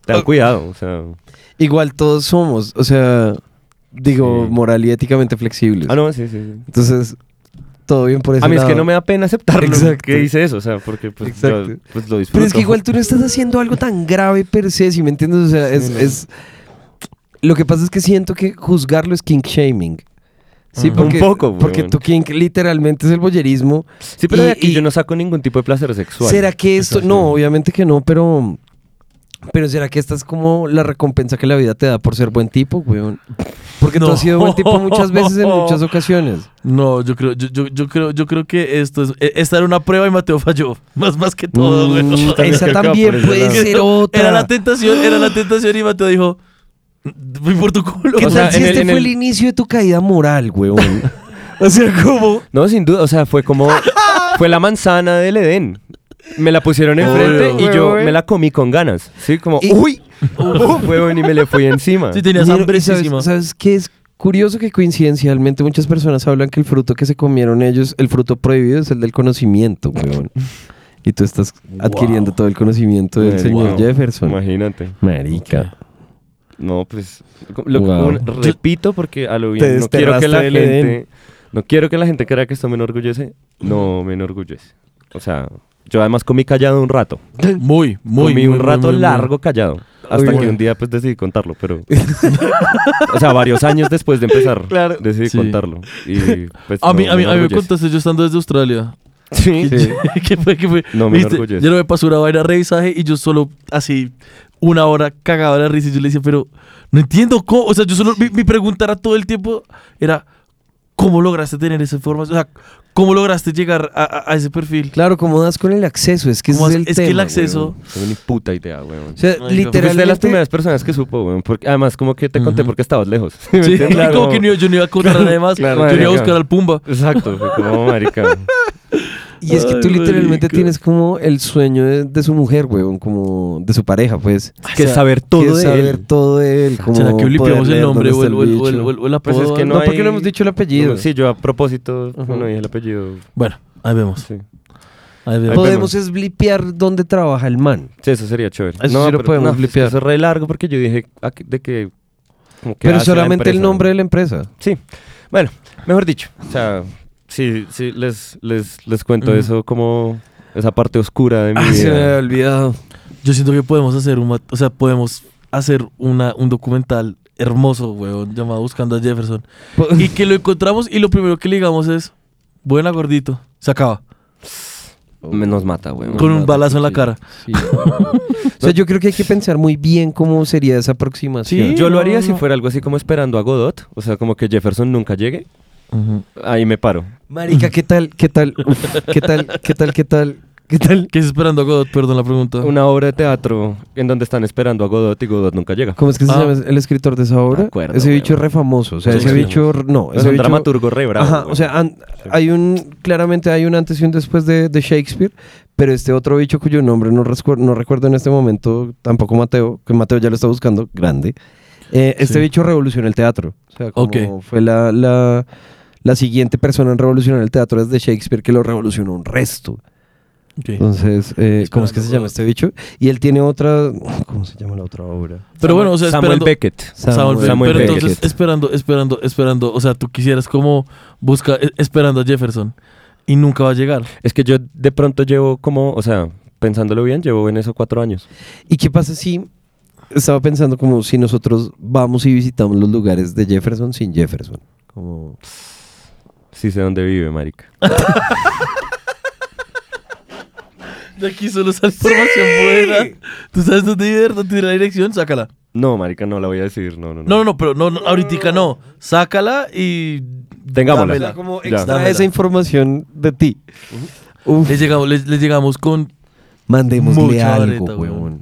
D: Ten cuidado, o sea...
E: Igual todos somos, o sea, digo,
D: Sí.
E: moral y éticamente flexibles.
D: Ah, no, sí, sí, sí.
E: Entonces, todo bien por eso.
D: A mí es que no me da pena aceptarlo
E: Exacto.
D: que hice eso, o sea, porque pues, yo,
E: Exacto.
D: pues, lo disfruto.
E: Pero es que igual tú no estás haciendo algo tan grave per se, si me entiendes, o sea, es... es- Lo que pasa es que siento que juzgarlo es kink shaming. Sí,
C: Ajá.
E: porque,
D: Un poco,
E: porque
D: weón.
E: tu kink literalmente es el boyerismo.
D: Sí, pero
E: Y-
D: de aquí
E: y-
D: yo no saco ningún tipo de placer sexual.
E: ¿Será que esto? No, obviamente que no, pero... Pero ¿será que esta es como la recompensa que la vida te da por ser buen tipo, weón? Porque tú
C: No.
E: has sido buen tipo muchas veces en muchas ocasiones.
C: No, yo creo, yo, yo, yo creo, yo creo que esto es, e- esta era una prueba y Mateo falló. [laughs] Más, más que todo, güey.
E: Mm, esa también puede
C: [laughs] Era-
E: ser otra.
C: Era la tentación, era la tentación y Mateo dijo, voy por tu culo.
E: ¿Qué
D: O
E: tal
C: [laughs]
D: sea,
E: si
D: en el-
E: este
D: en
E: fue
D: el-
E: el... inicio de tu caída moral, weón? [laughs] o sea, como...
D: No, sin duda, o sea, fue
E: [laughs]
D: como fue la manzana del Edén. Me la pusieron enfrente
C: Obvio.
D: y yo me la comí con ganas. Sí, como
E: Y-
D: uy, huevón y me le fui encima.
C: Sí, tenías
E: Mira,
C: hambre.
E: y ¿sabes, ¿Sabes qué es curioso? Que coincidencialmente muchas personas hablan que el fruto que se comieron ellos, el fruto prohibido, es el del conocimiento, weón. Y tú estás adquiriendo todo el conocimiento del
D: Marica,
E: señor
D: wow.
E: Jefferson.
D: Imagínate.
E: Marica.
D: No, pues lo-
E: Wow.
D: un- repito porque a lo
E: Te
D: bien no quiero que
E: desterraste
D: la
E: del
D: gente
E: Edén.
D: no quiero que la gente crea que esto me enorgullece. No me enorgullece. O sea, yo además comí callado un rato.
C: Muy, muy,
D: comí
C: muy,
D: un
C: muy,
D: rato
C: muy, muy.
D: largo callado. Hasta que
E: bueno.
D: un día pues decidí contarlo,
C: [laughs]
D: pero... o sea, varios años después de empezar decidí
C: Sí.
D: contarlo. Y, pues,
C: A
D: no,
C: mí, a mí, a mí me
D: enorgullece.
C: contaste yo estando desde Australia.
D: Sí, sí.
C: [laughs] ¿Qué fue? ¿Qué fue?
D: No, me
C: Viste,
D: enorgullece.
C: Yo no me pasó una vaina de revisaje y yo solo así una hora cagaba de la risa y yo le decía, pero no entiendo cómo. O sea, yo solo, mi, mi pregunta era todo el tiempo, era, ¿cómo lograste tener esa información? O sea, ¿cómo lograste llegar a, a- a ese perfil?
E: Claro, ¿cómo das con el acceso? Es que ese
C: ¿Cómo
E: es
C: haces-
E: el
C: es que el
E: tema,
C: acceso-
E: weón.
D: No tengo ni puta idea, weón.
E: O sea,
C: Marica,
D: Tú fuiste de las
E: literalmente...
D: primeras personas que supo, weón. Porque, además, como que te conté
C: Ujú.
D: porque estabas lejos.
C: Sí,
D: ¿Me entiendes?
C: como que no- yo no iba a contar nada de más.
D: claro,
C: yo no iba a
D: marica.
C: buscar al Pumba.
D: Exacto, fue como
C: [laughs]
D: marica.
E: Y es que tú
C: Ay,
E: literalmente
C: marica.
E: tienes como el sueño de, de su mujer, weón, como de su pareja, pues.
D: que saber todo
E: Quieres
D: de
E: saber
D: él.
E: todo de él. Como
C: ¿Será que
E: poder
C: limpiamos el
E: leer
C: nombre
E: dónde
C: o el,
E: está
C: o el-
E: bicho.
C: o el- o el- o el
D: Pues
C: apodo?
D: es que no
E: No, porque
D: hay-
E: no hemos dicho el apellido.
D: Sí, yo a propósito
E: Ajá.
D: no dije el apellido.
C: Bueno, ahí vemos.
D: Sí,
C: Ahí vemos.
E: Podemos es blipear dónde trabaja el man.
D: Sí, eso sería chévere.
E: Eso sí lo podemos
D: es que
E: blipear.
D: Eso es re largo porque yo dije ¿a qué- de que... como que
E: Pero
D: hace la
E: solamente el
D: empresa.
E: nombre de
D: [laughs]
E: la empresa.
D: Sí. Bueno, mejor dicho. O sea, sí, sí, les, les, les cuento eso como esa parte oscura de mi
C: Ah,
D: vida.
E: olvidado.
C: Yo siento que podemos hacer un, mat- o sea, podemos hacer una, un documental hermoso, weón, llamado Buscando a
D: [laughs]
C: Jefferson. Y que lo encontramos y lo primero que le digamos es, buena gordito, se acaba.
D: Me nos mata, güey.
C: Con un balazo en la cara.
E: Sí. [laughs] o sea, yo creo que hay que pensar muy bien cómo sería esa aproximación.
C: Sí,
D: Yo lo
C: no,
D: haría si
C: no.
D: fuera algo así como esperando a Godot. O sea, como que Jefferson nunca llegue. Ahí me paro.
E: Marica, ¿qué tal? ¿Qué tal? Uf, ¿Qué tal? ¿Qué tal? ¿Qué tal? ¿Qué tal?
C: ¿Qué es esperando a Godot? Perdón la pregunta.
D: Una obra de teatro en donde están esperando a Godot y Godot nunca llega.
E: ¿Cómo es que se
C: Ah.
E: llama el escritor de esa obra?
D: Me acuerdo,
E: ese
D: weón.
E: bicho es re famoso. O sea,
D: Sí,
E: ese
D: sí.
E: bicho. No,
D: Es
E: ese
D: un
E: bicho-
D: dramaturgo re bravo.
E: Ajá,
D: güey.
E: o sea, an-
D: Sí.
E: hay un, claramente hay un antes y un después de, de Shakespeare, pero este otro bicho cuyo nombre no, rescu- no recuerdo en este momento, tampoco Mateo, que Mateo ya lo está buscando, grande. eh, este
C: Sí.
E: bicho revolucionó el teatro. O sea, como
C: Ok.
E: fue la, la, la siguiente persona en revolucionar el teatro desde Shakespeare que lo revolucionó un resto.
C: Ok.
E: Entonces, eh, ¿cómo es que se
C: Esperando.
E: llama este bicho? Y él tiene otra, ¿cómo se llama la otra obra?
C: Pero bueno, o sea,
D: Samuel
C: esperando...
D: Beckett.
C: Samuel Beckett.
D: Samuel
C: Pero
D: Beckett.
C: entonces, esperando, esperando, esperando, o sea, tú quisieras como busca, e- esperando a Jefferson y nunca va a llegar.
D: Es que yo de pronto llevo como, o sea, pensándolo bien, llevo en eso cuatro años.
E: ¿Y qué pasa si estaba pensando como si nosotros vamos y visitamos los lugares de Jefferson sin Jefferson? Como
D: Sí sé dónde vive, marica.
C: De aquí solo sale información buena. ¿Tú sabes dónde vive? ¿Dónde tiene la dirección? Sácala.
D: No, marica, no la voy a decir. No, no, no.
C: No, no, no, pero no, no ahorita no. Sácala y.
D: Tengámosla.
C: dámela.
E: como
D: Ya.
E: extra
C: Dámela.
E: esa información de ti. Uf,
C: Les llegamos, les, les llegamos con.
E: mandémosle
C: mucha
E: algo,
C: vareta,
E: huevón.
C: huevón.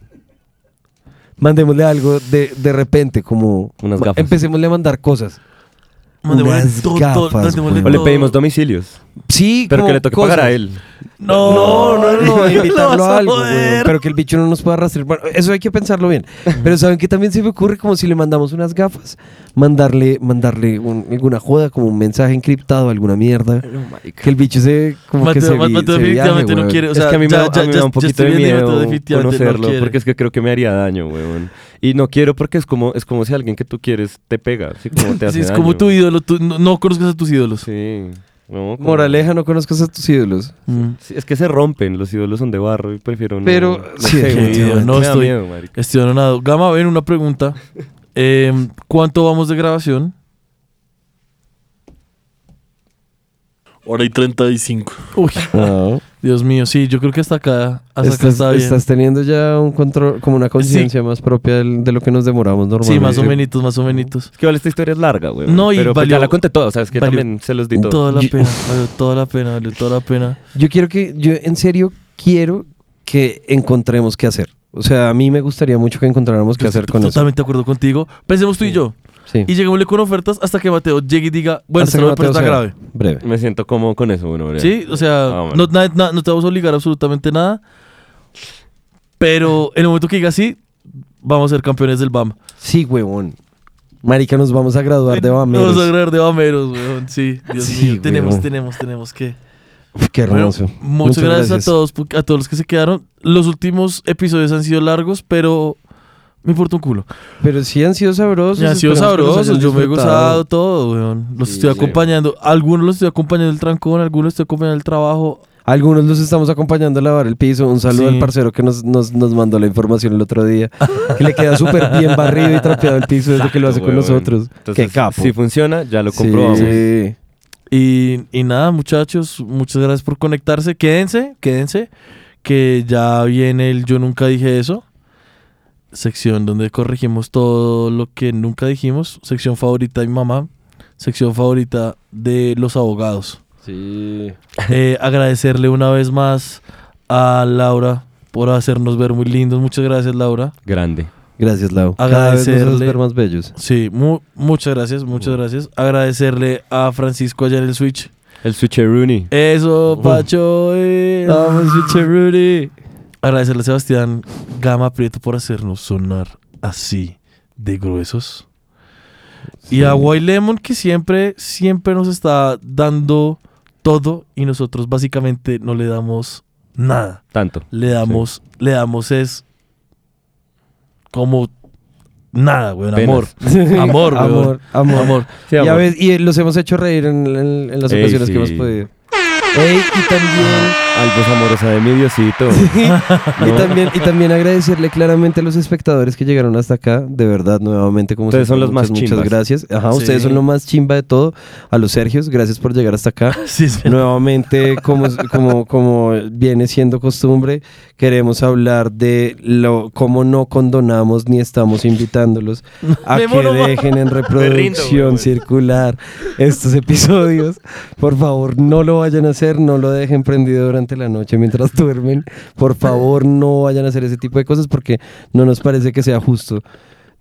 E: Mandémosle algo de, de repente, como
D: Unas
E: ma-
D: gafas.
E: empecémosle a mandar cosas.
C: Nos devuelven
E: Unas
C: todo,
E: gafas,
C: nos devuelven
D: O
E: güey.
D: le
C: todo.
D: pedimos domicilios.
E: Sí,
D: Pero
E: como
D: que le toque
E: cosas.
D: pagar a él.
C: No, no, no.
E: no,
C: lo
E: [laughs] invitarlo
C: vas
E: a
C: a
E: algo,
C: joder.
E: weón, pero que el bicho no nos pueda rastrear. Bueno, eso hay que pensarlo bien.
C: [laughs]
E: Pero saben que también se me ocurre como si le mandamos unas gafas, mandarle, mandarle un- alguna joda, como un mensaje encriptado, alguna mierda. Que el bicho se como que
C: Oh, Mateo-
E: se, vi-
C: Mateo
E: se viaje,
C: definitivamente no
E: weón.
C: quiere, o
D: es
C: sea,
D: que a mí me,
C: ya-
D: da- a
C: ya-
D: mí me
C: ya-
D: da un
C: ya
D: poquito
C: estoy
D: de
C: viendo y
D: miedo
C: Mateo definitivamente no
D: conocerlo,
C: quiere.
D: porque es que creo que me haría daño, weón. Y no quiero porque es como, es como si alguien que tú quieres te pega,
C: [laughs]
D: así como te hace
C: Sí, es
D: daño.
C: como tu ídolo, tú no, no conozcas a tus ídolos.
D: Sí. no, como-
E: Moraleja, no conozcas a tus ídolos.
C: Mm.
D: Sí, es que se rompen, los ídolos son de barro y prefiero no.
E: Pero-
D: no
E: sí,
D: sé,
E: qué
D: weón,
C: miedo, no
D: me da
C: estoy-
D: miedo, marica.
C: Estoy anonado. Este, Gama, ven una [laughs] pregunta. Eh, ¿Cuánto vamos de grabación?
F: Hora y 35.
E: [laughs]
C: Uy,
E: No.
C: Dios mío, sí, yo creo Ah, que hasta acá, hasta acá
E: Estás,
C: está bien.
E: estás teniendo ya un control, como una conciencia más propia del- de lo que nos demoramos normalmente.
C: sí, más o menitos, más o menitos.
D: Es que vale, esta historia es larga, weón.
C: No, y
D: pero pues,
C: valió-
D: ya la conté toda, o sea, es que
C: valió
D: también se los di todo.
C: Toda la
E: Yo-
C: pena, valió toda la pena, valió toda la pena.
E: Yo quiero que, yo en serio quiero que encontremos qué hacer. O sea, a mí me gustaría mucho que encontráramos [laughs] qué
C: Yo
E: hacer
C: estoy
E: con eso.
C: Pues Totalmente de acuerdo contigo. Pensemos tú y yo.
E: Sí.
C: Y lleguémosle con ofertas hasta que Mateo llegue y diga, bueno,
E: Hasta
C: esta
E: que
C: oferta está
E: Mateo sea
C: grave.
E: Breve.
D: Me siento como con eso, bueno, weón.
C: Sí, o sea,
D: Ah, bueno.
C: no, na- na- no te vamos a obligar absolutamente nada. Pero en el momento que diga sí, vamos a ser campeones del BAM.
E: Sí, huevón. Marica, nos vamos a graduar de
C: Nos
E: Bameros.
C: Vamos a agregar de Bameros, weón. Sí, Dios
E: [laughs] Sí,
C: mío. Tenemos,
E: weón.
C: tenemos, tenemos que.
E: Uf, Qué
C: Bueno,
E: hermoso.
C: muchas, gracias, a todos, pu- a todos los que se quedaron. Los últimos episodios han sido largos, pero me importa un culo.
E: Pero sí han sido sabrosos.
C: Ya han sido
E: esperemos que los
C: sabrosos,
E: hayan
C: yo me he
E: disfrutado.
C: gozado todo, weón. Los
D: Sí,
C: estoy
D: sí.
C: acompañando. Algunos los estoy acompañando del trancón, algunos los estoy acompañando del trabajo.
E: Algunos los estamos acompañando a lavar el piso. Un saludo
C: Sí.
E: al parcero que nos, nos, nos mandó la información el otro día. que le queda súper bien barrido y trapeado el piso desde que lo hace con
D: Exacto, weón.
E: nosotros.
D: Entonces,
E: Qué capo.
D: Si funciona, ya lo comprobamos.
E: Sí.
C: Y, y nada, muchachos, muchas gracias por conectarse. Quédense, quédense, que ya viene el Yo Nunca Dije Eso. Sección donde corregimos todo lo que nunca dijimos. Sección favorita de mi mamá. Sección favorita de los abogados.
E: sí.
C: [laughs] Eh, agradecerle una vez más a Laura por hacernos ver muy lindos. Muchas gracias, Laura.
D: Grande.
E: Gracias, Lau. Cada vez nos haces
C: Agradecerle.
E: ver más bellos.
C: [laughs] Sí, mu- muchas gracias, muchas gracias. Agradecerle a Francisco allá en el Switch.
D: El switcheroonie.
C: Eso, Pacho. eh.
E: Vamos, Switcher Rudy.
C: Agradecerle a Sebastián Gama Prieto por hacernos sonar así de gruesos. Y a White Lemon que siempre, siempre nos está dando todo y nosotros básicamente no le damos nada.
D: Tanto.
C: Le damos, le damos es como nada, güey,
D: Penas.
C: amor. [laughs] Amor, weón.
E: Amor, amor.
C: Amor.
D: Sí,
E: Y, a
D: amor.
E: veces- y los hemos hecho reír en, en- en las
D: Ey,
E: ocasiones
D: sí.
E: que hemos podido. Ey, y también,
D: Algo amorosa de mi
C: [laughs]
D: Diosito. [laughs]
E: y también, y también agradecerle claramente a los espectadores que llegaron hasta acá, de verdad, nuevamente, como
D: Ustedes
E: siempre,
D: son los
E: muchas,
D: más
E: Muchas
D: chimbas.
E: gracias. Ajá,
C: Sí.
E: ustedes son lo más chimba de todo. A los Sergios, gracias por llegar hasta acá.
C: Sí, es verdad.
E: [laughs] Nuevamente, como, como, como viene siendo costumbre, queremos hablar de lo, cómo no condonamos ni estamos invitándolos
C: [laughs]
E: a
C: Me
E: que
C: muero, ma-
E: dejen en
D: güey,
E: reproducción
D: güey.
E: circular estos episodios. Por favor, no lo vayan a hacer, no lo dejen prendido durante la noche mientras duermen. Por favor, no vayan a hacer ese tipo de cosas porque no nos parece que sea justo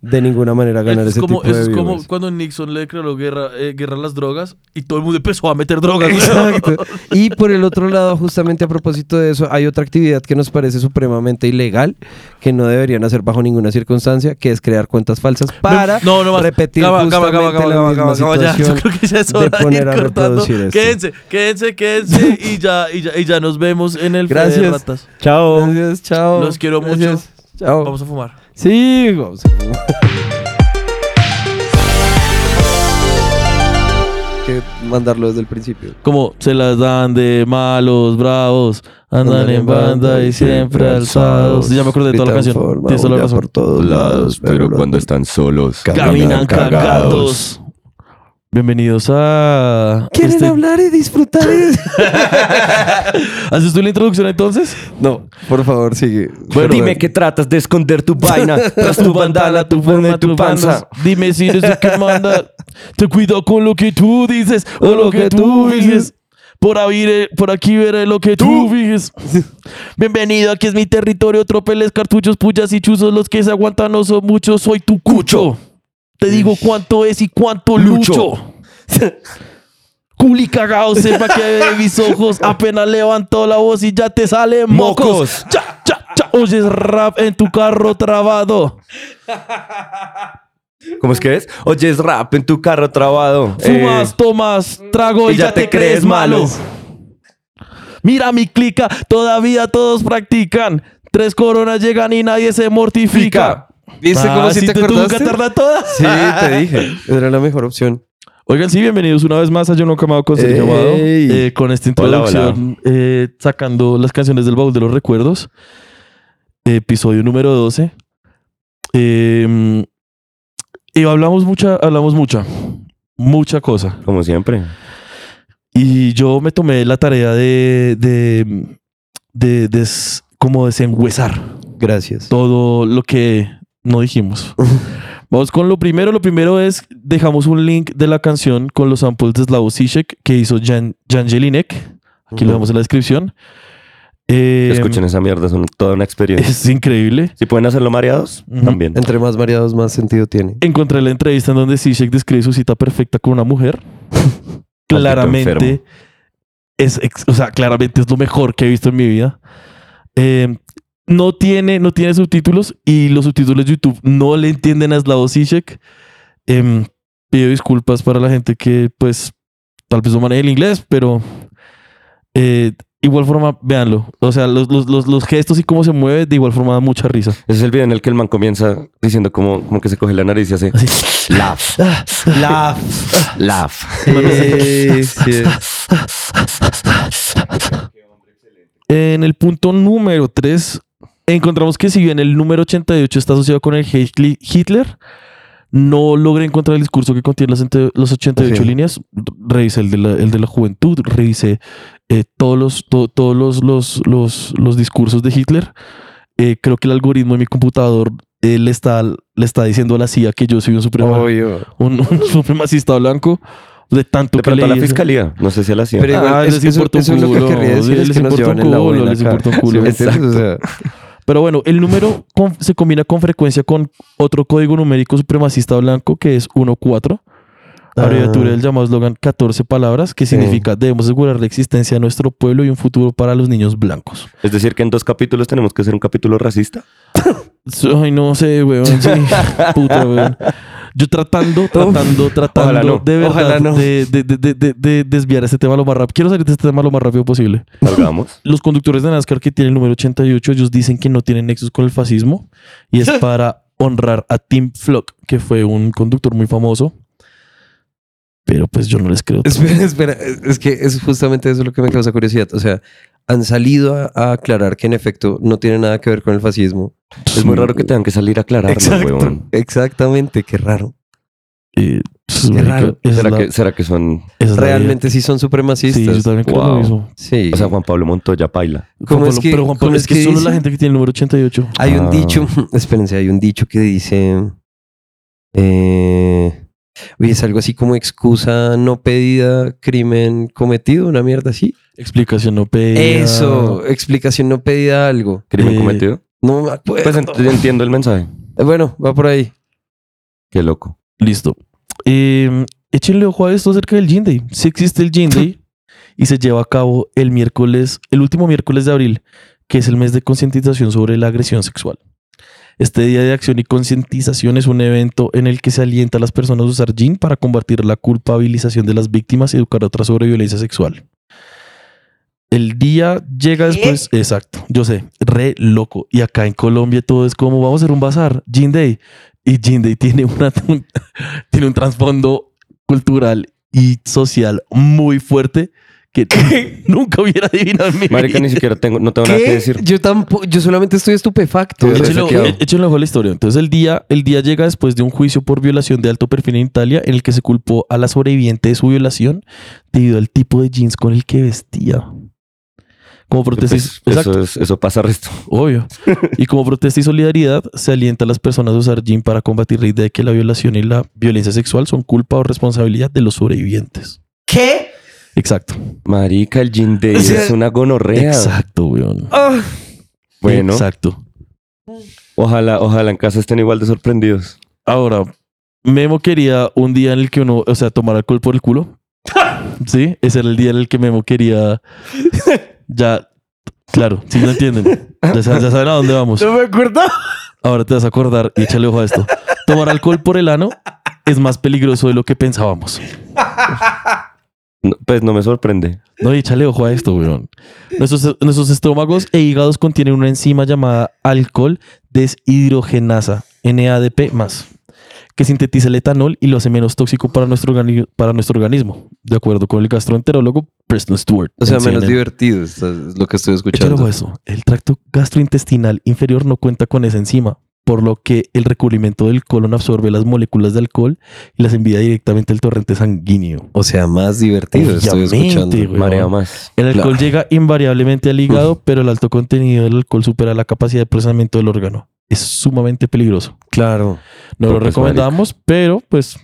E: de ninguna manera ganar
C: Eso es
E: ese
C: como,
E: tipo de
C: eso es como
E: viewers.
C: cuando Nixon le creó guerra, eh, guerra a las drogas y todo el mundo empezó a meter drogas. güey.
E: Exacto. Y por el otro lado, justamente a propósito de eso, hay otra actividad que nos parece supremamente ilegal, que no deberían hacer bajo ninguna circunstancia, que es crear cuentas falsas para
C: no, no más.
E: repetir
C: Gama, gama,
E: justamente
C: gama, gama,
E: la
C: gama,
E: misma
C: gama, gama, ya. Yo
E: situación
C: [laughs] creo que ya es
E: de
C: hora de,
E: poner
C: ir
E: a
C: cortando.
E: reproducir esto.
C: Quédense, quédense,
E: [laughs]
C: quédense y ya, y ya, y ya nos vemos en el Fe de
E: Gracias.
C: Ratas.
E: Chao. Gracias, chao.
C: Los quiero mucho.
E: Gracias, Chao.
C: Vamos a fumar.
E: Sí, vamos. [laughs] que mandarlo desde el principio.
C: Como se las dan de malos, bravos, andan, en banda, y siempre alzados. Ya me acuerdo de toda la
E: Gritan
C: canción.
E: forma,
C: Tienes toda la
E: huya
C: razón.
E: por todos lados, pero cuando
J: están solos,
C: Caminan cagados. Bienvenidos a.
E: quieren
C: este-
E: hablar y disfrutar. es-
C: ¿Haces tú la introducción entonces?
E: no, [laughs] por favor, sigue.
D: Dime que tratas de esconder
C: [laughs]
D: tu vaina tras tu bandana, tu forma y tu panza.
C: Dime si eres el
D: [laughs]
C: que manda. Te cuido con lo que tú dices o lo que tú dices. Por, ahí veré- por aquí veré lo que tú dices. Bienvenido, aquí es mi territorio. Tropeles, cartuchos, puyas y chuzos. Los que se aguantan no son muchos. Soy tu cucho. Te digo cuánto es y cuánto lucho. Culi cagao, sepa que de mis ojos apenas levantó la voz y ya te salen mocos.
D: Mocos.
C: Cha, cha, cha. Oyes rap en tu carro trabado.
D: [laughs] ¿Cómo es que es? Oye, es rap en tu carro trabado. Eh,
C: Fumas, tomas, trago y, ya, te, crees malo. Mira mi clica, todavía todos practican. Tres coronas llegan y nadie se mortifica.
E: ¿Viste cómo
C: Ah,
E: si
C: sí,
E: te
C: tú- tú
E: acordaste?
C: nunca tardas todas.
E: Sí, te dije. Era la mejor opción.
C: Oigan, sí, bienvenidos una vez más a Yo No Camado con Sergio
E: Ey.
C: Amado. Eh, con esta
D: Hola,
C: introducción, eh, sacando las canciones del baúl de los recuerdos. Episodio número 12. Eh, y hablamos mucha, hablamos mucha, mucha cosa.
D: Eh, Como siempre.
C: Y yo me tomé la tarea de, de, de, des- como desenhuesar
E: Gracias.
C: todo lo que no dijimos. Vamos con lo primero. Lo primero es, dejamos un link de la canción con los samples de Slavoj Zizek que hizo Jan, Jan Jelinek. Aquí lo
E: Ujú.
C: vemos en la descripción. Eh,
D: Escuchen esa mierda, son toda una experiencia.
C: Es increíble.
D: Si pueden hacerlo mareados,
C: Ujú.
D: también.
E: Entre más variados, más
C: [laughs]
E: sentido tiene.
C: Encontré la entrevista en donde Zizek describe su cita perfecta con una mujer. claramente
D: enfermo.
C: es, ex- o sea, claramente es lo mejor que he visto en mi vida. Eh, no tiene, no tiene subtítulos y los subtítulos de YouTube no le entienden a Slavoj Zizek. Em, pido disculpas para la gente que, pues, tal vez no maneje el inglés, pero eh, igual forma, véanlo. O sea, los, los- los- los gestos y cómo se mueve, de igual forma da mucha risa.
D: Ese es el video en el que el man comienza diciendo como, como que se coge la nariz y hace laugh,
E: La.
D: laugh.
E: [laughs]
C: En el punto número 3, encontramos que si bien el número 88 está asociado con el Heitli- Hitler, no logré encontrar el discurso que contiene las, ente- las 88
E: Ok.
C: líneas. Revisé el de la, el de la juventud, revisé eh, todos, los, to- todos los, los, los, los discursos de Hitler. Eh, creo que el algoritmo de mi computador eh, le, está, le está diciendo a la CIA que yo soy un, suprema- un, [laughs] un supremacista blanco. De tanto
D: De
C: que
D: pronto a la
C: leí eso.
D: fiscalía, no sé si a la CIA.
E: Pero igual,
C: Ah,
E: es,
C: les
E: eso,
C: importa un
E: eso es lo que
C: culo.
E: quería decir,
C: Sí,
E: es
C: les
E: que
C: importa
E: nos
C: un
E: llevan en la
C: culo,
E: buena
C: les
E: acá.
C: importa un culo.
E: [laughs] ¿me entiendes? O sea,
C: Pero bueno, el número con- se combina con frecuencia con otro código numérico supremacista blanco que es 14, abreviatura
E: Ah.
C: del llamado eslogan 14 palabras, que significa debemos asegurar la existencia de nuestro pueblo y un futuro para los niños blancos.
D: Es decir, que en dos capítulos tenemos que hacer un
C: [laughs]
D: capítulo racista.
C: So- Ay, no sé, weón.
E: [laughs]
C: sí, puta, weón. Yo tratando, tratando, tratando
D: Ojalá no,
C: de verdad
E: ojalá no.
C: de, de- de- de- de- de desviar este tema lo más rápido. Quiero salir de este tema lo más rápido posible.
D: Salgamos.
C: los conductores de NASCAR que tienen el número 88, ellos dicen que no tienen nexos con el fascismo y
E: [laughs]
C: es para honrar a Tim Flock, que fue un conductor muy famoso. Pero pues yo no les creo. tanto.
E: Espera, espera, es que es justamente eso lo que me causa curiosidad. O sea, han salido a, a aclarar que en efecto no tiene nada que ver con el fascismo.
D: Es muy
C: eh,
D: raro que tengan que salir a aclararlo, huevón.
E: Exactamente, qué raro.
C: Eh, pues,
E: Qué
C: marica,
E: raro.
C: esa es
D: ¿Será
C: la-
D: que, ¿Será que son...?
C: esa es la
E: Realmente sí son
C: vida. Pues Sí, yo
E: supremacistas.
C: también creo lo
D: Wow.
C: mismo.
E: Sí.
D: O sea, Juan Pablo Montoya paila.
E: ¿Cómo
C: Juan
E: es
C: Pablo-
E: que-
C: pero Juan
E: cómo
C: Pablo,
E: es
C: es que,
E: que
C: solo
E: dice?
C: la gente que tiene el número 88.
E: Hay
D: Ah.
E: un dicho, [laughs] espérense, hay un dicho que dice, eh, oye, es algo así como excusa no pedida, crimen cometido, una mierda así.
C: Explicación no pedida.
E: Eso, explicación no pedida a algo.
D: ¿Crimen
C: Eh,
D: cometido?
E: No me acuerdo.
D: Pues ent- entiendo el mensaje.
E: bueno, va por ahí.
D: Qué loco.
C: Listo. Eh, échenle ojo a esto acerca del Gin Day. Sí existe el Gin
E: [laughs]
C: Day y se lleva a cabo el miércoles, el último miércoles de abril, que es el mes de concientización sobre la agresión sexual. Este día de acción y concientización es un evento en el que se alienta a las personas a usar gin para combatir la culpabilización de las víctimas y educar a otras sobre violencia sexual. El día llega después, exacto, yo sé, re loco. Y acá en Colombia todo es como vamos a hacer un bazar, Gin Day. Y Gin Day tiene, una, [laughs] un- tiene un trasfondo cultural y social muy fuerte que nunca hubiera adivinado en mi
D: Marica, ni
C: vida.
D: siquiera tengo... No tengo nada que decir.
E: Yo tampoco, yo solamente estoy estupefacto.
D: Estoy
C: Échenle ojo-
D: reseteado.
C: échenle ojo a la historia. Entonces, el día, el día llega después de un juicio por violación de alto perfil en Italia, en el que se culpó a la sobreviviente de su violación debido al tipo de jeans con el que vestía. Como protesta, y-
D: Pues,
C: exacto,
D: eso, es- eso pasa resto.
C: obvio. Y como protesta y solidaridad, se alienta a las personas a usar jean para combatir la idea de que la violación y la violencia sexual son culpa o responsabilidad de los sobrevivientes.
E: ¿Qué?
C: Exacto.
D: Marica, el Jean Day
E: O sea,
D: es una gonorrea.
C: Exacto, weón.
E: Ah,
D: Bueno,
C: Exacto.
D: ojalá, ojalá en casa estén igual de sorprendidos.
C: Ahora, Memo quería un día en el que uno, o sea, tomar alcohol por el
E: [laughs]
C: culo. sí, ese era el día en el que Memo quería. Ya, claro, si lo entienden. Ya, sa- ya saben a dónde vamos.
E: me acuerdo.
C: Ahora te vas a acordar y échale ojo a esto. Tomar alcohol por el ano es más peligroso de lo que pensábamos.
D: No, pues no me sorprende.
C: No, y échale ojo a esto, weón. Nuestros, nuestros estómagos e hígados contienen una enzima llamada alcohol deshidrogenasa, NADP+, que sintetiza el etanol y lo hace menos tóxico para nuestro, organi- para nuestro organismo, de acuerdo con el gastroenterólogo Preston Stewart.
E: O sea,
C: en
E: menos
C: CNN.
E: divertido esto es lo que estoy
C: Échale ojo
D: pues.
E: escuchando.
C: a eso. El tracto gastrointestinal inferior no cuenta con esa enzima, por lo que el recubrimiento del colon absorbe las moléculas de alcohol y las envía directamente al torrente sanguíneo.
E: O sea, más divertido estoy
C: Obviamente,
E: escuchando.
C: güey.
D: Marea más.
C: El alcohol llega invariablemente al hígado, pero el alto contenido del alcohol supera la capacidad de procesamiento del órgano. Es sumamente peligroso.
E: Claro.
C: No lo
D: Pues,
C: recomendamos, pero pues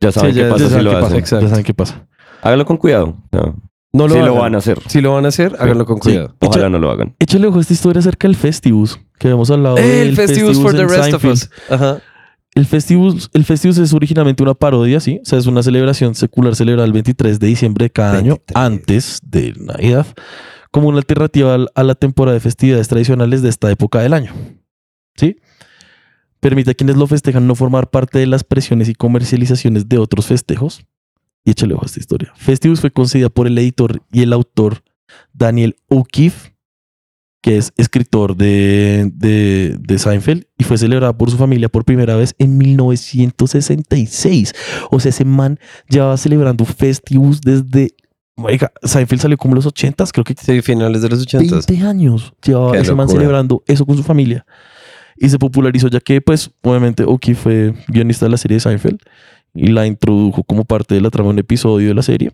D: Ya saben
E: Sí,
D: qué
E: ya-
D: pasa
E: ya
D: si
E: saben
D: lo
E: qué
D: hacen.
E: pasa. Exacto.
C: ya saben qué pasa.
D: Hágalo con cuidado. No.
E: No
D: si lo
E: hagan.
D: van a hacer.
E: Si lo van a hacer, háganlo con
C: Sí.
E: cuidado.
D: Ojalá no lo hagan.
C: Échale ojo a esta historia acerca del Festivus, que habíamos hablado del
E: Eh, El Festivus for the
C: en
E: rest of
C: Seinfeld.
E: us. Ajá.
C: El Festivus, el Festivus es originalmente una parodia, ¿sí? O sea, es una celebración secular celebrada el 23 de diciembre de cada año,
E: 23.
C: antes de Navidad, como una alternativa al- a la temporada de festividades tradicionales de esta época del año, ¿sí? Permite a quienes lo festejan no formar parte de las presiones y comercializaciones de otros festejos. Y échale ojo a esta historia. Festivus fue concedida por el editor y el autor Daniel O'Keefe, que es escritor de, de, de Seinfeld, y fue celebrada por su familia por primera vez en 1966. O sea, ese man llevaba celebrando Festivus desde... Oiga, Seinfeld salió como en los 80s, creo que
E: Sí, finales de los 80.
C: 20 años llevaba
E: Qué
C: ese man
E: locura.
C: celebrando eso con su familia. Y se popularizó ya que, pues, obviamente Oki fue guionista de la serie de Seinfeld y la introdujo como parte de la trama de un episodio de la serie.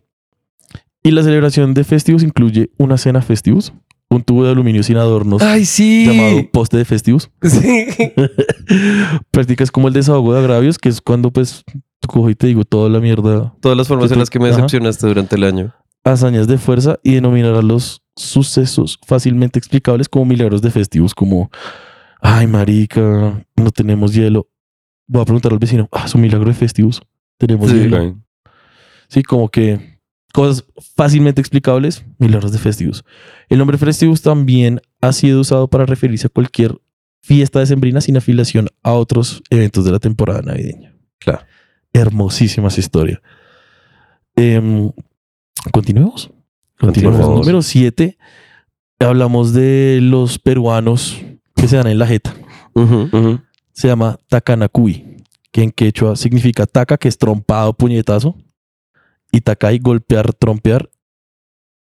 C: Y la celebración de Festivus incluye una cena Festivus, un tubo de aluminio sin adornos
E: Ay,
C: llamado [laughs]
E: sí.
C: poste de Festivus,
E: Sí.
C: prácticas como el desahogo de agravios, que es cuando, pues, tú cojo y te digo toda la mierda
E: Todas las formas en las que me
C: Ajá.
E: decepcionaste durante el año.
C: hazañas de fuerza y denominará los sucesos fácilmente explicables como milagros de festivos, como, ay, marica, no tenemos hielo. Voy a preguntar al vecino, ah, es un milagro de festivos. Tenemos
E: Sí,
C: hielo.
D: Ok.
C: Sí, como que cosas fácilmente explicables, milagros de festivos. El nombre festivos también ha sido usado para referirse a cualquier fiesta decembrina sin afiliación a otros eventos de la temporada navideña. Claro. Hermosísima esa historia. Em, Continuemos. Continuemos.
D: Continuemos.
C: Número 7. Hablamos de los peruanos que se dan en la jeta.
D: Ujú.
C: Se llama Takanakui, que en quechua significa taca, que es trompado, puñetazo. Y takai, golpear, trompear.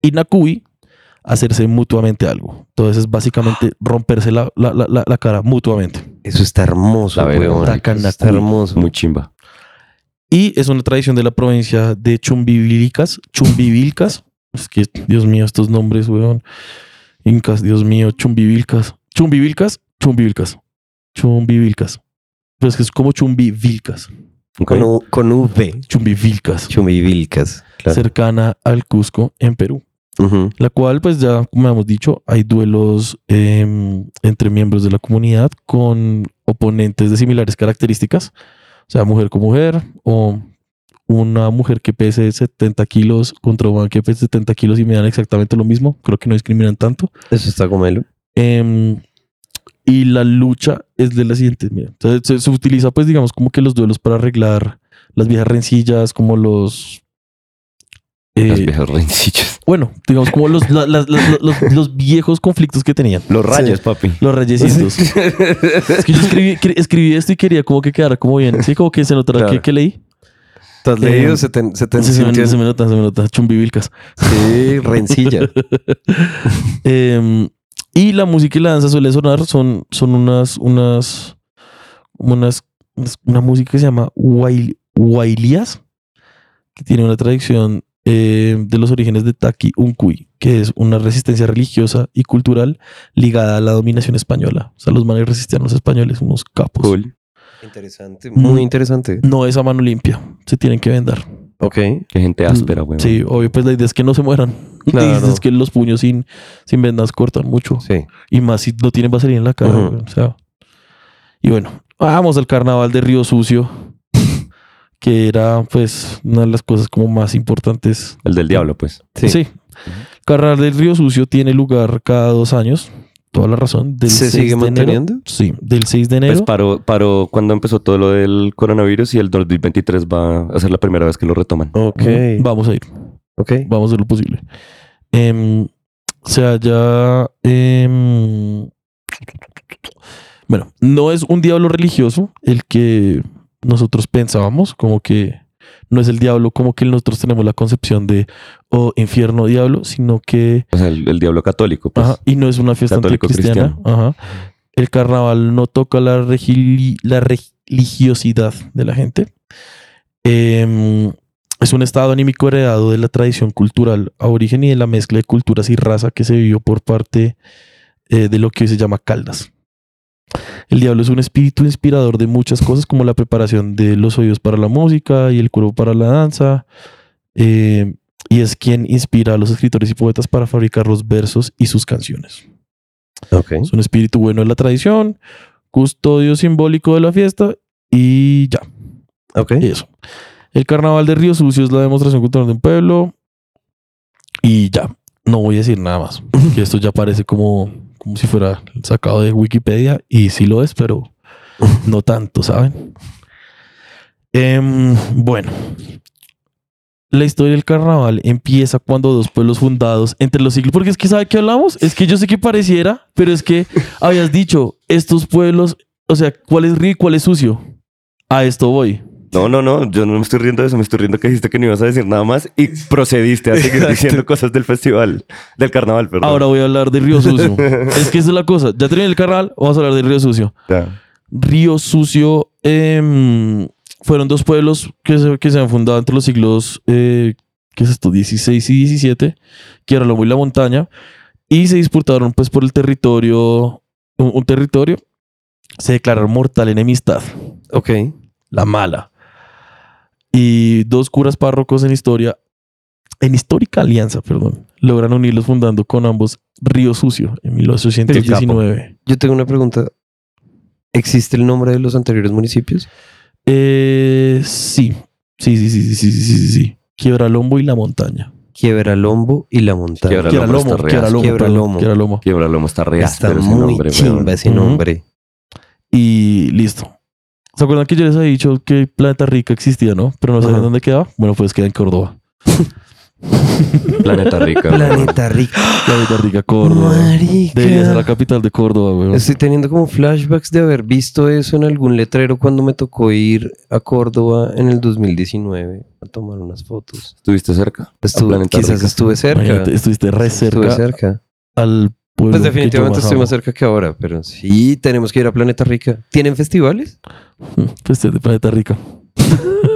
C: Y nakui, hacerse mutuamente algo. Entonces es básicamente romperse la, la- la- la- la cara mutuamente.
E: Eso está hermoso,
D: La verdad,
E: weón.
C: marica,
E: Eso Está
C: Takanakui.
E: hermoso.
D: Muy chimba.
C: Y es una tradición de la provincia de Chumbivilcas. Chumbivilcas. [sniffs] Es que, Dios mío, estos nombres, weón. Incas, Dios mío, Chumbivilcas. Chumbivilcas, Chumbivilcas. Chumbivilcas. Pero es que es como Chumbivilcas.
D: Ok.
E: Con, U- con V.
C: Chumbivilcas.
E: Chumivilcas. Claro.
C: Cercana al Cusco, en Perú.
E: Ujú.
C: La cual, pues ya, como hemos dicho, hay duelos em, entre miembros de la comunidad con oponentes de similares características. O sea, mujer con mujer o una mujer que pese 70 kilos contra una que pese 70 kilos y me dan exactamente lo mismo. Creo que no discriminan tanto.
E: Eso está gomelo.
C: Em, y la lucha es de la siguiente. mira. Entonces, se, se utiliza, pues, digamos, como que los duelos para arreglar las viejas rencillas, como los...
D: Las
C: eh,
D: viejas rencillas.
C: bueno, digamos como los, la- las- las- los, los viejos conflictos que tenían.
D: Los rayos, papi.
C: Los reyesitos. Es que yo escribí, cre- escribí esto y quería como que quedara como bien. Sí, como que se notara
E: Claro.
C: que, que leí.
E: ¿Te has
C: Eh,
E: leído? ¿Se te, se te
C: Sí, se, me,
E: sintió-
C: se me nota, se me nota. Chumbivilcas.
E: Sí, rencilla.
C: Em, y la música y la danza suele sonar. Son, son unas, unas, unas, una música que se llama Wail- Wailías, que tiene una tradición eh, de los orígenes de Taqui Uncuy, que es una resistencia religiosa y cultural ligada a la dominación española. O sea, los manes resistían a los españoles, unos capos.
D: Cool.
E: [laughs] interesante. Muy Mm. interesante.
C: No es a mano limpia, se tienen que vendar.
E: Ok.
D: Qué gente áspera, weón.
C: Sí, obvio, pues la idea es que no se mueran. [laughs]
E: Claro.
C: Y es que los puños sin, sin vendas cortan mucho.
E: Sí.
C: Y más si no tienen vaselina en la cara.
E: Ujú.
C: güey, o sea. Y bueno, vamos al carnaval de Río Sucio. [laughs] que era pues una de las cosas como más importantes.
D: El del diablo, pues.
C: Sí. Carnaval del Río Sucio tiene lugar cada dos años, toda la razón. Del
E: ¿Se
C: 6
E: sigue
C: de enero-
E: manteniendo?
C: sí, del 6 de
D: Pues
C: enero.
D: paró, paró cuando empezó todo lo del coronavirus y el 2023 va a ser la primera vez que lo retoman.
E: Ok.
C: Vamos a ir,
E: Ok.
C: vamos a hacer lo posible. Em, se halla... em, bueno, no es un diablo religioso el que nosotros pensábamos, como que no es el diablo, como que nosotros tenemos la concepción de o infierno diablo, sino que
D: O sea, el, el diablo católico, pues.
C: Ajá, y no es una fiesta
D: católico
C: anticristiana. Ajá. El carnaval no toca la, regili- la religiosidad de la gente. Em, es un estado anímico heredado de la tradición cultural aborigen y de la mezcla de culturas y raza que se vivió por parte eh, de lo que hoy se llama Caldas. El diablo es un espíritu inspirador de muchas cosas como la preparación de los oídos para la música y el cuerpo para la danza. Em, y es quien inspira a los escritores y poetas para fabricar los versos y sus canciones.
E: Ok.
C: Es un espíritu bueno de la tradición, custodio simbólico de la fiesta y ya,
E: Ok.
C: eso. El carnaval de Río Sucio es la demostración cultural de un pueblo y ya, no voy a decir nada más, que esto ya parece como, como si fuera sacado de Wikipedia y sí lo es, pero no tanto, ¿saben? Em, bueno, la historia del carnaval empieza cuando dos pueblos fundados entre los siglos. Porque es que, ¿sabe qué hablamos? Es que yo sé que pareciera, pero es que habías dicho, estos pueblos, o sea, ¿cuál es río y cuál es sucio? A esto voy.
D: No, no, no, yo no me estoy riendo de eso, me estoy riendo que dijiste que no ibas a decir nada más y procediste a
E: [laughs]
D: seguir diciendo cosas del festival, del carnaval, perdón.
C: Ahora voy a hablar de Río
D: [laughs]
C: Sucio. es que esa es la cosa. Ya terminé el carnaval, vamos a hablar de Río Sucio.
D: Ya.
C: Río Sucio em, fueron dos pueblos que se, que se han fundado entre los siglos, eh, ¿qué es esto? 16 y 17, que era Lobo y la montaña, y se disputaron pues por el territorio, un, un territorio, se declararon mortal enemistad,
E: Ok.
C: la mala. Y dos curas párrocos en historia, en histórica alianza, perdón, logran unirlos fundando con ambos Río Sucio en 1819.
E: Yo tengo una pregunta. ¿Existe el nombre de los anteriores municipios?
C: Eh, sí. Sí, sí, sí, sí, sí, sí, sí, sí, sí. Quiebralombo y la montaña.
E: Quiebralombo y La Montaña.
C: Quiebralomo,
D: Quiebralombo. está re
C: Quiebralomo,
E: Quiebralomo.
C: perdón, Quiebralomo.
D: Quiebralomo está re
E: Está
D: áspero ese
E: muy
D: nombre,
E: chimba
D: weón.
E: ese
C: Ujú.
E: nombre.
C: Y listo. ¿Se acuerdan que yo les había dicho que Planeta Rica existía, no? Pero no sabían
E: Ajá.
C: dónde quedaba. Bueno, pues queda en Córdoba.
D: [laughs]
E: [laughs]
D: Planeta Rica. weón.
E: Planeta Rico.
C: Planeta Rica, Córdoba.
E: Marica.
C: Debería ser la capital de Córdoba, weón.
E: Estoy teniendo como flashbacks de haber visto eso en algún letrero cuando me tocó ir a Córdoba en el 2019 a tomar unas fotos.
D: Estuviste cerca.
E: Estuve-
D: Planeta
E: quizás
D: Rica.
E: estuve cerca.
C: Imagínate, estuviste re
E: Estuve
C: cerca,
E: cerca.
C: al pueblo.
E: Pues
C: que yo
E: definitivamente
C: más
E: estoy
C: amo.
E: más cerca que ahora, pero sí tenemos que ir a Planeta Rica. ¿Tienen festivales?
C: Pues de Planeta Rica.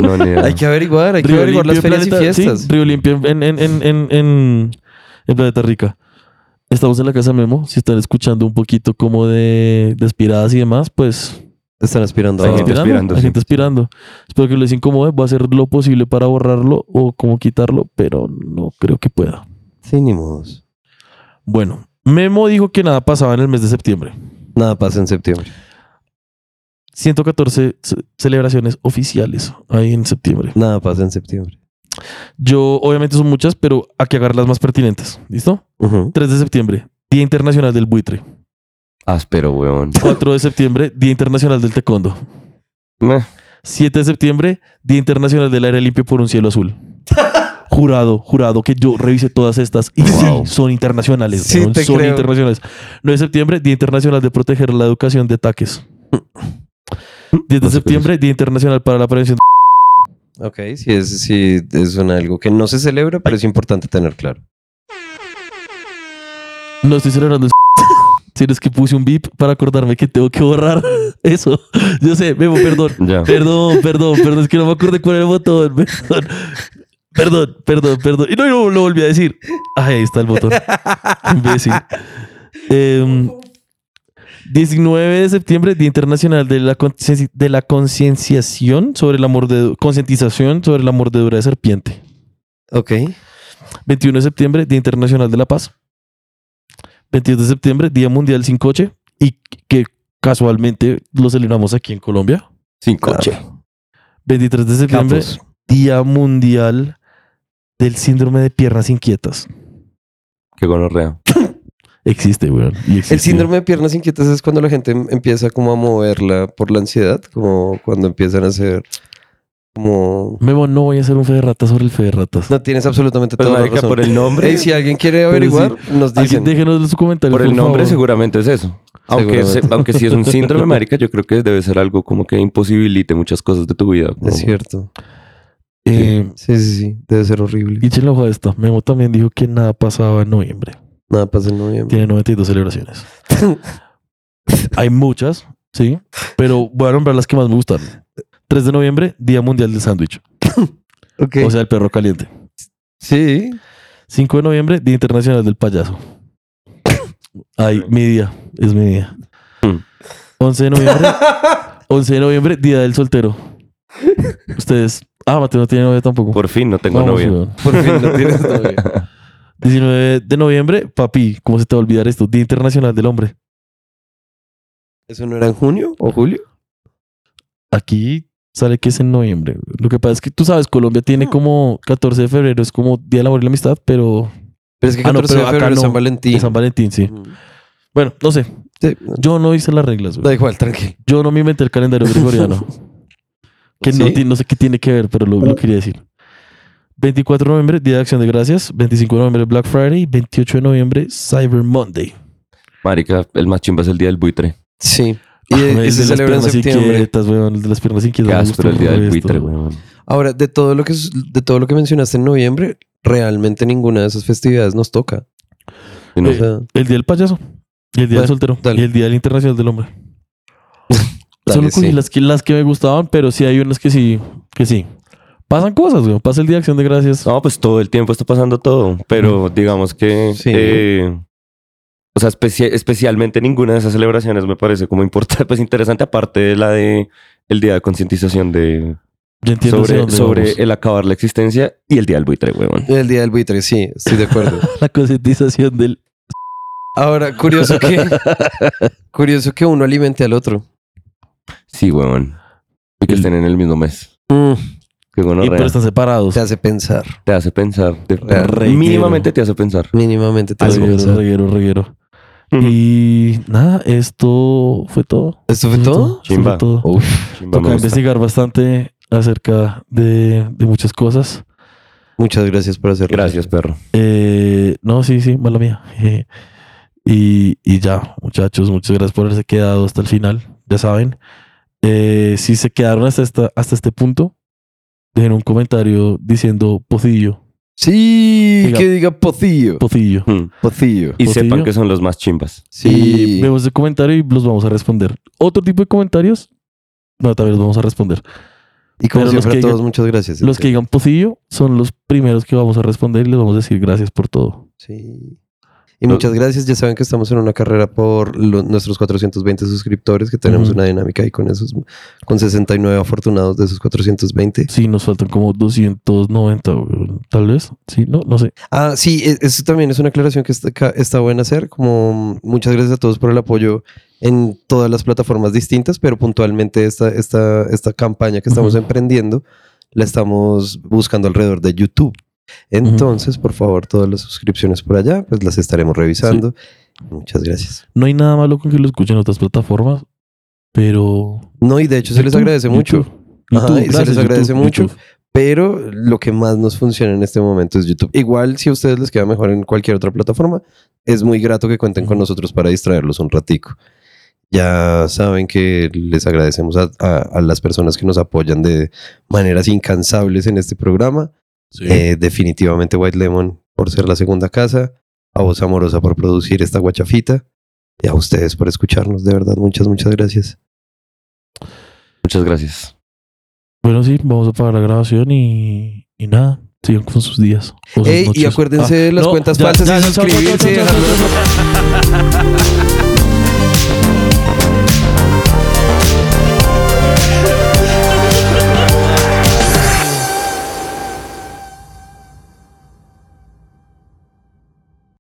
D: No, ni idea.
E: Hay que averiguar, hay que
C: Ah. Río
E: averiguar las
C: Limpio en
E: ferias y
C: Planeta- sí,
E: fiestas.
C: Río Limpio en, en, en, en, en- en Planeta Rica. Estamos en la casa Memo. Si están escuchando un poquito como de, de aspiradas y demás, pues
E: Están aspirando
C: están
E: a
D: gente
C: aspirando,
D: aspirando,
C: hay
D: sí.
C: gente aspirando. Espero que les incomode. Voy a hacer lo posible para borrarlo o como quitarlo, pero no creo que pueda.
E: Sí, ni modos.
C: Bueno, Memo dijo que nada pasaba en el mes de septiembre.
E: Nada pasa en septiembre.
C: 114 ce- celebraciones oficiales ahí en septiembre.
E: Nada pasa en septiembre.
C: Yo, obviamente son muchas, pero hay que agarrar las más pertinentes. ¿Listo?
E: Ujú.
C: 3 de septiembre, Día Internacional del Buitre.
D: Áspero, weón.
C: 4 de septiembre, Día Internacional del Taekwondo.
D: Meh.
C: 7 de septiembre, Día Internacional del Aire Limpio por un Cielo
E: [laughs]
C: Azul. Jurado, jurado, que yo revisé todas estas y
D: Wow.
C: sí, son internacionales.
E: Sí,
C: weón,
E: te
C: son
E: creo.
C: internacionales. 9 de septiembre, Día Internacional de Proteger la Educación de Ataques.
E: Mm.
C: 10 de
D: No sé qué es
C: septiembre, Día Internacional para la Prevención. de-
E: Ok, sí es, sí, es un algo que no se celebra, pero es importante tener claro.
C: No estoy celebrando el. [laughs] Si es que puse un beep para acordarme que tengo que borrar [laughs] eso. Yo sé, Memo, perdón.
D: Ya.
C: Perdón, perdón, perdón, es que no me acordé cuál era el botón. [laughs] Perdón, perdón, perdón. perdón. Y no, y no, lo volví a decir. Ay, ahí está el botón. Imbécil. Em, 19 de septiembre, Día Internacional de la, Conscienci- de la Concienciación sobre la morde- Concientización sobre la Mordedura de Serpiente.
E: Ok.
C: 21 de septiembre, Día Internacional de la Paz. 22 de septiembre, Día Mundial sin Coche. Y que casualmente lo celebramos aquí en Colombia.
D: Sin coche.
C: 23 23 de septiembre,
E: Capos.
C: Día Mundial del Síndrome de Piernas Inquietas.
D: Qué gonorrea.
C: Existe, weón. y
E: El
C: existió.
E: síndrome de piernas inquietas es cuando la gente em- empieza como a moverla por la ansiedad, como cuando empiezan a hacer como...
C: Memo, no voy a hacer un fe de ratas sobre el fe de ratas.
E: No tienes absolutamente
D: Pues,
E: toda la
D: marica,
E: razón.
D: por el nombre-
E: Ey, si alguien quiere
C: Pero
E: averiguar, nos
C: Alguien
E: dicen.
C: déjenos su comentario.
D: Por el
C: por
D: nombre
C: favor.
D: seguramente es eso. Aunque, se-
E: Seguramente.
D: aunque si
C: [laughs]
D: es un síndrome, marica, yo creo que debe ser algo como que imposibilite muchas cosas de tu vida. como-
E: Es cierto.
C: Eh,
E: Sí, sí, sí. Debe ser horrible.
C: y echen la ojo a esta. Memo también dijo que nada pasaba en noviembre.
E: Nada pasa en noviembre.
C: Tiene 92
D: [laughs]
C: celebraciones. Hay muchas, sí, pero voy a nombrar las que más me gustan. 3 de noviembre, Día Mundial del Sándwich,
E: Ok.
C: o sea, el perro caliente.
E: sí.
C: 5 de noviembre, Día Internacional del Payaso.
D: [coughs]
C: Ay, mi día, es mi día.
D: Mm.
C: 11 de
D: [laughs]
C: noviembre, 11 de noviembre, Día del Soltero. Ustedes, ah, Mateo no tiene novia tampoco.
D: Por fin no tengo
C: Vamos,
D: novia.
C: weón.
E: Por fin no
C: [laughs]
E: tienes novia.
C: 19 de noviembre, papi, ¿cómo se te va a olvidar esto? Día Internacional del Hombre.
E: ¿Eso no era en junio o julio?
C: Aquí sale que es en noviembre. Lo que pasa es que tú sabes, Colombia tiene como 14 de febrero, es como Día del Amor y la Amistad, pero
E: Pero es que
C: Ah, no,
E: 14
C: pero
E: de
C: acá
E: febrero es
C: no.
E: San Valentín.
C: es San Valentín, sí.
E: Ujú.
C: Bueno, no sé.
E: Sí, no,
C: Yo no hice las reglas, güey.
E: Da igual, tranqui.
C: Yo no me inventé el calendario gregoriano. que no,
E: ¿Sí?
C: ti- no sé qué tiene que ver, pero lo, lo quería decir. 24 de noviembre, Día de Acción de Gracias. 25 de noviembre, Black Friday. 28 de noviembre, Cyber Monday.
D: Marica, el más chimba es el día del buitre.
E: Sí. Y,
C: Ah,
E: y
C: el de
E: se
C: las
E: celebra en
C: piernas
E: septiembre.
C: inquietas, weón, el de las piernas
D: Qué
C: inquietas. me gustó
D: áspero el día del
C: resto.
D: buitre, weón.
E: Ahora, de todo lo que es- de todo lo que mencionaste en noviembre, realmente ninguna de esas festividades nos toca.
D: Si no-
E: O sea,
C: El día del payaso. Y el día
E: Bueno,
C: del soltero.
E: dale.
C: Y el día del internacional del hombre. Solo [laughs]
E: dale,
C: cogí
E: sí.
C: las, que, las que me gustaban, pero sí hay unas que sí, que sí. Pasan cosas, weón. Pasa el día de acción de gracias.
E: Ah,
D: No, pues todo el tiempo está pasando todo, pero digamos que...
E: Sí.
D: eh, o sea, especi- especialmente ninguna de esas celebraciones me parece como importante, [laughs] pues interesante, aparte de la de el día de concientización de
C: Yo entiendo hacia
D: sobre,
C: dónde
D: sobre
C: vamos.
D: el acabar la existencia y el día del buitre, huevón.
E: El día del buitre, sí, estoy
C: [laughs]
E: de acuerdo.
C: [laughs] la concientización del.
E: Ahora, curioso que
C: [laughs]
E: curioso que uno alimente al otro.
D: Sí, huevón. Y que estén en el mismo mes. Que bueno,
C: Mm. y pero están separados.
E: Te hace pensar,
D: te hace pensar. te-
C: Reguero.
D: mínimamente te hace pensar.
E: mínimamente te hace
C: reguero,
E: pensar.
C: reguero, reguero.
D: Ujú.
C: Y nada, esto fue todo.
E: ¿Esto fue todo?
C: Esto fue
D: Chimba.
C: todo.
D: Chimba,
C: Toca
D: me gusta.
C: investigar bastante acerca de, de muchas cosas.
E: Muchas gracias por hacerlo.
D: Gracias, perro.
C: Eh, no, sí, sí, mala mía. [laughs] Jeje. Y, y ya, muchachos, muchas gracias por haberse quedado hasta el final. Ya saben, eh, si se quedaron hasta, esta, hasta este punto, dejen un comentario diciendo pocillo,
E: Sí,
C: Diga-
E: que diga pocillo.
C: pocillo.
D: Mm.
E: Pocillo.
D: Y
C: Pocillo.
D: sepan que son los más chimbas.
E: Sí.
C: Y vemos el comentario y los vamos a responder. Otro tipo de comentarios, no, también los vamos a responder.
E: Y como
C: Pero los
E: siempre a
C: que
E: todos, muchas gracias.
C: Los que digan pocillo son los primeros que vamos a responder y les vamos a decir gracias por todo.
E: Sí. Y muchas gracias. Ya saben que estamos en una carrera por lo- nuestros 420 suscriptores, que tenemos
C: Ujú.
E: una dinámica ahí con esos, con 69 afortunados de esos 420.
C: Sí, nos faltan como 290, weón, tal vez. Sí, no, no sé.
E: Ah, sí, e- eso también es una aclaración que está, ca- está buena hacer. Como mm, muchas gracias a todos por el apoyo en todas las plataformas distintas, pero puntualmente esta, esta, esta campaña que estamos
C: Ujú.
E: emprendiendo la estamos buscando alrededor de YouTube. Entonces, por favor, todas las suscripciones por allá, pues las estaremos revisando. Muchas gracias.
C: No hay nada malo con que lo escuchen en otras plataformas, pero.
E: No, y de hecho se les
C: YouTube,
E: agradece mucho,
C: YouTube. YouTube,
E: Ajá, y se
C: gracias,
E: les agradece
C: YouTube,
E: mucho.
C: YouTube.
E: pero lo que más nos funciona en este momento es YouTube. Igual si a ustedes les queda mejor en cualquier otra plataforma, es muy grato que cuenten con nosotros para distraerlos un ratico. Ya saben que les agradecemos a, a- a las personas que nos apoyan de maneras incansables en este programa. Eh, definitivamente White Lemon por ser la segunda casa, a Voz Amorosa por producir esta guachafita y a ustedes por escucharnos. De verdad, muchas, muchas gracias.
D: Muchas gracias.
C: Bueno, sí, vamos a pagar la grabación y, y nada. Sigan con sus días. o sus
E: Ey, y
C: noches.
E: acuérdense de las cuentas falsas y
C: chao, chao, chao,
E: suscribirse y
C: chao, chao,
E: dejarnos-
C: chao, chao.